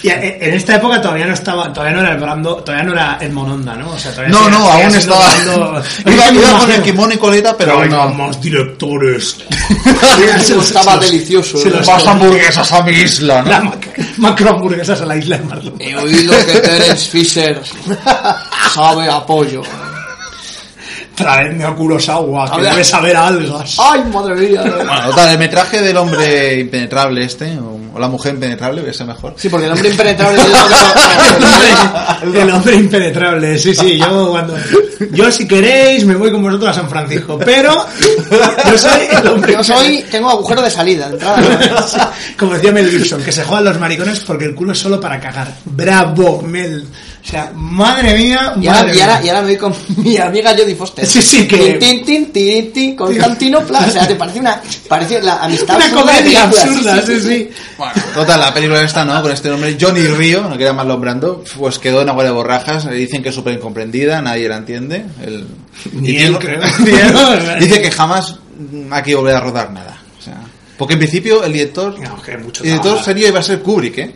E: Y eh, en esta época todavía no estaba, todavía no era el Brando, todavía no era el Mononda, ¿no? O sea, todavía
F: No,
E: seguía-
F: no,
E: seguía
F: aún
E: siendo
F: estaba...
E: Brando-
F: Iba,
E: Es que me
F: iba con el
E: imagino-
F: kimono y coleta, pero
E: Traigan
F: no.
E: más directores.
G: Eso estaba delicioso.
E: se
G: ¿eh?
E: los-
F: Más hamburguesas a mi isla,
E: La mac macro hamburguesas a la isla de Marlon.
G: He oído que Terence Fisher sabe apoyo.
E: traedme a Kurosawa, que
G: Habla- Ah,
E: debe saber algo.
G: ¡Ay, madre mía!
F: Bueno, total, el metraje del hombre impenetrable este, o o la mujer impenetrable, que sea mejor.
G: Sí, porque el hombre impenetrable es lo que son-
E: El hombre impenetrable, sí, sí, yo cuando... Yo si queréis me voy con vosotros a San Francisco, pero yo soy el hombre
G: Yo soy, tengo agujero de salida, de entrada. ¿no?
E: Sí, Como decía Mel Gibson, que se juegan los maricones porque el culo es solo para cagar. Bravo, Mel. O sea, madre mía,
G: Y ahora,
E: madre
G: y, ahora, y
E: mía.
G: ahora me voy con mi amiga Jodie Foster.
E: Sí, sí, que-
G: Tin, tin, tin, tin, tin, Constantinopla. O sea, te parece una. Parece la amistad.
E: Una
G: absurda de
E: comedia
G: películas.
E: absurda, sí, sí.
F: Total, la película esta, ¿no? Con este nombre, Johnny Río, no quería más nombrando, pues quedó en agua de borrajas, le dicen que es súper incomprendida, nadie la entiende. El...
E: Ni
F: y
E: él,
F: tiene-
E: creo.
F: ni él. dice que jamás mm, aquí volverá a rodar nada. O sea, porque en principio el director,
E: No, que mucho
F: el director
E: trabajo.
F: serio iba a ser Kubrick, ¿eh?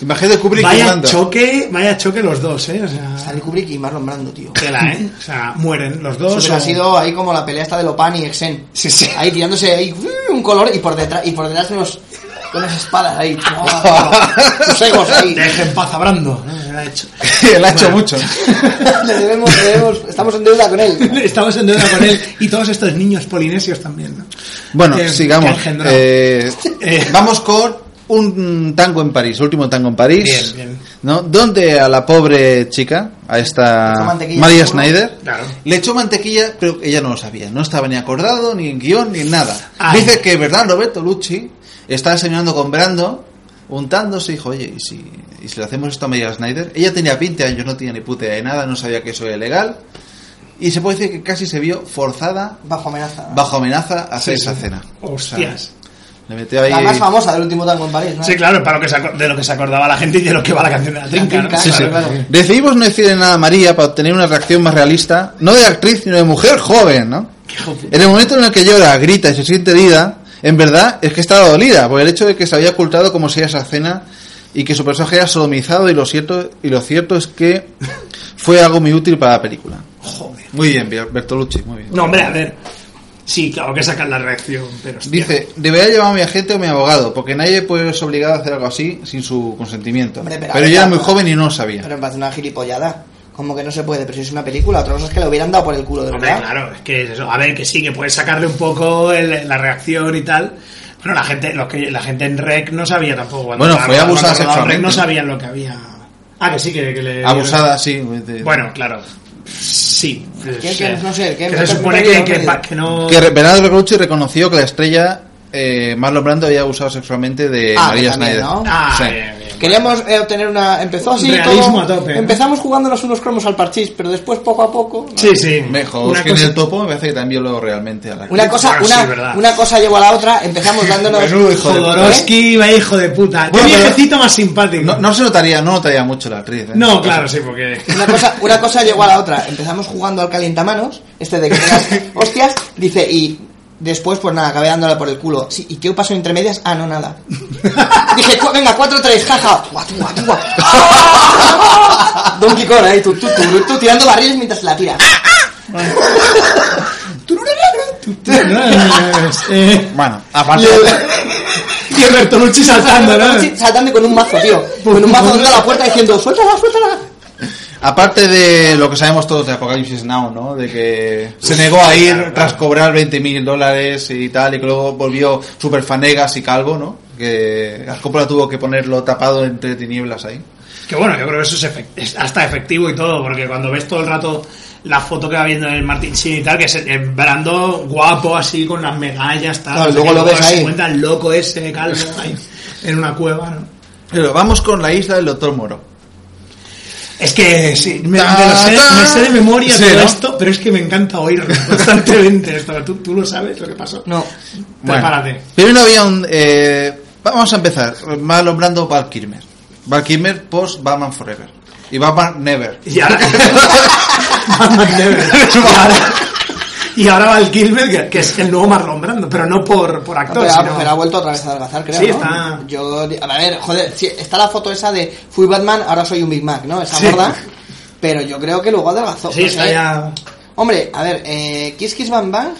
F: Imagínate Kubrick
E: Vaya
F: rodando.
E: choque, vaya choque los dos, eh. O sea,
G: Stanley Kubrick y Marlon Brando, tío.
E: tela, eh. O sea, mueren los
G: Eso
E: dos.
G: hubiera
E: o-
G: sido ahí como la pelea esta de Lopan y Exen.
E: Sí, sí.
G: Ahí tirándose ahí ¡uh! un color y por detrás y por detrás unos unas espadas ahí. Tus egos ahí.
E: Deje en paz a Brando. ¿no? Se la ha hecho.
F: él ha hecho
E: Bueno.
F: mucho.
G: Le debemos, le debemos, estamos en deuda con él.
E: Estamos en deuda con él y todos estos niños polinesios también, ¿no?
F: Bueno,
E: Que- que ha
F: sigamos.
E: engendrado.
F: Eh,
E: Eh.
F: Vamos con un tango en París, último tango en París.
E: Bien, bien.
F: ¿no? Donde a la pobre chica, a
G: Echó
F: esta
G: mantequilla
F: María
G: seguro.
F: Schneider,
E: Claro.
F: le echó mantequilla, pero ella no lo sabía. No estaba ni acordado, ni en guión, ni en nada.
E: Ay.
F: Dice que, ¿verdad? Roberto Lucci estaba desayunando con Brando, untándose, y dijo, oye, ¿y si, y si le hacemos esto a María Schneider? Ella tenía 20 años, no tenía ni puta idea de nada, no sabía que eso era legal. Y se puede decir que casi se vio forzada
G: Bajo amenaza.
F: bajo amenaza a hacer esa cena.
E: Hostias.
F: Le metió ahí.
G: La más famosa del último tango en París, ¿no?
E: Sí, claro, para lo que se acor- de lo que se acordaba la gente y de lo que va la canción de la trinca, ¿no?
G: trinca,
F: Sí, sí.
G: Claro, claro.
F: Decidimos no decirle nada a María para obtener una reacción más realista, no de actriz, sino de mujer joven, ¿no?
E: hijo de puta.
F: En el momento en el que llora, grita y se siente herida, en verdad es que estaba dolida por el hecho de que se había ocultado como si era esa cena y que su personaje era sodomizado y lo cierto, y lo cierto es que fue algo muy útil para la película.
E: Joder.
F: Muy bien, Ber- Bertolucci, muy bien.
E: No, hombre, a ver. Sí, claro que sacan la reacción, pero hostia.
F: Dice, debería llevar a mi agente o mi abogado, porque nadie puede ser obligado a hacer algo así sin su consentimiento.
G: Hombre, pero
F: pero ella era
G: ahora-
F: muy joven y no lo sabía.
G: Pero me parece una gilipollada. Como que no se puede, pero si es una película, otra cosa es que le hubieran dado por el culo, de
E: Hombre,
G: verdad.
E: claro, es que es eso. A ver, que sí, que puedes sacarle un poco el- la reacción y tal. Bueno, la gente, los que, la gente en REC no sabía tampoco. Cuando
F: Bueno, fue
E: cuando
F: abusada
E: rodaban REC no
F: sexualmente.
E: sabían lo que había. Ah, que sí, que, que le.
F: Abusada, sí. de-
E: Bueno, claro. Sí.
G: ¿Qué-
E: o
G: qué-
E: sea,
G: no sé, qué-
E: que
G: qué-
E: se supone
G: qué-
E: que, que,
G: qué-
E: pa- que no.
F: Que re- Bernardo Bertolucci reconoció que la estrella eh, Marlon Brando había abusado sexualmente de
G: Ah,
F: María
G: que también,
F: Schneider.
G: ¿no?
E: Ah,
F: Sí.
E: bien, bien.
G: Queríamos eh, obtener una. Empezó así.
E: Realismo
G: todo.
E: a tope, ¿no?
G: Empezamos jugándonos unos cromos al parchís, pero después poco a poco. ¿no?
E: Sí, sí.
F: Mejor
E: Una
F: que
E: cosa-
F: en el topo, me parece que también lo realmente a la
G: Una cosa,
E: Bueno, sí,
G: una,
E: verdad.
G: una cosa llevó a la otra, empezamos dándonos.
F: Menudo hijo de puta. ¿eh?
E: Jodorowsky, vaya hijo de puta. Qué
F: Bueno, pero-
E: viejecito más simpático.
F: No, no se notaría, no notaría mucho la actriz. ¿eh?
E: No, claro, sí, porque.
G: Una cosa, una cosa llegó a la otra. Empezamos jugando al calientamanos, este de que te das hostias, dice, y después, pues nada, acabé dándole por el culo. Sí, ¿Y qué pasó entre medias? Ah, no, nada. Dije, "Cu- venga, 4-3, jaja. Guau, tú, guau, tú, guau. Donkey Kong ahí, tú, tú, tú, tú, tú, tirando barriles mientras la tira.
E: Eh,
F: Bueno,
G: Ah,
F: aparte.
E: y el Bertolucci saltando, ¿no?
G: Sí, Ah, Saltando con un mazo, tío. Con un mazo dentro de la puerta diciendo, suéltala, suéltala.
F: Aparte de lo que sabemos todos de Apocalipsis Now, ¿no? De que se negó a ir tras cobrar 20.000 dólares y tal, y que luego volvió super fanegas y calvo, ¿no? Que la copla tuvo que ponerlo tapado entre tinieblas ahí.
E: Que bueno, yo creo que eso es, efec- es hasta efectivo y todo, porque cuando ves todo el rato la foto que va viendo el Martin Sheen y tal, que es el- el Brando guapo así con las medallas, tal. no
G: Claro,
E: sé
G: luego
E: qué,
G: lo ves
E: se
G: ahí.
E: encuentra el loco ese calvo ahí en una cueva, ¿no?
F: Pero vamos con la isla del Doctor Moro.
E: Es que sí, me,
F: Ta,
E: me lo sé,
F: ta.
E: me sé de memoria
F: Sí,
E: todo
F: ¿no?
E: esto, pero es que me encanta oírlo constantemente esto. ¿Tú, tú lo sabes lo que pasó?
G: No.
E: Prepárate.
F: Primero había un. eh, vamos a empezar. Va nombrando Val Kilmer. Val Kilmer post Batman Forever. Y Batman Never.
E: Y ahora. Batman Never. y, ahora y ahora va el Kilmer, que, que es el nuevo Marlon Brando, pero no por, por
G: No,
E: actor.
G: pero, ha-
E: sino-
G: pero ha vuelto otra vez a adelgazar,
E: pues
G: creo.
E: Sí,
G: ¿no?
E: está-
G: Yo, a ver, joder, sí, está la foto esa de fui Batman, ahora soy un Big Mac, ¿no? Esa
E: Sí.
G: gorda. Pero yo creo que luego adelgazó.
E: Sí,
G: no
E: está
G: sé.
E: ya.
G: Hombre, a ver, eh, Kiss Kiss Bang Bang,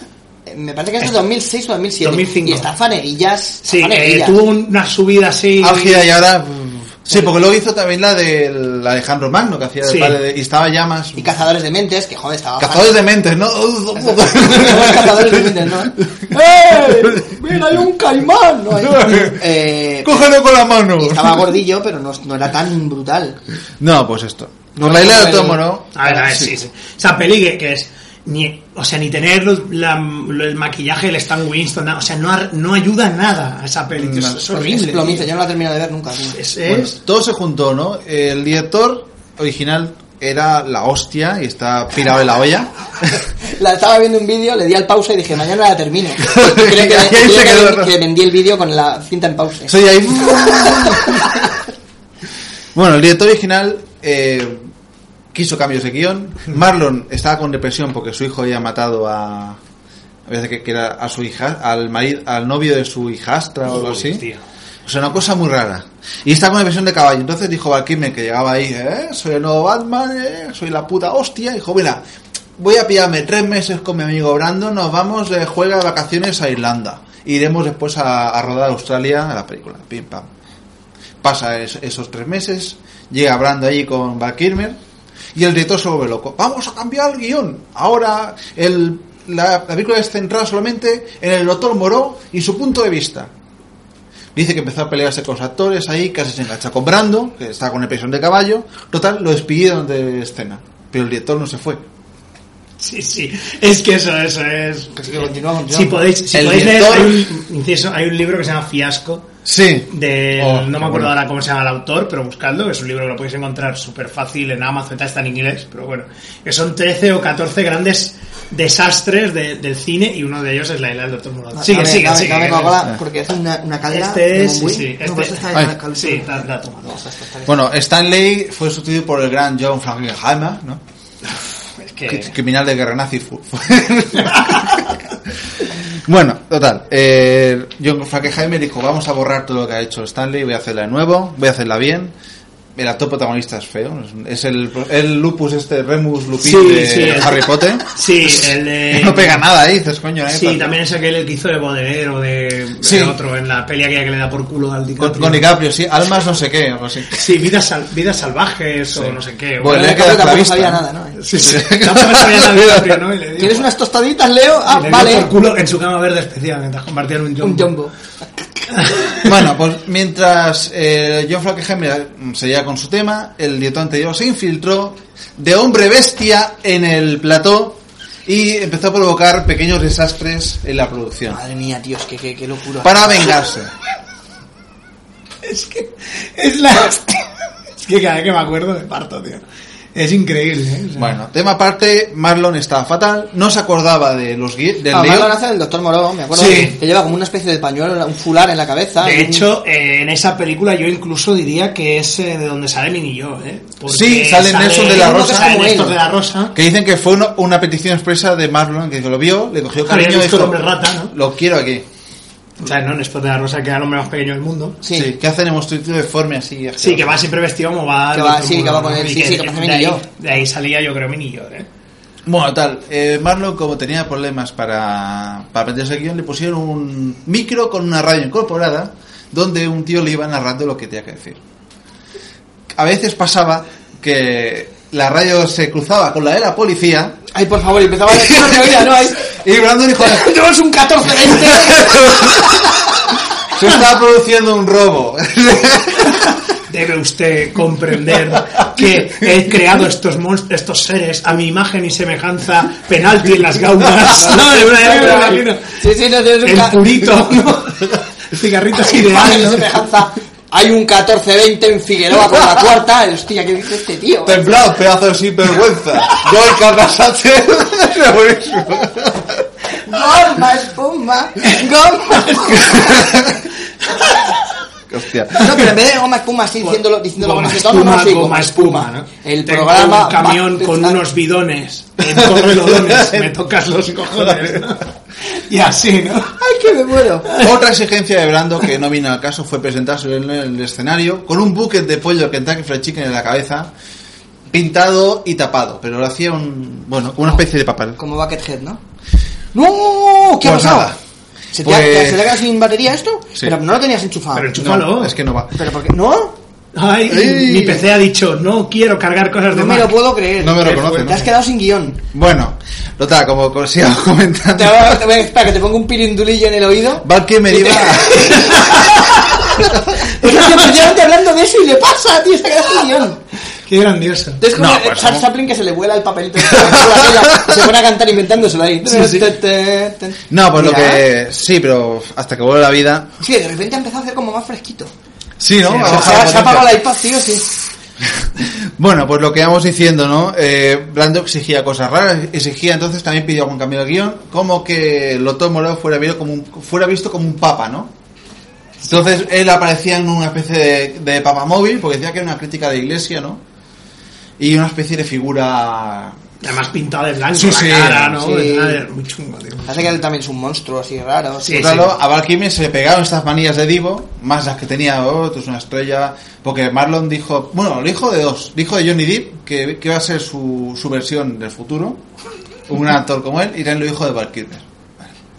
G: eh, me parece que es de
E: Está-
G: 2006 o 2007.
E: 2005.
G: Y está fanerillas. está
E: Sí, eh,
G: fanerillas.
E: tuvo una subida así.
F: Álgida y ahora. mm, Sí, porque luego hizo también la del Alejandro Magno, que hacía de
E: Sí.
F: padre de- y estaba ya más...
G: Y Cazadores de Mentes, que joder, estaba...
F: Cazadores de mentes, ¿no?
G: Somos cazadores de mentes, ¿no? ¡Eh! ¡Mira, hay un caimán! No, hay- eh,
F: Cógelo con la mano.
G: y estaba gordillo, pero no, no era tan brutal.
F: No, pues esto.
G: No,
F: la isla
G: no,
F: de
G: no,
F: Tomoro.
E: A ver, a ver,
F: Sí.
E: sí, sí. Esa peli que, que es. Ni, o sea, ni tener la- el maquillaje del Stan Winston, nada, o sea, no, ar- no ayuda nada a esa peli. tío, es,
F: No.
E: es
G: Es
E: horrible.
G: plomizo,
E: tío.
G: yo no la he terminado de ver nunca. tío.
E: Es-
F: Bueno,
E: es-
F: todo se juntó, ¿no? El director original era la hostia y está pirado de la olla.
G: La estaba viendo un vídeo, le di al pausa y dije, mañana la termino. Creo que,
F: Y ahí
G: creo
F: se
G: que
F: quedó,
G: le-
F: ¿no?
G: que le vendí el vídeo con la cinta en pausa.
F: Soy ahí. bueno, el director original eh, quiso cambios de guión. Marlon estaba con depresión porque su hijo había matado a. a veces que, que era a su hija, al marido, al novio de su hijastra o algo así.
E: Tío.
F: O sea, una cosa muy rara. Y está con depresión de caballo. Entonces dijo Val Kilmer, que llegaba ahí, ¿eh? Soy el nuevo Batman, ¿eh? Soy la puta hostia. Dijo, mira, voy a pillarme tres meses con mi amigo Brando, nos vamos de juega de vacaciones a Irlanda. Iremos después a, a rodar a Australia a la película. Pim, pam. Pasa es- esos tres meses, llega Brando allí con Val Kilmer y el director se vuelve loco. Vamos a cambiar el guión. Ahora el, la, la película es centrada solamente en el doctor Moró y su punto de vista. Dice que empezó a pelearse con los actores ahí, casi se engancha con Brando, que está con depresión de caballo. Total, lo despidieron de escena. Pero el director no se fue.
E: Sí, sí. Es que eso, eso es.
G: Así que continúa, continúa.
E: Si podéis, si
F: El
E: podéis leer,
F: director-
E: hay un, inciso, hay un libro que se llama Fiasco.
F: Sí.
E: De,
F: Oh,
E: no
F: qué
E: me acuerdo
F: bueno.
E: ahora cómo se llama el autor, pero buscadlo. Es un libro que lo podéis encontrar súper fácil en Amazon, tal, está en inglés, pero bueno. Que son 13 o 14 grandes desastres de- del cine y uno de ellos es la isla del Doctor Moreau.
G: Dame-
E: Sigue,
G: dame-
E: sigue,
G: dame-
E: sigue.
G: dame Coca-Cola, porque hace una, una calda.
E: Este
G: de
E: es, sí,
G: bombín.
E: sí.
G: No, pues
E: Este,
G: esta es
F: Ay.
G: calda.
E: sí, está, está tomado.
G: No, esta- esta- esta-
F: Bueno, Stanley fue sustituido por el gran John Frankenheimer, ¿no?
E: Es que-
F: Cri- Criminal de guerra nazi. fu- fu- bueno, total. eh, John Frankenheimer dijo, vamos a borrar todo lo que ha hecho Stanley, voy a hacerla de nuevo, voy a hacerla bien. El actor protagonista es feo, es un- es el, el lupus este, Remus Lupin
E: Sí,
F: de
E: sí, es-
F: Harry Potter.
E: Sí, el de.
F: No pega nada ahí, dices, coño. eh,
E: Eh, Sí,
F: tanto.
E: también es aquel que hizo de Baudelaire o de,
F: Sí.
E: de otro en la peli aquella que le da por culo al
F: Con,
E: DiCaprio.
F: con DiCaprio, sí. Almas no sé qué, algo así.
E: Sí, vidas, sal- vidas salvajes o no sé qué.
F: Bueno, ¿eh?
G: Bueno,
F: le
G: el
F: queda
G: cabrón tampoco
F: clavista,
G: sabía
F: ¿no?
G: nada, ¿no?
E: Sí, sí. Tampoco sabía nada de DiCaprio, ¿no? Y le dio-
G: ¿Quieres unas tostaditas, Leo? Ah,
E: Y le dio
G: vale.
E: por culo en su cama verde especial mientras compartían un jumbo.
G: Un jumbo.
F: Bueno, pues mientras eh, John Frankenheimer mm, seguía con su tema, el director anterior se infiltró de hombre bestia en el plató y empezó a provocar pequeños desastres en la producción.
G: Madre mía, tío, es que que- qué locura. Ah,
F: Para vengarse.
E: Es que es la es que cada vez que me acuerdo me parto, tío. Es increíble, ¿eh? O sea,
F: Bueno, tema aparte, Marlon estaba fatal, no se acordaba de los gui- del
G: Ah,
F: guión.
G: Marlon hace el doctor Moró, me acuerdo.
E: Sí.
G: Que lleva como una especie de pañuelo, un fular en la cabeza.
E: de
G: un-
E: hecho, eh, en esa película yo incluso diría que es eh, de donde sale Mini yo, ¿eh? Porque
F: Sí, sale Nelson de la
E: uno que
F: Rosa.
E: sale
G: Como
E: Néstor
G: él.
E: de la Rosa.
F: Que dicen que fue uno- una petición expresa de Marlon, que lo vio, le cogió
E: Había
F: cariño y
E: visto el
F: dijo,
E: hombre rata, ¿no?
F: lo quiero aquí.
E: O sea, no, Néstor de la Rosa, que era el hombre más pequeño del mundo.
G: Sí.
F: Sí, que hacen en monstruito deforme así.
E: Sí,
F: asqueroso.
E: que va siempre vestido como va.
G: Que
E: el
G: va-
E: otro
G: sí, que
E: mundo,
G: va con
E: ¿no?
G: él,
E: Y
G: sí, sí, que parece
E: de,
G: Mini
E: ahí,
G: yo.
E: de ahí salía yo creo Mini yo, ¿eh?
F: Bueno, tal, eh, Marlon como tenía problemas para, para aprenderse el guión, le pusieron un micro con una radio incorporada donde un tío le iba narrando lo que tenía que decir. A veces pasaba que la radio se cruzaba con la de la policía
G: Ay, por favor, empezaba a decir una teoría, ¿no? Es...
F: y Brandon dijo,
G: Tenemos un 14 20
F: se está produciendo un robo.
E: Debe usted comprender que he creado estos monst- estos seres a mi imagen y semejanza, penalti en las gaunas. No, de una vez me lo imagino.
G: Sí, sí, no tienes un
E: El
G: ca-
E: purito, ¿no? Cigarritos
G: Imagen de
E: ideales.
G: semejanza. Hay un 14-20 en Figueroa con la cuarta. Hostia, ¿qué dice este tío?
F: Templado, pedazo de sinvergüenza. Yo el Carrasate. Era buenísimo.
G: Goma, espuma, goma.
F: Hostia.
G: No, pero en vez de goma, espuma, así diciéndolo, diciéndolo
E: Goma
G: con ese tono,
E: espuma,
G: no, sí,
E: goma espuma. ¿no?
G: El
E: Tengo
G: programa.
E: un camión
G: va-
E: con
G: está-
E: unos bidones en correlodones. Me tocas los cojones. ¿no? Y así, ¿no?
G: Ay, que me muero.
F: Otra exigencia de Brando que no vino al caso fue presentarse en el escenario con un bucket de pollo Kentucky Fried Chicken en la cabeza, pintado y tapado, pero lo hacía un, bueno, una especie de papel.
G: Como Buckethead, ¿no? ¡No! ¿Qué ha
F: Pues
G: pasado?
F: nada.
G: ¿Se te,
F: Pues-
G: ha, ¿Se te ha quedado sin batería esto?
F: Sí.
G: Pero no lo tenías enchufado.
E: Pero
G: Pero,
E: enchúfalo.
F: No, Ah, es que no va.
G: porque... ¿No?
E: Ay,
F: Ey.
E: mi PC ha dicho, no quiero cargar cosas de
G: No me
E: Mac.
G: lo puedo creer.
F: No me lo
G: Qué
F: conoce,
G: fuerte.
F: ¿no?
G: Te has quedado sin guión.
F: Bueno, total, como como sigamos comentando.
G: Te va- te voy a- espera, que te pongo un pirindulillo en el oído.
F: Valkyrie me lleva.
G: Es que precisamente hablando de eso y le pasa, tío, se ha quedado sin guión.
E: Qué grandioso.
G: Es como
F: No,
G: el
F: pues
G: Charles
F: no.
G: Chaplin que se le vuela el papelito. de la película, se pone a cantar inventándoselo ahí.
E: Sí, sí.
F: No, pues lo
G: Mira,
F: que. Sí, pero hasta que vuelva la vida.
G: Sí, de repente ha empezado a hacer como más fresquito.
F: Sí, ¿no?
E: Sí,
F: Ha
E: Ojalá,
G: Se,
F: bajado la
G: ha- se ha apagado
F: potencia.
G: el iPad, tío, sí.
F: Bueno, pues lo que vamos diciendo, ¿no? Eh, Blando exigía cosas raras, exigía entonces también pidió algún cambio de guión, como que Lotón Moreno fuera, visto como un- fuera visto como un papa, ¿no? Entonces él aparecía en una especie de, de papa móvil, porque decía que era una crítica de iglesia, ¿no? Y una especie de figura...
E: Además pintada de blanco
F: Sí,
E: la
F: sí,
E: cara, ¿no?
G: sí.
E: Es muy chungo, tío.
G: Parece que él también es un monstruo así raro.
E: Sí,
F: Por claro, a Val Kilmer se le pegaron estas manillas de divo, más las que tenía, oh, tú eres una estrella, porque Marlon dijo, bueno, lo dijo de dos, dijo de Johnny Depp, que, que iba a ser su, su versión del futuro, un actor como él, y también lo dijo de Val Kilmer.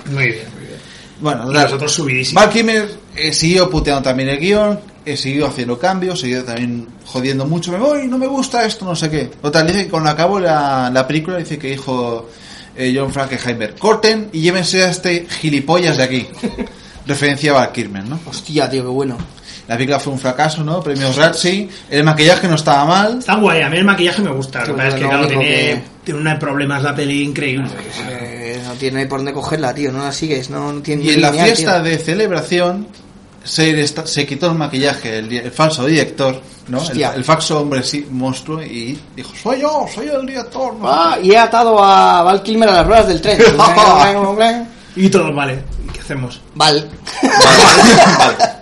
E: Muy bien, muy bien.
F: Bueno,
E: Y
F: total,
E: nosotros subidísimos.
F: Val Kilmer eh, siguió puteando también el guión, eh, siguió haciendo cambios, siguió también jodiendo mucho, me voy, no me gusta esto, no sé qué. Total, dice que cuando acabó la, la película, dice que dijo eh, John Frankenheimer, corten y llévense a este gilipollas de aquí. Referencia a Val Kilmer, ¿no?
G: Hostia, tío, qué bueno.
F: La película fue un fracaso, ¿no? Premios Razzie, el maquillaje no estaba mal.
E: Está guay, a mí el maquillaje me gusta. Lo que
G: Sí,
E: pasa es que,
G: lo
E: claro,
G: único
E: tiene,
G: que-
E: tiene unos problemas la peli increíble.
G: Eh, no tiene por dónde cogerla, tío. No la sigues, no, no tiene
F: Y en la
G: lineal,
F: fiesta
G: tío.
F: de celebración se, desta- se quitó el maquillaje, el, di- el falso director, ¿no? El,
G: Hostia.
F: el falso hombre sí, monstruo y dijo, soy yo, soy el director. ¿no?
G: Ah, y he atado a Val Kilmer a las ruedas del tren.
E: Y todo, vale. ¿Qué hacemos?
G: Val.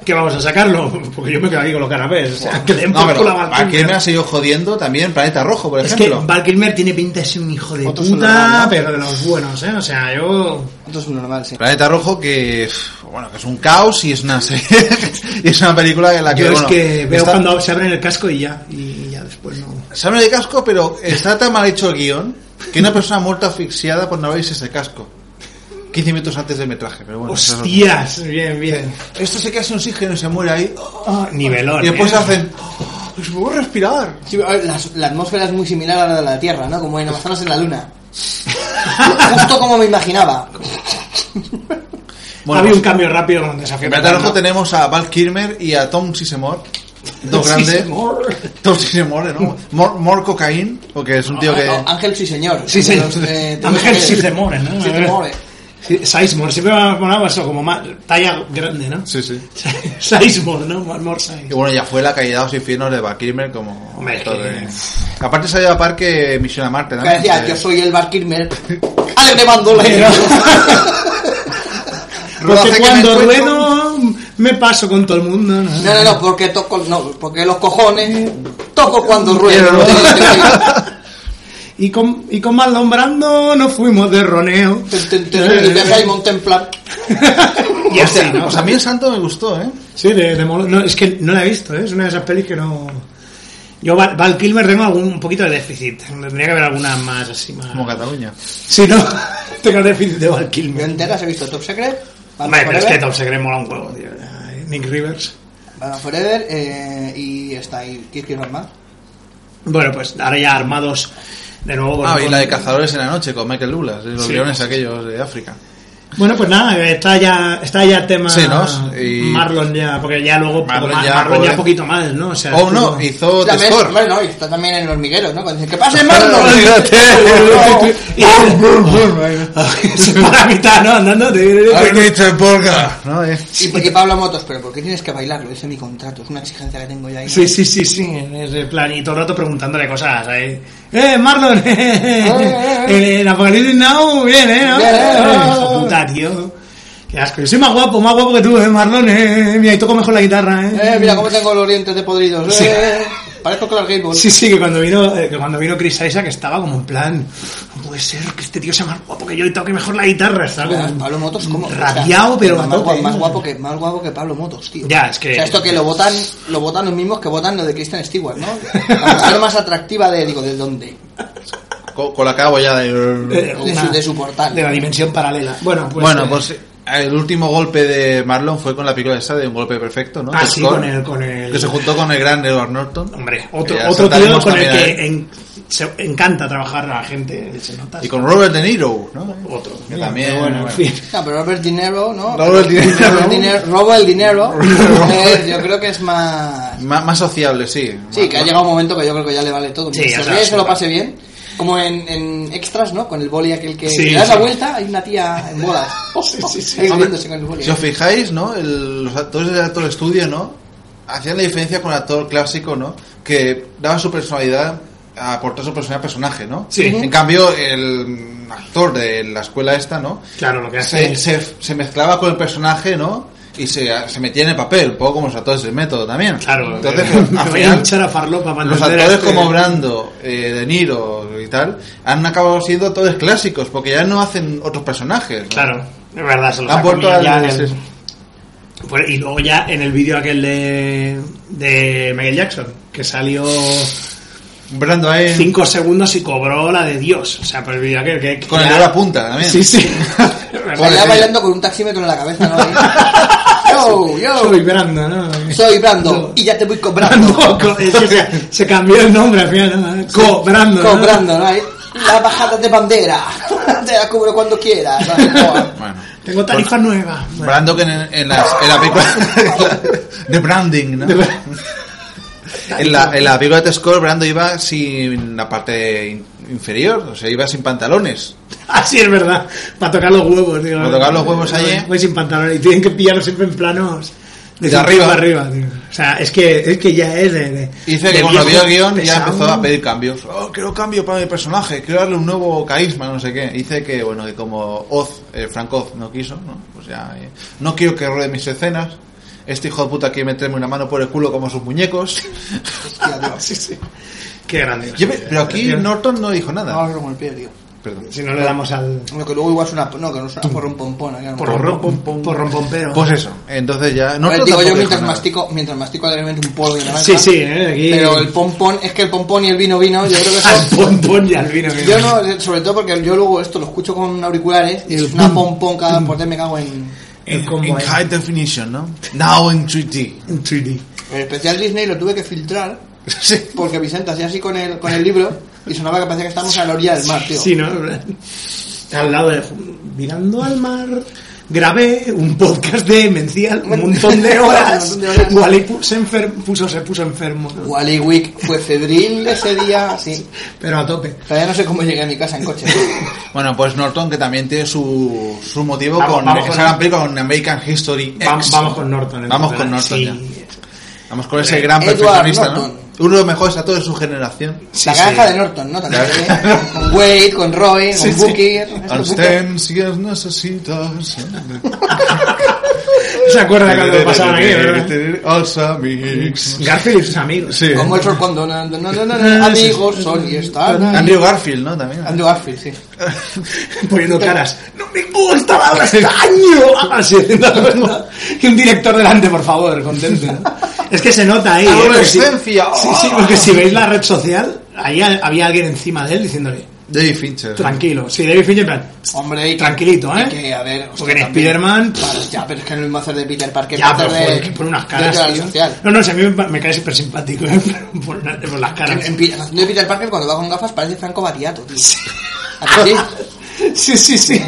E: ¿Qué vamos a sacarlo? Porque yo me quedo aquí con los canapés. O sea, que le den
F: No,
E: por
F: pero
E: culo a Val
F: Val
E: Kilmer.
F: Kilmer ha seguido jodiendo también Planeta Rojo, por
E: Es que
F: ejemplo.
E: Val Kilmer tiene pinta de ser un hijo de
G: Otro
E: puta,
G: soldado, ¿no?
E: pero de los buenos, ¿eh? O sea, yo...
G: Esto es un normal, sí.
F: Planeta Rojo que, pff, bueno, que es un caos y es una serie- y es una película en la que,
E: Yo es
F: bueno,
E: que veo
F: está-
E: cuando se abren el casco y ya. Y ya después no...
F: Se habla de casco, pero está tan mal hecho el guión que una persona ha muerto asfixiada por no haberse ese casco. 15 minutos antes del metraje, pero bueno. eso es otro.
E: ¡Hostias! Bien, bien.
F: Esto se queda sin oxígeno y se muere ahí.
E: Ah, nivelón.
F: Y después
E: ¿eh?
F: hacen. "Oh, ¡Se puedo respirar!
G: Sí, a ver, la, la atmósfera es muy similar a la de la Tierra, ¿no? Como en Amazonas en la Luna. Justo como me imaginaba.
F: Bueno,
E: Había un
F: pues,
E: cambio rápido con desafío.
F: en Planeta Rojo
E: ¿no?
F: tenemos a Val Kilmer y a Tom Sizemore. Dos
E: Sí,
F: grandes.
E: señor.
F: Tom Sizemore, ¿no? More, more cocaine, porque es un tío que.
G: Ah, No, Ángel sí señor.
E: Sí, sí.
G: De los, eh, de los
E: Ángel
G: Ángeles.
E: Sisemore, ¿no?
G: Sisemore.
E: Sí, Sizemore, siempre me ha molado eso, como más, talla grande, ¿no?
F: Sí, sí.
E: Sizemore, ¿no? More, more
F: Y
E: size.
F: bueno, ya fue la caída de los infiernos de Val Kilmer como.
E: Hombre,
F: todo
E: que-
F: de- Aparte se había a par que Misión a Marte, ¿no?
G: Que decía,
F: Eh,
G: yo soy el Bar Kirmer. Alegre bandola.
F: Rodaje
E: Porque
F: que
E: cuando
F: me encuentro-
E: ruedo me paso con todo el mundo. ¿no?
G: No, no, no, porque toco, no, porque los cojones toco cuando ruedo.
F: Quiero,
E: Y con, y con Marlon Brando nos fuimos de roneo.
G: Y de Raymond Templar.
E: y así,
F: Hostia,
E: ¿no?
F: pues a mí el santo me gustó, ¿eh?
E: Sí, de, de molo- no, es que no la he visto, ¿eh? es una de esas pelis que no... Yo Val, Val Kilmer tengo algún, un poquito de déficit. Tendría que haber alguna más así, más...
F: Como Cataluña.
E: Sí, no, tengo déficit de Val
G: Yo
E: Kilmer.
G: enteras he visto Top Secret. Batman
E: Hombre, pero es que
G: Forever,
E: Tom Segre mola un huevo, tío. Ay, Nick Rivers.
G: Batman Forever eh, y está ahí. ¿Quieres que normal?
E: Bueno, pues ahora ya armados de nuevo. pues,
F: Ah, y
E: con-
F: la de Cazadores en la Noche con Michael Douglas, de los
E: Sí.
F: leones aquellos de África.
E: Bueno, pues nada, está ya, está ya tema
F: Sí, ¿no? Y-
E: Marlon ya, porque ya luego
F: Marlon
E: Marlon,
F: ya,
E: ya,
F: pobre.
E: poquito más, ¿no? O sea,
F: Oh no,
E: estuvo-
F: hizo
G: Ya
F: The
G: ves,
F: Score.
G: hombre, no, y está también en el hormiguero, ¿no? Cuando dice, ¡que pase Marlon!
E: Y-
F: Oh,
E: Se para la mitad, ¿no? Andando.
F: Ay, que te porca. No, eh.
G: Y porque Pablo Motos, pero ¿por qué tienes que bailarlo? Ese es mi contrato, es una exigencia que tengo ya ahí.
E: Sí, sí, sí, sí. En ese plan, y todo el rato preguntándole cosas. ¿eh? ¡Eh, Marlon!
G: eh,
E: eh, En Apocalipsis Now, bien, ¿eh? ¿no?
G: Bien, eh,
E: Eh,
G: eh,
E: hijo puta, tío. Qué asco. Yo soy más guapo, más guapo que tú, ¿eh, Marlon? Eh, mira, y toco mejor la guitarra, ¿eh?
G: Eh, mira cómo tengo los dientes de podridos.
E: Sí.
G: Eh, parezco Clark Gable.
E: Sí, sí, que cuando vino, eh, que cuando vino Chris Isaac estaba como en plan, no puede ser que este tío sea más guapo que yo y toque mejor la guitarra. Estaba
G: Ah,
E: como
G: Pablo Motos, ¿cómo? O sea,
E: rabiado, pero a
G: más,
E: tope,
G: guapo,
E: ¿eh?
G: más guapo que más guapo que Pablo Motos, tío.
E: Ya, es que-
G: O sea, esto que lo votan, lo votan los mismos que votan lo de Kristen Stewart, ¿no? La mujer más atractiva de, digo, ¿de dónde?
F: Con, con la cabo ya de...
E: Eh,
G: de su- de su portal.
E: De la dimensión paralela. Bueno, pues,
F: bueno,
E: eh,
F: pues El último golpe de Marlon fue con la película esa de un golpe perfecto, ¿no?
E: Ah,
F: De
E: sí,
F: Scott,
E: con el- con el-
F: Que se juntó con el gran Edward Norton.
E: Hombre, otro,
F: Que ya
E: otro tío
F: saltaremos
E: con el
F: también ¿eh? a él.
E: que en- se encanta trabajar a la gente, se nota.
F: eh, Y con Robert De Niro, ¿no?
E: otro.
F: Que también,
E: Pero
F: bueno.
E: en fin.
G: No, pero Robert Dinero, ¿no?
F: Robert De Niro.
G: Robert De Niro- Robert De Niro,
F: Robert.
G: eh, yo creo que es más...
F: Má- más sociable, sí.
G: Sí, que ha llegado un momento que yo creo que ya le vale todo.
E: Sí,
G: Sí,
E: ya
G: se
E: está,
G: ríe,
E: sí,
G: se lo
E: está.
G: pase bien. Como en, en extras, ¿no? Con el boli aquel que
E: Sí,
G: le das la
E: sí.
G: vuelta, hay una tía en bodas.
E: Sí, sí, sí.
G: Ahí
F: Hombre,
G: riéndose con el boli.
F: Si os fijáis, ¿no? El- los actores del actor estudio, ¿no? Hacían la diferencia con el actor clásico, ¿no? Que daba su personalidad, aportaba su personalidad al personaje, ¿no?
E: Sí.
F: En cambio, el actor de la escuela esta, ¿no?
E: Claro, lo que hace
F: Se,
E: es...
F: se, se mezclaba con el personaje, ¿no? Y se, se metía en el papel, un poco como los actores del método también.
E: Claro,
F: Entonces,
E: me
F: al
E: voy a
F: final,
E: hinchar a Farlopa para
F: los
E: entender
F: actores
E: este-
F: como Brando, eh, De Niro y tal, han acabado siendo actores clásicos, porque ya no hacen otros personajes. ¿no?
E: Claro, es verdad, se los
F: Han
E: ha
F: vuelto
E: comido ya
F: al-
E: en el- Pues, y luego ya en el vídeo aquel de, de Michael Jackson, que salió
F: Brando ahí.
E: 5 segundos y cobró la de Dios. O sea, por el vídeo aquel que... que
F: Con el
E: ya-
F: dedo a punta también.
E: Sí, sí.
G: Salía
F: Pobre
G: bailando con un taxímetro en la cabeza, ¿no? Ahí. Yo, yo,
E: Soy Brando, ¿no?
G: soy Brando y ya te voy cobrando.
E: Brando, co- es que se, se cambió el nombre al final, ¿no? Cobrando. ¿no?
G: Cobrando, ¿no? Ahí. La bajada de bandera. Te la cubro cuando quieras. ¿no?
F: Bueno.
E: Tengo tarifa nueva. Bueno.
F: Brando que en, en las- en la película de branding, ¿no? En la, en la película de Score, Brando iba sin la parte in- inferior, o sea, iba sin pantalones.
E: Así es verdad. Para tocar los huevos, digo.
F: Para tocar los huevos ahí. ¿eh?
E: Voy sin pantalón y tienen que pillarlo siempre en planos.
F: De
E: cintura
F: arriba.
E: para arriba, tío. O sea, es que, es que ya es de. de-
F: Y Dice
E: de
F: que cuando vio
E: viejo
F: el guión ya
E: pesado.
F: empezó a pedir cambios. Oh, quiero cambio para mi personaje, quiero darle un nuevo carisma, no sé qué. Dice que, bueno, que como Oz, eh, Frank Oz no quiso, ¿no? Pues ya, eh, no quiero que rode mis escenas. Este hijo de puta quiere meterme una mano por el culo como sus muñecos.
E: Sí, sí. Qué grande.
F: Yo me- pero aquí Norton no dijo nada.
E: Ah,
G: No, no, con el pie, tío.
F: Perdón.
E: Si no le damos al.
G: Lo que luego igual suena, no, que no suena porrón pompón. ahí a lo mejor.
E: Porrón, pompón. Porrón, pompero.
F: Pues eso, entonces ya. No
G: A ver,
F: creo
G: digo yo
F: tampoco
G: mientras
F: dijo nada.
G: mastico, mientras mastico alegremente un polvo de naranja.
E: Sí, sí, eh, aquí-
G: Pero el pompón, es que el pompón y el vino vino, yo creo que
E: al
G: eso...
E: pompón y al vino. que-
G: Yo no, sobre todo porque yo luego esto lo escucho con auriculares y es una pompón cada por me cago en...
E: El
F: En,
E: combo.
F: en high definition, ¿no? Now in 3D.
E: En 3D.
G: El especial Disney lo tuve que filtrar
F: Sí.
G: porque Vicente hacía así con el, con el libro y sonaba que parecía que estábamos a la orilla del mar, tío.
E: Sí, ¿no? Al lado de. Mirando al mar. Grabé un podcast de Mencial un montón de horas.
G: Un montón de horas.
E: Wally pu- se, enfer- puso, se puso enfermo. ¿no?
G: Wally Wick fue cedril ese día, sí.
E: Pero a tope.
G: Todavía no sé cómo llegué a mi casa en coche.
F: Bueno, pues Norton, que también tiene su, su motivo
E: Vamos,
F: con
E: vamos
F: esa
E: con-
F: gran película con American History X.
E: Va- vamos con Norton. entonces,
F: Vamos con
E: ¿verdad?
F: Norton
E: Sí.
F: ya. Vamos con ese gran
G: Edward
F: perfeccionista, ¿no?
G: Norton.
F: Uno de los mejores a de su generación.
E: Sí,
G: la granja
E: sí.
G: de Norton, ¿no? También,
F: La-
G: ¿eh? Con Wade, con Roy, con
E: Sí, sí.
G: Booker. Esto,
F: Al
G: Booker.
F: STEM, si es necesitas.
E: ¿Se acuerda cuando lo pasaban aquí, verdad?
F: Os amigos.
E: Garfield y sus amigos.
F: Sí. ¿eh?
G: Como el sol cuando no, no, no, no, no, amigos son y están.
F: Andrew Garfield, ¿no? También.
G: Andrew Garfield, sí.
E: Poniendo caras. ¡No me gusta la castaño! Así, haciendo la cuenta. Que un director delante, por favor, contento. ¿no? Es que se nota ahí. ¿eh? Porque si-
F: Adolescencia.
E: Sí, sí, porque si veis la red social, ahí ha- había alguien encima de él diciéndole,
F: David Fincher.
E: tranquilo. Sí, David Fincher, en plan,
G: Hombre, y
E: tranquilito,
G: y
E: ¿eh?
G: que, a ver, hostia,
E: Porque en
G: también.
E: Spider-Man...
G: Vale, ya, pero es que no es más de Peter Parker.
E: Ya,
G: más
E: pero
G: de-
E: joder, que pone unas
G: de
E: caras.
G: la
E: tío.
G: social.
E: No, no, si a mí me, me cae súper simpático, ¿eh? Pero por, la- por las
G: En,
E: caras.
G: en Pi- haciendo de Peter Parker cuando va con gafas parece Franco Batiato, tío. ¿A que sí?
E: Sí, sí, sí.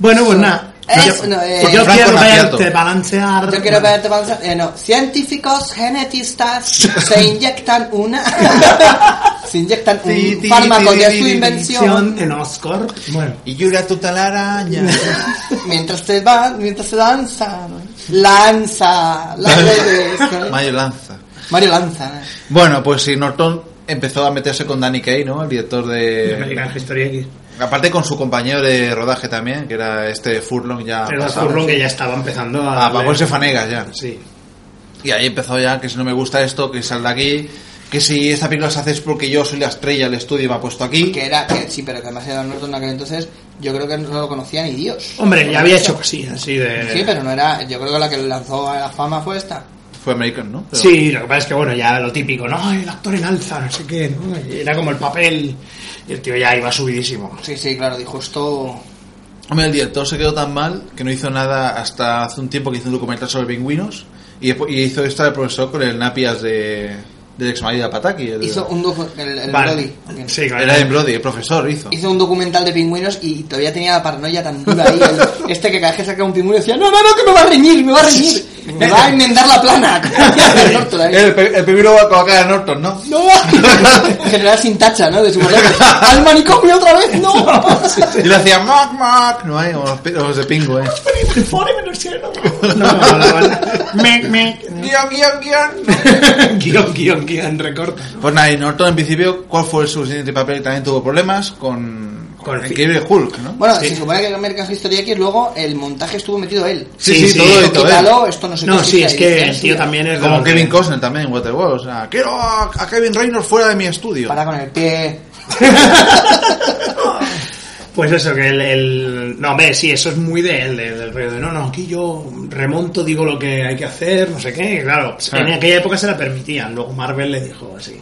E: Bueno, pues nada.
G: Es-
E: yo,
G: no, eh,
E: pues yo
F: Franco
E: quiero
F: Naciato.
E: verte balancear.
G: Yo quiero verte avanzar. Eh, no. Científicos, genetistas, se inyectan una. se inyectan un
F: Ti, ti,
G: fármaco
F: ti,
G: de
F: ti,
G: su
F: ti,
G: invención.
E: en Oscar. Bueno.
F: Y Yura tu talaraña.
G: Mientras se van, mientras se danzan. Lanza. Las redes, ¿no?
F: Mayo Lanza.
G: Mario lanza. ¿no?
F: Bueno, pues sí, Norton empezó a meterse con Danny Kaye, ¿no? El director de...
E: American History X.
F: Aparte con su compañero de rodaje también, que era este Furlong ya...
E: Pero
F: pasado.
E: Furlong que ya estaba empezando a.
F: Ah, para ponerse fanegas ya.
E: Sí.
F: Y ahí empezó ya que si no me gusta esto, que sal de aquí, que si esta película se hace es porque yo soy la estrella del estudio y me ha puesto aquí.
G: Que era, que sí, pero que además era Norton en aquel entonces, yo creo que no lo conocía ni Dios.
E: Hombre,
G: No lo
E: ya había
G: conocía.
E: hecho cosillas así
G: Sí,
E: de.
G: pero no era. Yo creo que la que lo lanzó a la fama fue esta.
F: Fue American, ¿no? Pero-
E: Sí, lo que pasa es que, bueno, ya lo típico, ¿no? El actor en alza, no sé qué, ¿no? Era como el papel. Y el tío ya iba subidísimo.
G: Sí, sí, claro, dijo esto.
F: Hombre, el director se quedó tan mal que no hizo nada hasta hace un tiempo que hizo un documental sobre pingüinos y, despu- y hizo esta de profesor con el Napias de, del ex marido de Pataki. el-
G: Hizo un, docu- el, el
E: Vale.
G: Brody.
E: Sí, claro.
F: Era en Brody, el profesor hizo.
G: Hizo un documental de pingüinos y todavía tenía la paranoia tan dura ahí. el- este que cada vez que sacaba un pingüino decía, no, no, no, que me va a reñir, me va a reñir. Me va a enmendar la plana. El doctor ahí.
F: El, pe- el primero va a colocar a Norton, ¿no?
G: ¡No! General sin tacha, ¿no? De su colega. ¡Al manicomio otra vez! ¡No!
F: Y le hacía mac, mac, no hay, o los, pe- o los de pingo, eh.
E: No, no, no, no, no. Me, me.
F: Guión, guión, guión.
E: Guión, guión, guión, recorta.
F: Pues nada, y Norton en principio, ¿cuál fue su siguiente papel? También tuvo problemas con, con
E: Con
F: el
E: el-
F: increíble Hulk, ¿no?
G: Bueno, se supone que en American History X luego el montaje estuvo metido él.
F: sí, sí,
E: sí, sí.
F: todo
G: Dijo,
F: esto, ¿eh?
G: quítalo, esto no se
E: No,
G: toca,
E: sí, es
G: y
E: que
G: dice,
E: el tío
G: "Hostia,
E: también es de
F: Como
E: los-
F: Kevin Costner también en Waterworld. O sea, quiero a, a Kevin Reynolds fuera de mi estudio.
G: Para con el pie.
E: Pues eso, que el, el- No, hombre, sí, eso es muy de él, de- del rollo de no, no, aquí yo remonto, digo lo que hay que hacer, no sé qué, y claro.
F: Claro.
E: En aquella época se la permitían, luego Marvel le dijo así.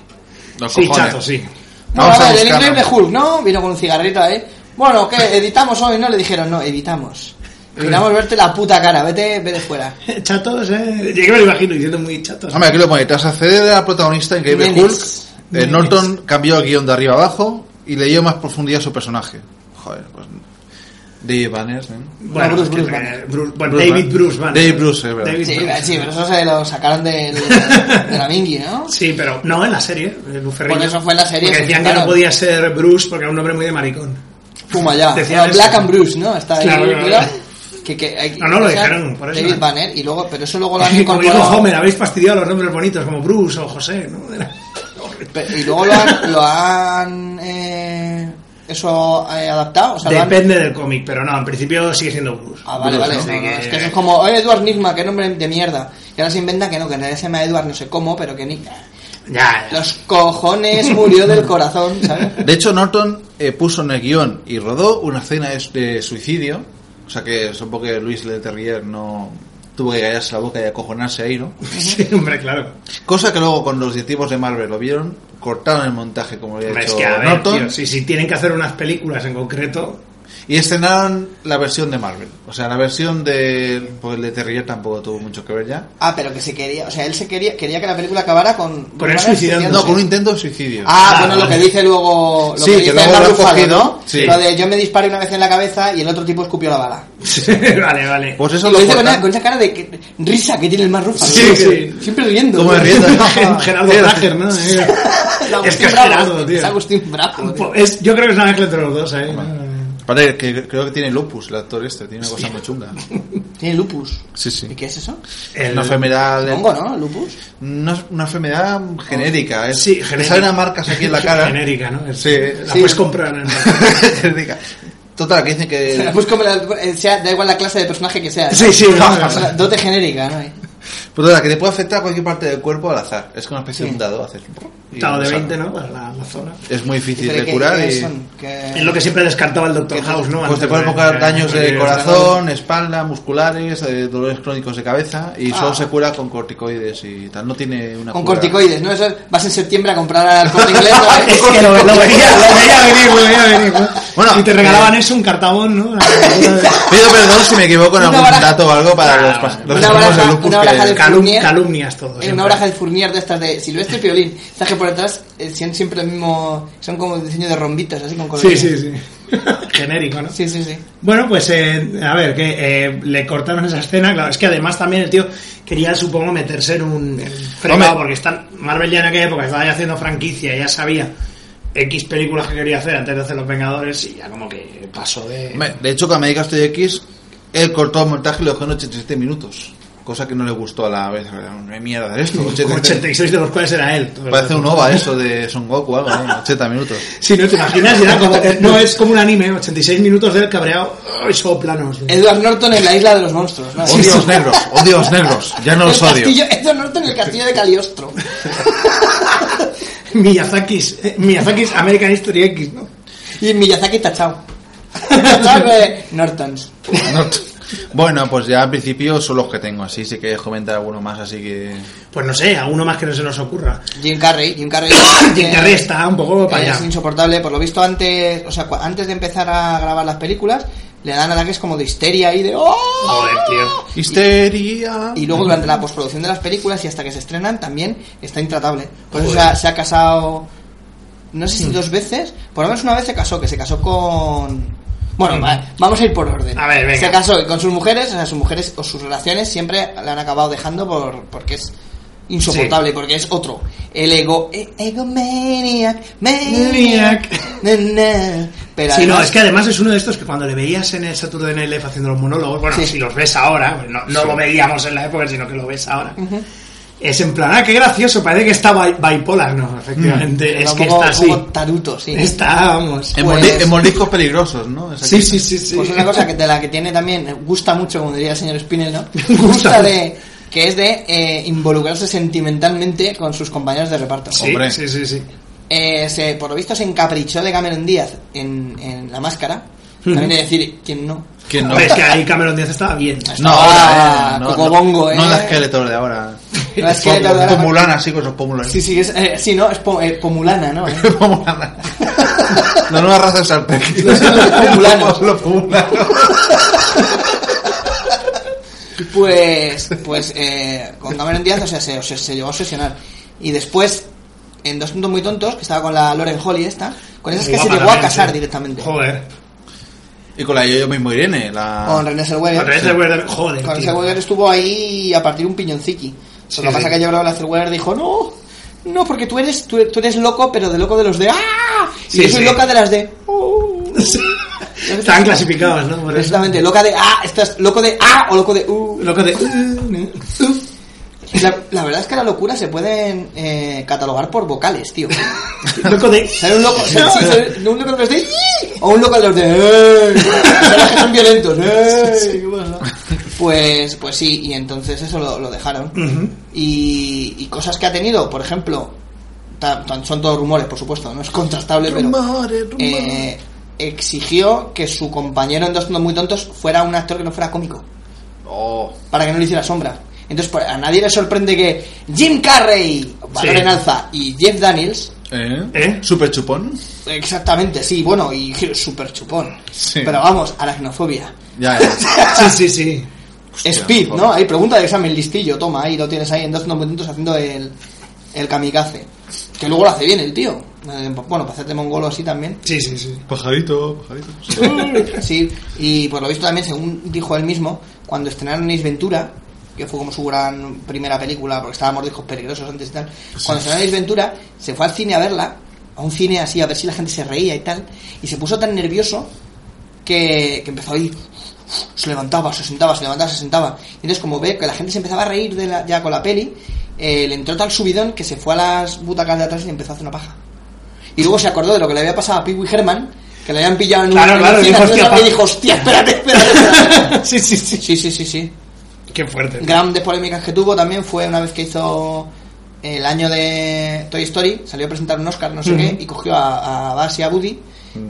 F: Los
E: sí,
F: cojones.
E: chato, sí.
G: No,
F: Vamos a
G: vale, el
F: buscarlo.
G: increíble Hulk, ¿no? Vino con un cigarrito ahí. Bueno, ¿qué? ¿Editamos hoy? No le dijeron, no, editamos. Evitamos verte la puta cara, vete, vete fuera.
E: Chatos, eh. Yo que me lo imagino diciendo muy chatos.
F: Hombre, aquí lo pone. Tras acceder a la protagonista Increíble Hulk,
G: Menes.
F: eh, Norton cambió el guión de arriba abajo y le dio más profundidad a su personaje. Joder, pues. Dave Banners, ¿eh?
E: Bueno,
G: Bruce,
E: es que-
G: Bruce Banner.
E: Bru- bueno,
F: Bruce
E: David
F: Banner.
E: Bruce Banner.
F: David Bruce, es verdad.
E: David
G: Sí,
E: Bruce.
G: sí, pero eso se lo sacaron del, de la Mingy, ¿no?
E: Sí, pero no en la serie. eh, Luferriño.
G: Bueno, eso fue en la serie,
E: Porque
G: pues,
E: decían que
G: claro.
E: no podía ser Bruce porque era un nombre muy de maricón.
G: Fuma ya.
E: Decían
G: No, Black
E: eso.
G: and Bruce, ¿no? Está ahí,
E: Claro, claro,
G: cuidado.
E: claro.
G: Que, que hay-
E: No, no, lo
G: o sea,
E: dejaron, por eso.
G: David Banner, y luego, pero eso luego lo han
E: Como dijo
G: incorporado.
E: Homer, habéis fastidiado los nombres bonitos como Bruce o José, ¿no?
G: pe- Y luego lo han. Lo han eh, eso eh, adaptado. O sea, lo han-
E: Depende del cómic, pero no, en principio sigue siendo Bruce.
G: Ah, vale, vale.
E: Bruce, ¿no?
G: no, no,
E: Sí,
G: es
E: que-
G: que eso es como. "Eh, Edward Nigma, qué nombre de mierda. Y ahora se inventa que no, que nadie se llama Edward, no sé cómo, pero que ni.
E: Ya, ya.
G: Los cojones murió del corazón, ¿sabes?
F: De hecho, Norton eh, puso en el guión y rodó una escena de, de suicidio. O sea que supongo que Luis Le Terrier no tuvo que callarse la boca y acojonarse ahí, ¿no?
E: Sí, hombre, claro.
F: Cosa que luego con los directivos de Marvel lo vieron, cortaron el montaje como había
E: Hombre,
F: hecho
E: es que a ver,
F: Norton
E: tío, si, si tienen que hacer unas películas en concreto,
F: y estrenaron la versión de Marvel. O sea, la versión de pues, Le Terrier tampoco tuvo mucho que ver ya.
G: Ah, pero que se quería. O sea, él se quería, quería que la película acabara con.
E: él
G: Banner
E: suicidándose.
F: No, con un intento de suicidio.
G: Ah,
E: Ah,
G: bueno, lo
E: vale.
G: que dice luego. Lo
F: Sí, que
G: dice
F: luego
G: Mark
F: lo han
G: Ruffalo,
F: cogido,
G: ¿no?
F: sí.
G: Lo de yo me disparé una vez en la cabeza y el otro tipo escupió la bala.
E: vale, vale.
F: Pues eso
G: Y
F: lo
G: lo dice con,
F: cortaron.
G: esa- con esa cara de que- risa que tiene el más Ruffalo.
E: Sí,
G: ¿no?
E: sí.
G: Siempre riendo.
F: Como
G: ¿no?
F: de riendo, ¿no?
E: Gerardo
F: Sí, era-
E: Trager, ¿no? Eh,
G: Es Agustín
E: Es que es
G: Bravo,
E: Gerardo, tío.
G: Es Agustín Bravo.
E: po-
G: tío.
E: Pues, es- yo creo que es una mezcla entre los dos,
F: Ah.
E: ¿eh?
F: Vale, que creo que tiene lupus el actor este, tiene una cosa muy chunga.
G: Tiene lupus.
F: Sí, sí.
G: ¿Y qué es eso?
E: El-
F: Una enfermedad. de-
G: Hongo, ¿no? Lupus.
F: No es una enfermedad genérica. Es,
E: Sí,
F: te
E: genérica.
F: salen las marcas aquí en la cara.
E: Genérica, ¿no? Es-
F: Sí,
E: La
F: sí.
E: puedes comprar en...
F: genérica. Total, que dicen que.
G: Pues como la- eh, sea, da igual la clase de personaje que sea. ¿no?
E: Sí, sí, no,
G: O sea, dote genérica, ¿no?
F: Pues total, que te puede afectar a cualquier parte del cuerpo al azar. Es como una especie de
G: Sí.
F: un dado. Haces. y
E: Estado de
F: sale.
E: 20, ¿no? Pues La, la zona.
F: Es muy difícil
G: Pero
F: de
G: que-
F: curar
G: que
F: y.
G: son, que-
E: Es lo que siempre descartaba el Dr. House, ¿no?
F: Pues te
E: Antes
F: puede
E: de-
F: provocar
E: de-
F: daños
E: de-
F: de corazón, espalda, musculares, eh, dolores crónicos de cabeza y solo
G: Ah.
F: se cura con corticoides y tal. No tiene una
G: Con
F: cura.
G: corticoides, ¿no? Eso es- vas en septiembre a comprar al corte inglés. ¿no?
E: Es que lo, lo veía, lo veía venir, lo veía venir. ¿no?
F: Bueno, eh,
E: y te regalaban eso, un cartabón, ¿no?
F: Pido perdón si me equivoco en
G: Una
F: algún
G: baraja-
F: dato o algo para
E: Claro.
F: los, pas- los
G: Una
F: enfermos
G: baraja-
F: de lupus
G: una baraja
F: que-
G: de
E: Ah, Calum-
G: Furnier.
E: calumnias todo.
G: En
E: siempre.
G: una baraja de Fournier de estas de Silvestre y Piolín. Estas que por detrás eh, son siempre el mismo. Son como el diseño de rombitos, así con
E: Sí,
G: colores.
E: sí, sí. Genérico, ¿no?
G: Sí, sí, sí.
E: Bueno, pues eh, a ver, que eh, le cortaron esa escena. Claro, es que además también el tío quería, supongo, meterse en un en fregado,
F: Hombre.
E: porque están, Marvel ya en aquella época estaba ya haciendo franquicia, ya sabía X películas que quería hacer antes de hacer Los Vengadores y ya como que pasó de.
F: Hombre, De hecho, con América Estoy X, él cortó el montaje y lo dejó en 87 minutos. Cosa que no le gustó a la vez. ¿Qué mierda es esto? 87.
E: 86 de los cuales era él. todo el
F: Parece
E: rato.
F: un OVA eso de Son Goku o algo, ¿no? 80 minutos.
E: Si no te imaginas, era como, eh, no es como un anime, 86 minutos del cabreado, ay, solo planos.
G: Edward Norton en la isla de los monstruos.
E: Oh,
G: ¿no?
F: Odios negros, odios negros. Ya no los
G: El
F: odio.
G: castillo- Edward Norton en el castillo de Caliostro.
E: Miyazaki's, eh, Miyazaki's American History X, ¿no?
G: Y Miyazaki tachao. Tachao de Nortons.
F: No t- Bueno, pues ya al principio son los que tengo. Así si queréis comentar alguno más, así que.
E: Pues no sé, alguno más que no se nos ocurra.
G: Jim Carrey. Jim Carrey.
E: Jim Carrey está un poco para
G: es
E: allá.
G: insoportable. Por lo visto, antes, o sea, cua- antes de empezar a grabar las películas, le dan ataques como de histeria y de ¡Oh!
E: Joder, tío.
F: Histeria.
G: Y luego durante la postproducción de las películas y hasta que se estrenan también está intratable. Por eso se ha, se ha casado, no sé si
E: Mm.
G: dos veces, por lo menos una vez se casó, que se casó con... Bueno, va- vamos a ir por orden.
E: Mm. A ver, venga.
G: Se casó con sus mujeres, o sea, sus mujeres o sus relaciones siempre le han acabado dejando por, porque es insoportable, porque es otro. El ego... e- Ego maniac, maniac. na, na. Pero
E: Sí, no,
G: además-
E: es que además es uno de estos que cuando le veías en el Saturday Night Live haciendo los monólogos, bueno,
G: Sí.
E: si los ves ahora, pues no, no lo veíamos en la época, sino que lo ves ahora. Es en plan, ah, qué gracioso, parece que está bi- bipolar, ¿no? Efectivamente,
G: era
E: es
G: un
E: que
G: poco-
E: está
G: un
E: así.
G: poco taruto, sí.
E: Está, vamos.
F: En,
G: Pues-
F: moldi- en moldiscos peligrosos, ¿no? Esa
E: Sí,
F: que-
E: sí, sí, sí.
G: Pues una cosa que de la que tiene también, eh, gusta mucho, como diría el señor Spinell, ¿no?
E: Gusta.
G: Gusta de que es de eh, involucrarse sentimentalmente con sus compañeros de reparto.
E: Sí,
F: Hombre.
E: sí, sí, sí.
G: Eh, se- por lo visto se encaprichó de Cameron Díaz en, en La Máscara. También he de decir, ¿quién no?
F: Que no.
E: Hombre, es que ahí Cameron Díaz estaba bien.
F: No,
G: Ah,
F: ahora, eh, no,
G: Coco
F: no,
G: Bongo, eh.
F: No las esqueletos de ahora.
G: No las Skeletor de ahora.
F: Pomulana, sí, con esos pómulos.
G: Sí, sí, es, eh, sí, ¿no? Es po- eh, Pomulana, ¿no? Eh,
F: Pomulana. La nueva raza de Sarpec.
G: Los pomulanos.
F: Los pomulanos.
G: Pues, pues eh, con Cameron Díaz, o sea, se, se, se llegó a obsesionar. Y después, en dos puntos muy tontos, que estaba con la Lauren Holly esta, con esas que
E: Guapa
G: se llegó a
E: también,
G: casar
E: sí.
G: directamente.
E: Joder.
F: Y con la yo, yo mismo Irene. La...
G: Con René
E: A través
G: Zellweger.
E: de Werder- Joder.
G: Eh, Con
E: tío.
G: Zellweger estuvo ahí a partir un piñonciki. Pues
E: Sí,
G: lo que pasa
E: sí.
G: que yo creo que la Zellweger dijo, no, no, porque tú eres, tú, tú eres loco, pero de loco de los de ¡ah! Y
E: Sí,
G: yo soy
E: sí.
G: loca de las de "Oh".
E: Estaban clasificados, ¿no? Por eso.
G: Precisamente, loca de ¡ah! Estás loco de ¡ah! o loco de "uh".
E: Loco de.
G: La, la verdad es que la locura se pueden eh, catalogar por vocales, tío.
E: Loco de.
G: Ser un loco, ser- ser- ser un loco de los de "Ii", o un loco de los de "Ey". Son los que son violentos. "Ey, ¿qué pasa?". Pues, pues sí, y entonces eso lo, lo dejaron. y, y cosas que ha tenido, por ejemplo, ta- tan- son todos rumores, por supuesto, no es contrastable, pero eh, exigió que su compañero en Dos Tontos Muy Tontos fuera un actor que no fuera cómico
F: Oh.
G: para que no le hiciera sombra. Entonces por- a nadie le sorprende que Jim Carrey, valor
E: Sí.
G: en alza, y Jeff Daniels,
F: ¿Eh?
E: ¿Eh?
F: Super chupón.
G: exactamente, sí, bueno, y super chupón.
F: Sí.
G: Pero vamos, aracnofobia.
F: Ya, ya.
E: Sí, sí, sí.
F: Hostia,
G: Speed,
F: joder.
G: ¿no? Ahí pregunta de examen listillo, toma, ahí lo tienes ahí en dos momentos haciendo el, el kamikaze. Que luego lo hace bien el tío. Eh, Bueno, para hacerte mongolo así también.
E: Sí, sí, sí.
F: Pajarito, pajarito.
G: Sí, y por lo visto también, según dijo él mismo, cuando estrenaron Ace Ventura, que fue como su gran primera película, porque estábamos discos peligrosos antes y tal, cuando estrenaron Ace Ventura, se fue al cine a verla, a un cine así, a ver si la gente se reía y tal, y se puso tan nervioso que, que empezó a ir, se levantaba, se sentaba, se levantaba, se sentaba. Y entonces, como ve que la gente se empezaba a reír de la- ya con la peli, eh, le entró tal subidón que se fue a las butacas de atrás y le empezó a hacer una paja. Y luego se acordó de lo que le había pasado a Pee Wee Herman, que le habían pillado en
E: Claro,
G: una
E: claro,
G: en una
E: dijo,
G: fiesta
E: "Hostia,
G: y
E: pa-".
G: dijo, hostia, espérate, espérate. espérate".
E: Sí, sí, sí.
G: sí, sí, sí, sí.
E: Qué fuerte.
G: Grandes polémicas que tuvo también fue una vez que hizo eh, el año de Toy Story, salió a presentar un Oscar, no sé qué, y cogió a, a Buzz y a Woody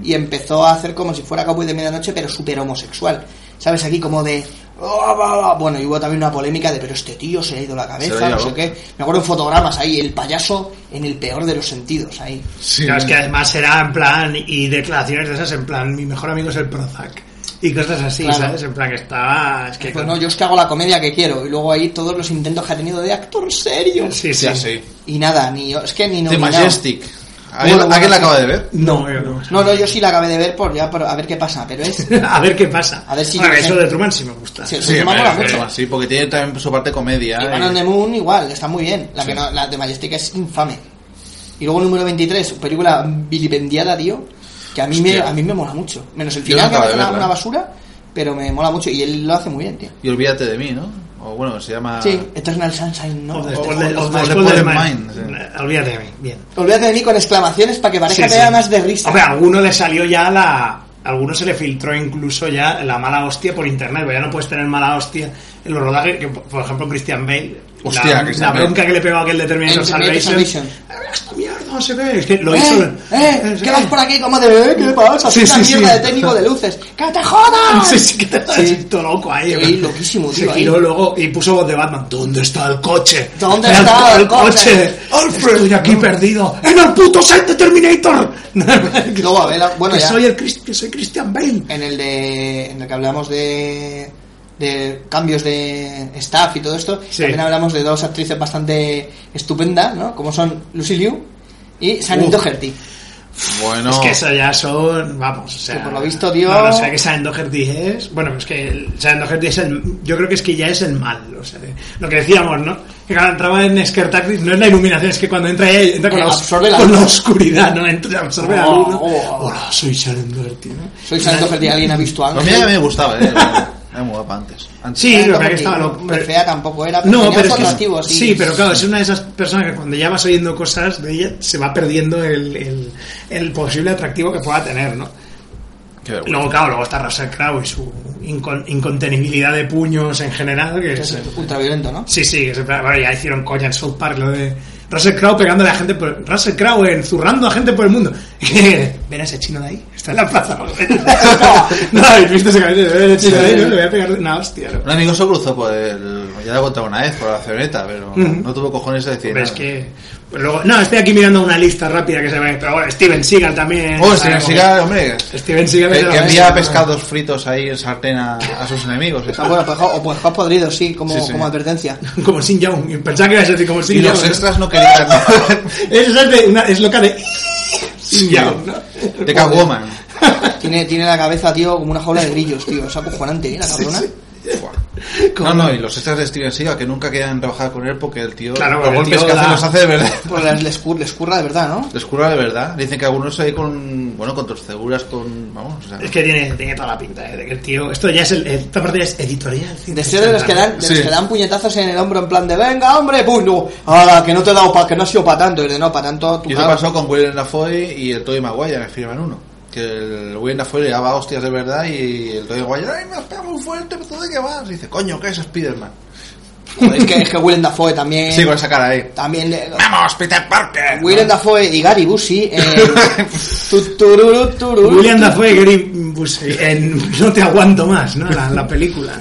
G: y empezó a hacer como si fuera Cowboy de Medianoche, pero súper homosexual. ¿Sabes? Aquí como de... "Oh, va, va". Bueno, y hubo también una polémica de, pero este tío se le ha ido la
F: Se lo
G: cabeza,
F: llevó.
G: no sé qué. Me acuerdo en fotogramas ahí, el payaso en el peor de los sentidos, ahí.
F: Sí.
E: Claro, es que además era en plan. Y declaraciones de esas en plan. Mi mejor amigo es el Prozac. Y cosas así,
G: Claro.
E: ¿sabes? En plan que estaba. Es que.
G: Pues no, yo es que hago la comedia que quiero. Y luego ahí todos los intentos que ha tenido de actor serio.
E: Sí, sí.
F: Ya sé.
G: Y nada, ni es que ni
F: The
G: nominado.
F: Majestic. ¿Alguien,
G: Bueno, bueno,
F: alguien la
G: sí.
F: acaba de ver?
E: No, yo no.
G: No, no, yo sí la acabé de ver por ya por- a ver qué pasa, pero es
E: A ver qué pasa.
G: A ver si
E: Bueno,
G: yo-
E: eso de Truman sí me gusta.
G: Sí,
F: Sí,
G: Se llama
F: me-
G: Mola
F: me-
G: mucho.
F: sí, porque tiene también su parte comedia.
G: Y
F: eh.
G: Man on the Moon igual, está muy bien. La que no- la de Majestic es infame. Y luego número 23, película vilipendiada, tío, que a mí me
F: Hostia.
G: a mí me mola mucho, menos el
F: Yo no
G: final que
F: acabo
G: es
F: de
G: una,
F: verla.
G: una basura, pero me mola mucho y él lo hace muy bien, tío.
F: Y olvídate de mí, ¿no? O bueno, se
E: Ah.
F: llama.
G: Sí, Eternal Sunshine, ¿no?
E: Of the-
G: Este
E: of
G: juego
E: the-
G: de-
E: of the
F: of the
E: Spoiled
F: Spoiled
E: Mind.
F: Mind,
E: Olvídate de mí. Bien.
G: Olvídate de mí con exclamaciones para que
E: Sí,
G: parezca que
E: sí.
G: haya más de risa.
E: Hombre, a alguno le salió ya la. a Alguno se le filtró incluso ya la mala hostia por internet, porque ya no puedes tener mala hostia en los rodajes, que por por ejemplo Christian Bale
F: Hostia,
E: la,
F: que se
E: la
F: ve.
E: bronca que le pegó a aquel de Terminator
G: En Terminator
E: Salvation.
G: Salvation.
E: "Ah, Esta mierda no se ve. Es que lo hizo.
G: ¡Eh! ¡Eh! ¿Qué vas por aquí, comadre? ¿Eh? ¿Qué le pasa?
E: Sí,
G: Sí,
E: sí, sí.
G: mierda de técnico de luces. ¡Que te jodas!
E: Sí, sí, que te
G: Sí.
E: todo loco ahí. eh.
G: Sí, loquísimo, tío,
E: Se
G: ahí.
E: giró luego y puso voz de Batman. ¿Dónde está el coche?
G: ¿Dónde está el coche?
E: Alfred, estoy aquí perdido. ¡En el puto set de Terminator!
G: Luego, a ver, bueno,
E: que,
G: ya. Eh,
E: soy el, Chris- que soy Christian Bale.
G: En el de. En el que hablamos de. de cambios de staff y todo esto.
E: Sí.
G: También hablamos de dos actrices bastante estupendas, ¿no? Como son Lucy Liu y Sanito
F: Uf.
G: Gertie.
F: Bueno,
E: Es que eso ya son, vamos, o sea,
G: Que por lo visto, tío-
E: No, no, o sea, que Sam Doherty es... Bueno, es que el- Sam Doherty es el... Yo creo que es que ya es el mal, o sea, de- lo que decíamos, ¿no? Que cuando entraba en Skertakris no es la iluminación, es que cuando entra ella entra con,
G: Eh,
E: la, os-
G: absorbe la
E: con
G: luz.
E: oscuridad, ¿no? Entra, absorbe la
G: Oh,
E: luz, ¿no?
G: oh, oh.
E: Hola, soy Sam Doherty, ¿no?
G: Soy Sanito Gertie, ¿alguien ha visto algo?
F: a mí ya me gustaba, eh. Era muy guapa antes. Antes.
E: Sí, lo que
G: Gertie,
E: estaba loco,
G: hombre,
E: pero-
G: fea tampoco era, pero
E: No,
G: tenía
E: pero es
G: otro
E: que,
G: atractivo, así.
E: sí, pero claro, es una de esas personas que cuando ya vas oyendo cosas de ella se va perdiendo el, el, el posible atractivo que pueda tener, ¿no?
F: Qué vergüenza.
E: Luego, claro, luego está Russell Crowe y su incon- incontenibilidad de puños en general. Que
G: Que
E: es,
G: es ultraviolento, ¿no?
E: sí, sí, que se, bueno, ya hicieron coña en South Park lo de Russell Crowe pegándole a gente por. Russell Crowe enzurrando a gente por el mundo. ¿Ven a ese chino de ahí? Está en la plaza. no, habéis visto ese cabello. ¿Ven a ese chino de ahí? No, le voy a pegar una hostia. ¿no?
F: Un amigo se cruzó por el. Ya lo he contado una vez, por la avioneta, pero no tuvo cojones de decir.
E: Pero es
F: nada.
E: que. pues luego, no, estoy aquí mirando una lista rápida que se ve. Pero bueno, Steven Seagal también.
F: Oh, Steven
E: sabemos.
F: Seagal, hombre.
E: Steven Seagal es
F: Eh, Que,
E: de
F: que
E: la
F: envía
E: bestia, ¿no?
F: pescados fritos ahí en sartén a, a sus enemigos.
G: Ah, bueno, pues, o pues has podrido, sí, como,
F: Sí, sí.
G: como advertencia.
E: Como Sin Young. Pensaba que ibas a decir como Sin
F: y los
E: Young, ¿no?
F: extras no querían.
E: Es, es, de una, es loca de. Ya, ¿no?
F: de Catwoman.
G: Tiene, tiene la cabeza, tío, como una jaula de grillos, tío. Es acojonante, ¿eh? La cabrona.
F: Buah. No, no, y los extras de Steven Seagal que nunca querían trabajar con él porque el tío.
E: Claro,
F: los
E: porque el
F: golpes
E: tío
F: que hace
E: da-
F: los hace de verdad.
G: Pues le, le escur- le escurra de verdad, ¿no?
F: Les cura de verdad. Dicen que algunos ahí con. Bueno, con torceduras, con. Vamos, o sea.
E: Es que tiene, tiene toda la pinta, ¿eh? De que el tío. Esto ya es. El, esta parte ya es editorial.
G: De ser de los que dan, de los
F: Sí.
G: que dan puñetazos en el hombro en plan de venga, hombre, puño no, ahora que no te he dado pa, que no ha sido para tanto, y de no, para tanto, tú
F: Y eso
G: claro.
F: pasó con William Dafoe y el Tobey Maguire, que firman uno. Que el William Dafoe le daba hostias de verdad y el Tobey Maguire, ¡ay, me has pegado muy fuerte! ¿Pero tú de qué vas? Y dice, coño, ¿qué es Spiderman?
G: Joder, es que es que Willem Dafoe también.
F: Sí, pues. con esa cara ahí.
G: También le-
F: ¡Vamos, Peter Parker!
G: Willem Dafoe y Gary Busey en tu- tururú, tururú.
E: William Dafoe y Gary Busey en No te aguanto más, ¿no? La, la película.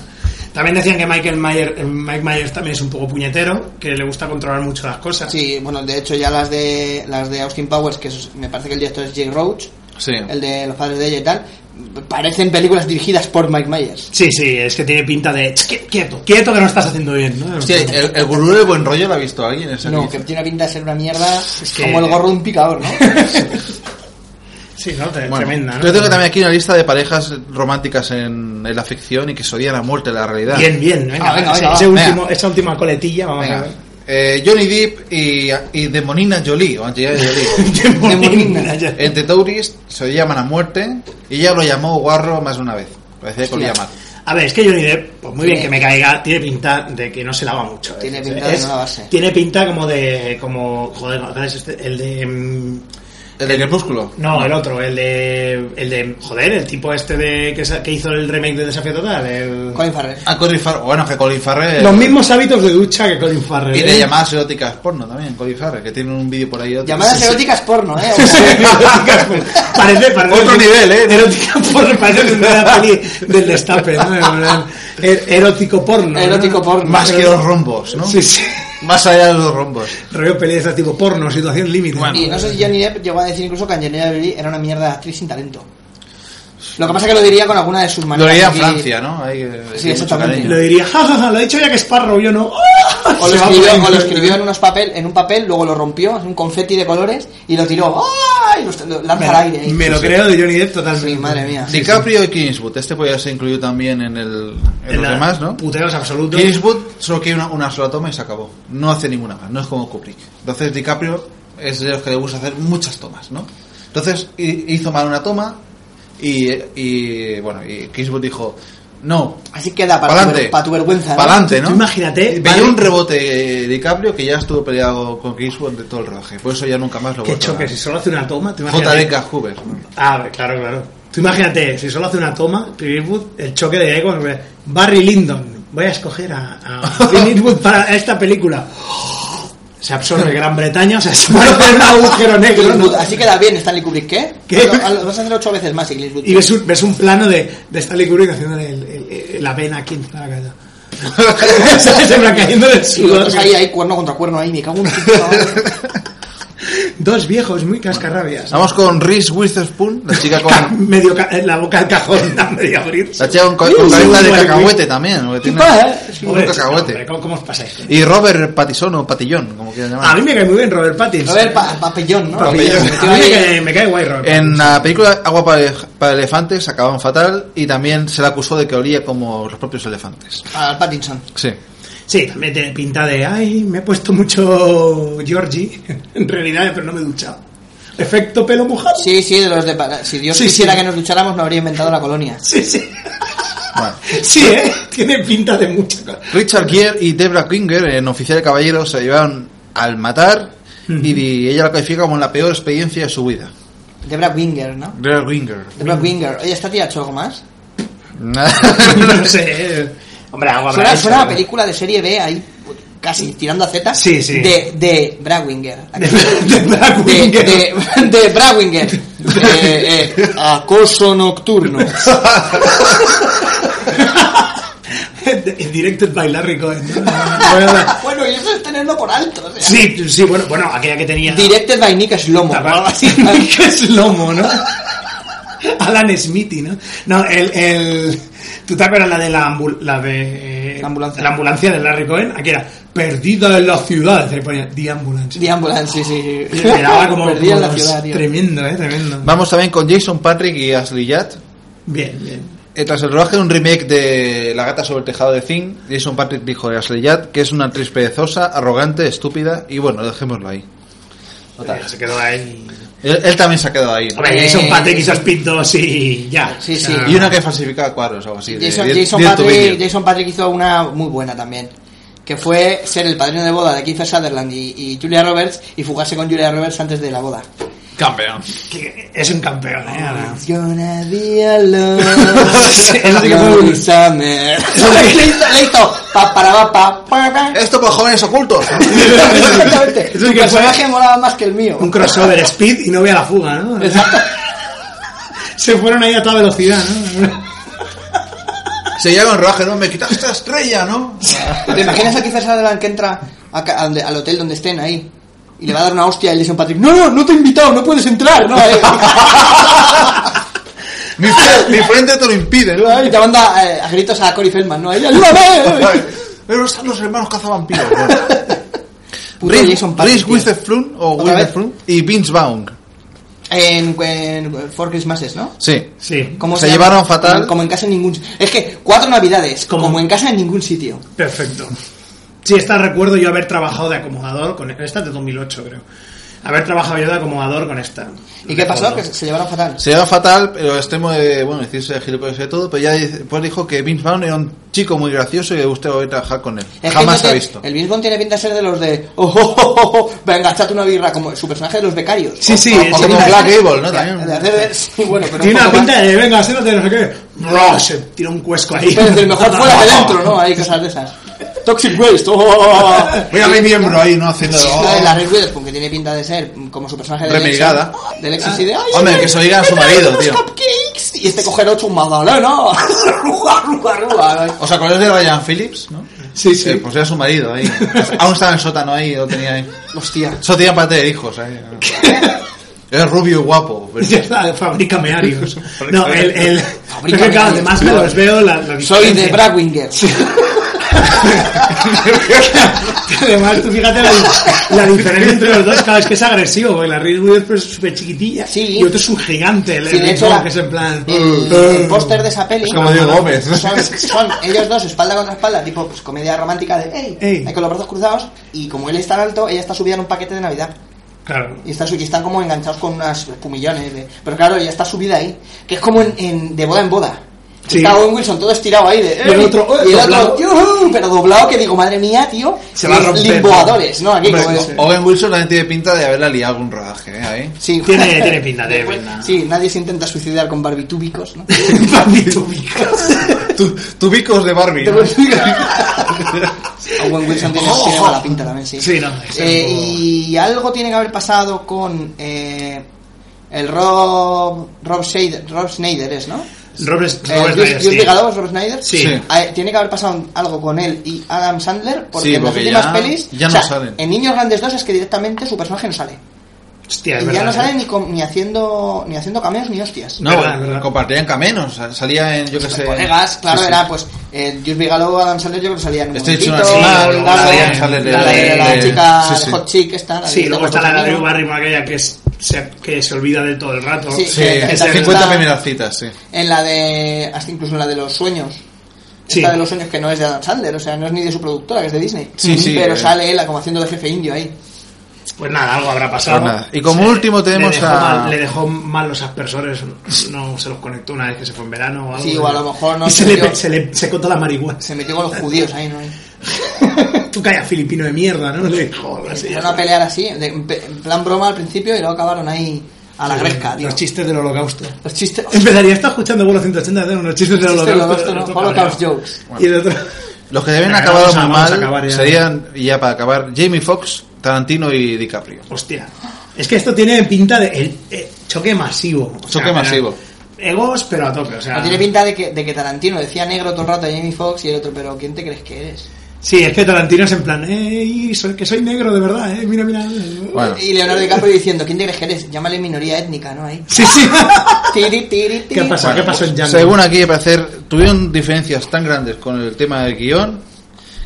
E: También decían que Michael Mayer, eh, Mike Myers también es un poco puñetero, que le gusta controlar mucho las cosas.
G: Sí, bueno, de hecho ya las de las de Austin Powers, que es- me parece que el director es Jay Roach,
F: Sí.
G: el de los padres de ella y tal, parecen películas dirigidas por Mike Myers.
E: Sí, sí, es que tiene pinta de "Ch, qui- quieto, quieto que no estás haciendo bien, ¿no?
F: Hostia,
G: eh,
F: el, el gurú del buen rollo lo ha visto alguien. Ese
G: No,
F: tío.
G: que tiene pinta de ser una mierda
E: que-
G: como el gorro de un picador, ¿no?
E: Sí, no, Te-
F: Bueno,
E: tremenda, ¿no?
F: Yo tengo también aquí una lista de parejas románticas en, en la ficción y que se odian a muerte en la realidad.
E: Bien, bien, venga,
G: Ah, venga,
E: ese-
G: venga,
E: ese
G: va,
E: último-
F: venga.
E: esa última coletilla, vamos
F: Venga.
E: a ver.
F: Eh, Johnny Depp y, y Demonina Jolie, o Angelina Jolie.
E: Qué
G: bonita.
E: bonita, ya.
F: Entre Tauris se llaman a muerte y ella lo llamó guarro más de una vez. Parecía que lo
G: Hostia.
F: llamar.
E: A ver, es que Johnny Depp, pues muy bien
G: Sí.
E: que me caiga, tiene pinta de que no se lava mucho. ¿eh?
G: Tiene pinta de
E: Es-
G: no lavarse.
E: Tiene pinta como de. como. joder, ¿cuál es este? El de. mm,
F: El de Crepúsculo.
E: No, el otro, el de. el de. joder, el tipo este de. que, sa- que hizo el remake de Desafío Total. el-
G: Colin Farrell.
F: A Ah, Colin Farrell. Bueno, que Colin Farrell.
E: Los mismos hábitos de ducha que Colin Farrell.
F: Y
E: ¿eh?
F: de llamadas eróticas porno también, Colin Farrell, que tiene un vídeo por ahí. otro.
G: Llamadas
F: Sí, sí.
G: eróticas porno, ¿eh? O
E: Sí,
G: sea,
E: eróticas, pues, parece, parece
F: Otro nivel, ¿eh?
E: Erótica porno, parece una peli del destape, ¿no? Er- erótico porno. ¿no?
G: Erótico porno.
F: Más que los rombos, ¿no?
E: Sí, sí.
F: Más allá de los rombos.
E: Rollo peli de ese tipo porno, situación límite.
G: y no sé si Johnny Depp llegó a decir incluso que Angelina Jolie era una mierda de actriz sin talento. Lo que pasa es que lo diría con alguna de sus
F: Lo
G: maneras.
F: leía en
G: y-
F: Francia, ¿no? Ahí, eh,
G: Sí,
F: tiene mucho
G: exactamente.
F: cariño.
E: Lo diría, jajaja, lo ha dicho ya que es parro, yo no. ¡Ah!
G: O lo,
E: Se va
G: escribió,
E: por ahí.
G: o lo escribió en, unos papel, en un papel, luego lo rompió, en un confeti de colores, y lo tiró. ¡Ay! Lo, lo lanza al aire.
E: Me, me lo creo de Johnny Depp totalmente.
G: Sí, madre mía.
F: DiCaprio y Kingswood. Este podía ser incluido también en, el, en, los
E: la-
F: demás, ¿no?
E: Puteros absolutos.
F: Kingswood solo quiere una, una sola toma y se acabó. No hace ninguna más, no es como Kubrick. Entonces DiCaprio es de los que le gusta hacer muchas tomas, ¿no? Entonces hi- hizo mal una toma y, y, bueno, y Kingswood dijo, no,
G: Así queda para, tu,
F: pa'lante,
G: ver- para tu vergüenza. ¿no?
F: pa'lante, ¿no?
E: Tú imagínate,
F: Y
E: vale.
F: Veía un rebote eh, DiCaprio que ya estuvo peleado con Kingswood de todo el rodaje. Por eso ya nunca más lo
E: Qué
F: volvió a
E: choque, si
F: ver.
E: solo hace una toma, tú imagínate.
F: J.D. Hoover. ¿no?
E: Ah, claro, claro. Tú imagínate, si solo hace una toma, Clint Eastwood, el choque de ego, Barry Lyndon. voy a escoger a, a Clint Eastwood para esta película. Se absorbe Gran Bretaña, o sea, se parece un agujero negro. ¿no?
G: Clint Eastwood, Así queda bien Stanley Kubrick, ¿qué?
E: ¿Qué?
G: Lo- lo- lo Vas a hacer ocho veces más, y Clint Eastwood.
E: Y ves un, ves un plano de, de Stanley Kubrick haciendo el- el- el- la vena aquí en la cabeza. ¿Sabes? En plan, cayendo del
G: Y los
E: sudor.
G: otros ahí, ahí, cuerno contra cuerno, ahí, me cago en tu puta madre.
E: Dos viejos muy cascarrabias.
F: Vamos con Reese Witherspoon, la chica
E: Ca-
F: con,
E: medio ca- la boca al cajón a medio abrir.
F: la chica con, ca- con
E: Sí,
F: cabeza de
E: sí,
F: cacahuete también. porque
G: ¿Qué
F: tiene-
G: pasa, eh? Sí.
E: Hombre,
F: un cacahuete.
E: hombre, ¿cómo, ¿Cómo os pasáis?
F: Y Robert Pattinson o Patillón, como quieran
E: A mí
F: llamar.
E: me cae muy bien Robert Pattinson.
G: A ver, pa- papellón, ¿no?
E: Papillón.
G: Se
E: A
G: metió
E: mí me
G: ahí.
E: cae, me cae guay Robert.
F: En la película Agua para, elef- para elefantes acababan fatal y también se le acusó de que olía como los propios elefantes.
G: Al Pattinson.
F: Sí.
E: Sí, también tiene pinta de, ay, me he puesto mucho Georgie, en realidad, pero no me he duchado. Efecto pelo mojado.
G: Sí, sí, de los de. para- Si Dios
E: Sí,
G: quisiera
E: sí.
G: que nos lucháramos, no habría inventado la colonia.
E: Sí, sí.
F: Bueno.
E: Sí, ¿eh? Tiene pinta de mucha cosa.
F: Richard Gere y Debra Klinger en Oficial de Caballero se llevaron al matar y di- ella la califica como la peor experiencia de su vida.
G: Debra Winger, ¿no?
F: Debra Klinger.
G: Debra Winger. Oye, ¿esta tía ha hecho algo más?
E: No sé. eh. Hombre, algo habrá ¿eh?
G: Suena,
E: hecho,
G: suena a
E: ¿no?
G: película de serie B ahí, casi tirando a Z.
E: Sí, sí.
G: De, de Brawinger.
E: De- de Brad
G: De,
E: Winger.
G: de, de Brawinger. Eh, eh, acoso nocturno.
E: Directed by Larry Cohen. ¿no? Bueno,
G: bueno, y eso es tenerlo por alto. o sea.
E: sí, sí, bueno, bueno, aquella que tenía.
G: Directed by Nick Slomo. o algo así.
E: que es lomo, ¿no? Alan Smithy, ¿no? No, el, el... ¿Tú te acuerdas la de la, ambu- la de... eh,
G: La ambulancia.
E: La ambulancia de Larry Cohen. Aquí era, perdida en la ciudad. Se le ponía, The Ambulance.
G: The Ambulance, sí, sí.
E: Y le daba como...
G: Perdida en la
E: como-
G: ciudad, tío.
E: Tremendo, ¿eh? Tremendo.
F: Vamos también con Jason Patrick y Ashley Judd.
E: Bien, bien.
F: Eh, Tras el rodaje de un remake de La gata sobre el tejado de Thing, Jason Patrick dijo de Ashley Judd que es una actriz perezosa, arrogante, estúpida y bueno, dejémoslo ahí.
E: Eh, Se quedó ahí...
F: Él, él también se ha quedado ahí. ¿no?
E: Hombre, Jason Patrick hizo Speed 2 y ya.
G: Eh, Sí, sí.
E: O sea,
F: Y una que falsificaba cuadros o algo así. de-
G: Jason,
F: de-
G: Jason
F: de tu
G: Patrick,
F: vídeo.
G: Jason Patrick hizo una muy buena también. Que fue ser el padrino de boda de Keith Sutherland y, y Julia Roberts y fugarse con Julia Roberts antes de la boda.
F: Campeón.
E: que es un campeón, ¿eh? Alan.
G: It's gonna be a long,
E: Sí, es lo que fue
G: lonely
E: bonito.
G: summer. listo, listo. Pa, para, pa, pa, pa, pa.
F: Esto por jóvenes ocultos.
G: Exactamente.
E: Es lo
G: Tu
E: que
G: personaje molaba más que el mío.
E: un crossover speed y no voy a la fuga, ¿no? Se fueron ahí a toda velocidad, ¿no?
F: Se llega un rodaje, ¿no? Me quitaste esta estrella, ¿no?
G: ¿Te imaginas a Keith Sutherland que entra a ca- a donde- al hotel donde estén ahí? Y le va a dar una hostia y le dice a Patrick, no, no, no te he invitado, no puedes entrar. No, eh.
F: Mi, fre- mi frente te lo impide, ¿no?
G: Y te manda eh, a gritos a Cory Feldman, ¿no? Ahí, ¡Ayúdame!
F: Pero están los hermanos cazavampiros.
G: Puto
F: Reese-
G: Jason Patrick,
F: Reese
G: tío.
F: Witherspoon o
G: ¿Otra vez?
F: Witherspoon y Vince Vaughn.
G: En, en Four Christmases, ¿no?
F: Sí.
E: Sí.
G: ¿Cómo
F: Se
G: llama?
F: llevaron fatal.
G: Como, como en casa en ningún si- Es que cuatro navidades,
E: Como-
G: como en casa en ningún sitio.
E: Perfecto. Sí, esta recuerdo yo haber trabajado de acomodador con esta es de 2008, creo. Haber trabajado yo de acomodador con esta.
G: ¿Y qué pasó?
E: Recuerdo.
G: Que se se llevaron fatal.
F: Se lleva fatal, pero extremo de, bueno, decirse gilipollas y de todo, pero ya después dijo que Vince Vaughn era un chico muy gracioso y le gustaba trabajar con él.
G: Es que
F: Jamás
G: no
F: ha
G: te-
F: visto.
G: El Bisbon tiene pinta de ser de los de. Oh, oh, oh, oh, oh, venga, échate una birra, como su personaje de los becarios.
E: Sí, sí,
F: O como
E: tiene-
F: Black Gable, ¿no?
G: De-
F: También.
G: de hacer- sí, bueno, pero
E: Tiene
G: un
E: una
G: poco
E: pinta
G: más.
E: de, venga, acérdate, no sé qué. Bro, se tira un cuesco ahí.
G: Pero del mejor fuera de dentro, ¿no? Hay cosas de esas. Toxic Waste. oh, oh, oh, oh.
F: Mira mi miembro ahí, ¿no? Haciendo...
G: La de la Red Witherspoon, que tiene pinta de ser como su personaje de
F: Remilgada.
G: Lexi. De Lexi, sí, de. "Ay,
F: Ah. Hombre,
G: me-
F: que se lo diga a
G: me
F: su
G: traes
F: marido,
G: unos
F: tío.
G: cupcakes. Y este coger ocho un magdaleno. Ruga, ruga, ruga.
F: ¿Os acordáis de Ryan Phillips, no?
E: Sí, sí.
F: Eh, pues era su marido ahí. Aún estaba en el sótano ahí, lo tenía ahí.
G: Hostia.
F: Solo tenía parte de hijos ahí. Era rubio y guapo. pero-
E: Ya está, fabrica mearios. No, el. el
G: Fabrica
E: es que, claro,
G: mearios,
E: además me
G: tío.
E: los veo. La, la
G: Soy de
E: diferencia.
G: Brawinger.
E: Que Además, tú fíjate la, la diferencia entre los dos, cada vez que es agresivo, porque la Reese Witherspoon es súper chiquitilla
G: Sí.
E: y otro es un gigante, el
G: Sí, de
E: el
G: hecho,
E: Bond,
G: la-
E: que es en plan...
G: El, el póster de esa peli.
F: Es como Diego Gómez.
G: Son, son ellos dos, espalda contra espalda, tipo pues, comedia romántica de. ¡Ey!
E: Ey.
G: Ahí Con los brazos cruzados. Y como él está alto, ella está subida en un paquete de Navidad.
E: Claro.
G: Y, está, su- y están como enganchados con unas pumillones. de- pero claro, ella está subida ahí. Que es como en, en- de boda en boda.
E: Sí.
G: Está Owen Wilson todo estirado ahí. De,
E: Y el otro, eh,
G: y el otro,
E: doblado.
G: yujú, pero doblado que digo, madre mía, tío.
E: Se va a
G: los
E: romper.
G: Limboadores, ¿no? Aquí,
F: Hombre,
G: como es.
F: Owen Wilson también tiene pinta de haberla liado algún rodaje, ¿eh? Ahí.
G: Sí.
E: Tiene, tiene pinta, tiene pinta.
G: Sí, nadie se intenta suicidar con barbitúbicos, ¿no?
E: Papi, tú picas.
F: Tu- Tubicos de Barbie. ¿no?
G: Owen Wilson tiene,
E: Ojo.
G: tiene mala pinta también, sí.
E: Oh. Sí, no, es
G: Eh,
E: algo-
G: Y algo tiene que haber pasado con eh, el Rob, Rob, Schneider, Rob Schneider, ¿es, no?
E: Robert,
G: Eh,
E: Robert
G: Dios-
E: Snyder,
G: Dios
E: sí.
G: diga dos, Rob Schneider.
E: Sí.
F: Sí.
G: Eh, tiene que haber pasado algo con él y Adam Sandler porque
F: Sí,
G: en las
F: porque
G: últimas
F: ya-
G: pelis
F: ya
G: o
F: no
G: sea,
F: salen.
G: en Niños Grandes 2 es que directamente su personaje no sale
E: Hostia, es
G: y
E: verdad.
G: ya no sale
E: ¿eh?
G: ni, con- ni haciendo ni haciendo cameos ni hostias
F: No,
E: Verdad, verdad.
F: compartían caminos. Salía en, yo que sé.
G: colegas claro
F: Eh, Sí, sí.
G: era pues eh, Jules Bigelow Adam Sandler yo creo que salían en un
F: Estoy hecho una
G: momentito,
F: chica,
G: Adam
F: luego salía-
G: Sandler,
F: sale de-
G: la de la
F: de-
G: chica
F: sí, sí.
G: Hot Chick esta la de-
E: Sí, luego está la de Drew
G: Barrymore.
E: Barrymore aquella que, es, se, que se olvida de todo el rato.
G: Sí.
F: Sí,
G: que- que
E: también
F: 50
G: está-
F: primeras citas, sí.
G: en la de hasta incluso en la de los sueños
E: Sí.
G: esta de los sueños que no es de Adam Sandler o sea no es ni de su productora que es de Disney
F: Sí, sí,
G: pero
F: eh.
G: sale él como haciendo de jefe indio ahí
E: Pues nada, algo habrá pasado.
F: Pues nada. Y como último tenemos
E: le dejó
F: a-
E: Mal, le dejó mal los aspersores, no se los conectó una vez que se fue en verano o algo.
G: Sí, o a lo mejor no
E: Y se,
G: se
E: le,
G: dio.
E: se, le, se cortó la marihuana.
G: se metió con los judíos ahí no
E: Tú calla, filipino de mierda, ¿no? Le jodas.
G: Empezaron a pelear así, de- en pe- en plan broma al principio y luego acabaron ahí a la gresca, tío.
E: Los chistes del holocausto.
G: Los chistes.
E: Empezaría a estar escuchando vuelo 180 hacer unos chistes del
G: Los chistes del
E: holocausto.
G: holocausto, ¿no?
E: del otro
G: Holocaust
E: cabreo.
G: jokes.
E: Y el otro.
F: Los que deben
E: Venga,
F: acabar
E: vamos a-
F: muy
E: vamos a
F: mal
E: acabar ya.
F: serían, y ya para acabar, Jamie Foxx, Tarantino y DiCaprio.
E: Hostia. Es que esto tiene pinta de el- eh, choque masivo. O
F: Choque masivo.
E: pero- Egos, pero a tope. O sea,
G: No tiene pinta de que, de que Tarantino decía negro todo el rato a Jamie Foxx y el otro, pero ¿quién te crees que eres?
E: Sí, es que Tarantino es en plan, ¡ey! Soy, que soy negro de verdad, ¿eh? Mira, mira.
F: Bueno,
G: Y Leonardo DiCaprio diciendo, ¿quién te crees que eres? Llámale minoría étnica, ¿no? Ahí.
E: Sí, sí.
G: Tiri, tiri, tiri.
E: ¿Qué pasa? ¿Qué pasó en Django?
F: según aquí, al parecer, tuvieron diferencias tan grandes con el tema del guión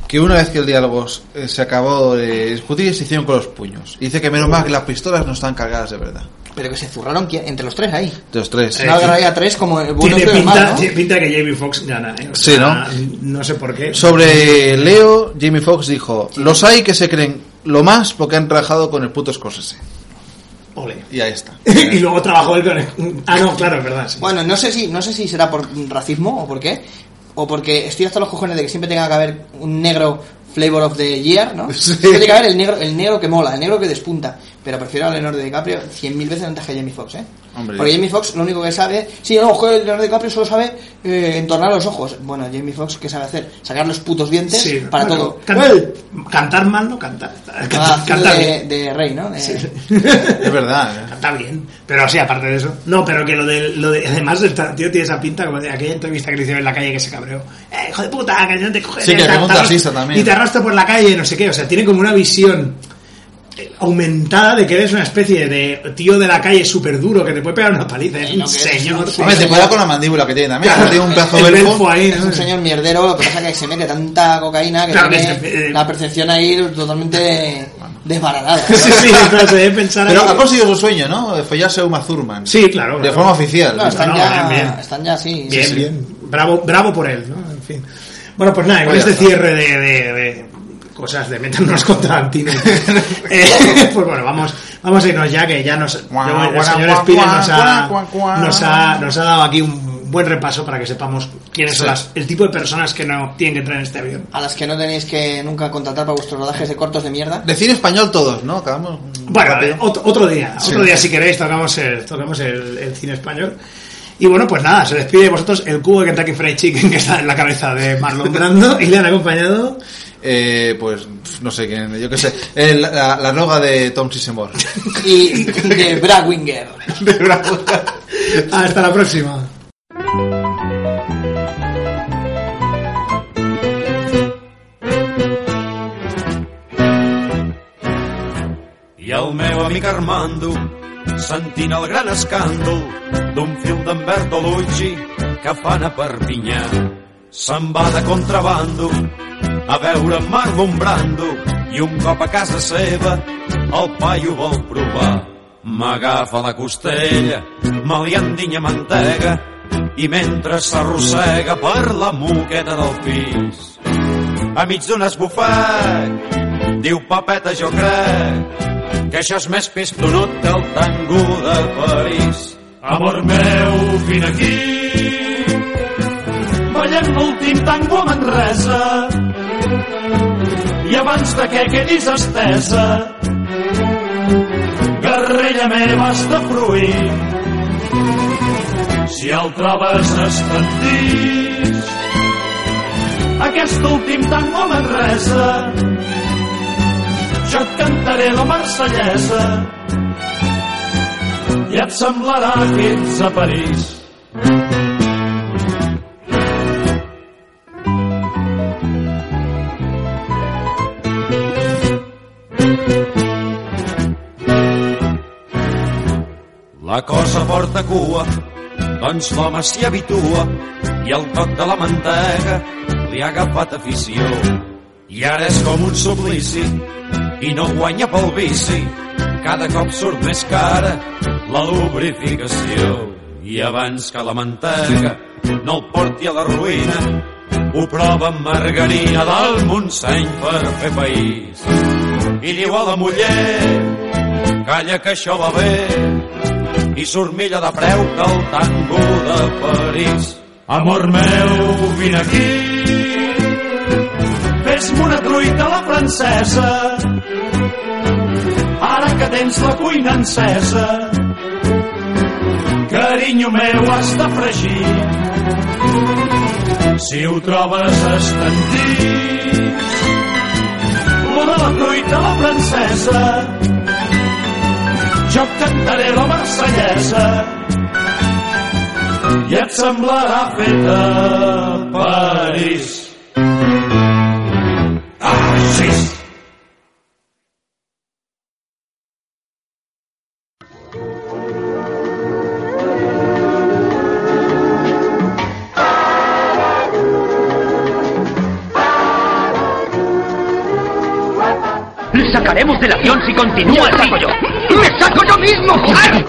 F: que una vez que el diálogo eh, se acabó de discutir, se hicieron con los puños. Y dice que menos mal que las pistolas no están cargadas de verdad.
G: Pero que se zurraron ¿quién? entre los tres ahí.
F: De los tres.
E: Eh,
G: Una guerrilla tres como el bueno
E: tiene
G: entre el
E: pinta,
G: mal, ¿no?
E: tiene pinta que Jamie Foxx gana, ¿eh? O
F: Sí,
E: ¿no? No sé por qué.
F: Sobre Leo, Jamie Foxx dijo: Los hay que se creen lo más porque han trabajado con el puto Scorsese.
E: Ole.
F: Y ahí está.
E: y luego trabajó él con el- Ah, no, claro, es verdad. sí.
G: Bueno, no sé si no sé si será por racismo o por qué, o porque estoy hasta los cojones de que siempre tenga que haber un negro flavor of the year, ¿no?
F: Sí.
G: Siempre tiene que haber el negro, el negro que mola, el negro que despunta. Pero prefiero a Leonardo DiCaprio 100.000 veces antes que a Jamie Foxx, ¿eh?
F: Hombre.
G: Porque Jamie Foxx lo único que sabe... Sí, no, joder, Leonardo DiCaprio solo sabe eh, entornar los ojos. Bueno, Jamie Foxx, ¿qué sabe hacer? Sacar los putos dientes
E: Sí,
G: para
E: bueno,
G: todo.
E: can-
G: ¡Uey!
E: cantar mal no cantar.
G: Ah,
E: Cantar, cantar
G: de,
E: bien.
G: de rey, ¿no? De-
F: Es verdad. ¿eh?
E: Está bien, pero sí, aparte de eso. No, pero que lo de. Lo de además, el tío tiene esa pinta como de aquella entrevista que le hicieron en la calle que se cabreó. ¡Eh, hijo de puta! Que no te coges.
F: Sí, que
E: te-
F: pegó un
E: te arrastro-
F: taxista también.
E: Y te arrastro por la calle, no sé qué. O sea, tiene como una visión eh, aumentada de que eres una especie de tío de la calle súper duro que te puede pegar una paliza. Es
G: Sí, no,
E: un
G: que es
E: señor.
G: un
F: Hombre, te cuidado con la mandíbula que tiene también. que Tiene un pedazo
E: El
F: de
E: belfo ahí,
G: Es
E: ¿no?
G: un señor mierdero, lo que pasa que se mete tanta cocaína que
E: Claro que
G: tiene
E: se- eh,
G: la percepción ahí totalmente desbaratada.
E: Sí, sí, o sea, de pensar
F: Pero
E: ahí-
F: ha conseguido su sueño, ¿no? De follarse a Uma Thurman.
E: Sí, claro.
F: De
E: claro.
F: forma oficial.
G: No, están,
E: No,
G: ya,
E: bien, bien.
G: están ya así.
E: Bien, bien. Bravo, bravo por él, ¿no? En fin. Bueno, pues nada, con
F: Pues ya
E: este
F: está.
E: cierre de, de- de cosas de meternos con Tarantino. eh, pues bueno, vamos, vamos a irnos ya, que ya nos.
F: Guau,
E: yo- el
F: guau,
E: señor
F: guau,
E: Spire
F: guau,
E: nos ha,
F: guau, guau.
E: nos, ha, nos ha dado aquí un buen repaso para que sepamos quiénes son
F: Sí.
E: las, el tipo de personas que no tienen que entrar en este avión.
G: A las que no tenéis que nunca contratar para vuestros rodajes de cortos de mierda.
F: De cine español todos, ¿no? Acabamos
E: Bueno,
F: rápido.
E: eh, ot- otro día,
F: Sí.
E: otro día si queréis tocamos el, tocamos el, el cine español. Y bueno, pues nada, se despide de vosotros el cubo de Kentucky Fried Chicken que está en la cabeza de Marlon Brando y le han acompañado
F: Eh, pues pf, no sé quién, yo qué sé. Eh, la, la, la roga de Tom Sisemore.
G: Y de Brawinger.
E: Ah, Hasta la próxima.
A: I el meu amic Armando, sentint el gran escàndol d'un film d'en Bertolucci que fan a Perpinyà. Se'n va de contrabando a veure Marlon Brando i un cop a casa seva el paio vol provar. M'agafa la costella, me li endinya mantega i mentre s'arrossega per la moqueta del pis a mig d'un esbufec. Diu papeta, jo crec que això és més pistonut que el tango de París. Amor meu, fin aquí, ballem l'últim tango a Manresa i abans de que quedis estesa guerrilla meva has de fruir si el trobes estendís aquest últim tango a Manresa jo et cantaré la marsellesa i et semblarà que ets a París. La cosa porta cua, doncs l'home s'hi habitua i el toc de la mantega li ha agafat afició. I ara és com un suplici i no guanya pel vici. Cada cop surt més cara la lubrificació. I abans que la mantega no el porti a la ruïna, ho prova amb margarina del Montseny per fer país. I diu a la muller, calla que això va bé, i surt millor de preu que el tango de París. Amor meu, vine aquí, fes-me una truita a la francesa, ara que tens la cuina encesa. Carinyo meu, has de fregir, si ho trobes estendís. Lo de la truita a la francesa, jo cantaré la marsellesa i et semblarà feta a París. Ah, Així.
H: Le sacaremos del avión si continúa así. ¡Me saco yo mismo! ¡Ay!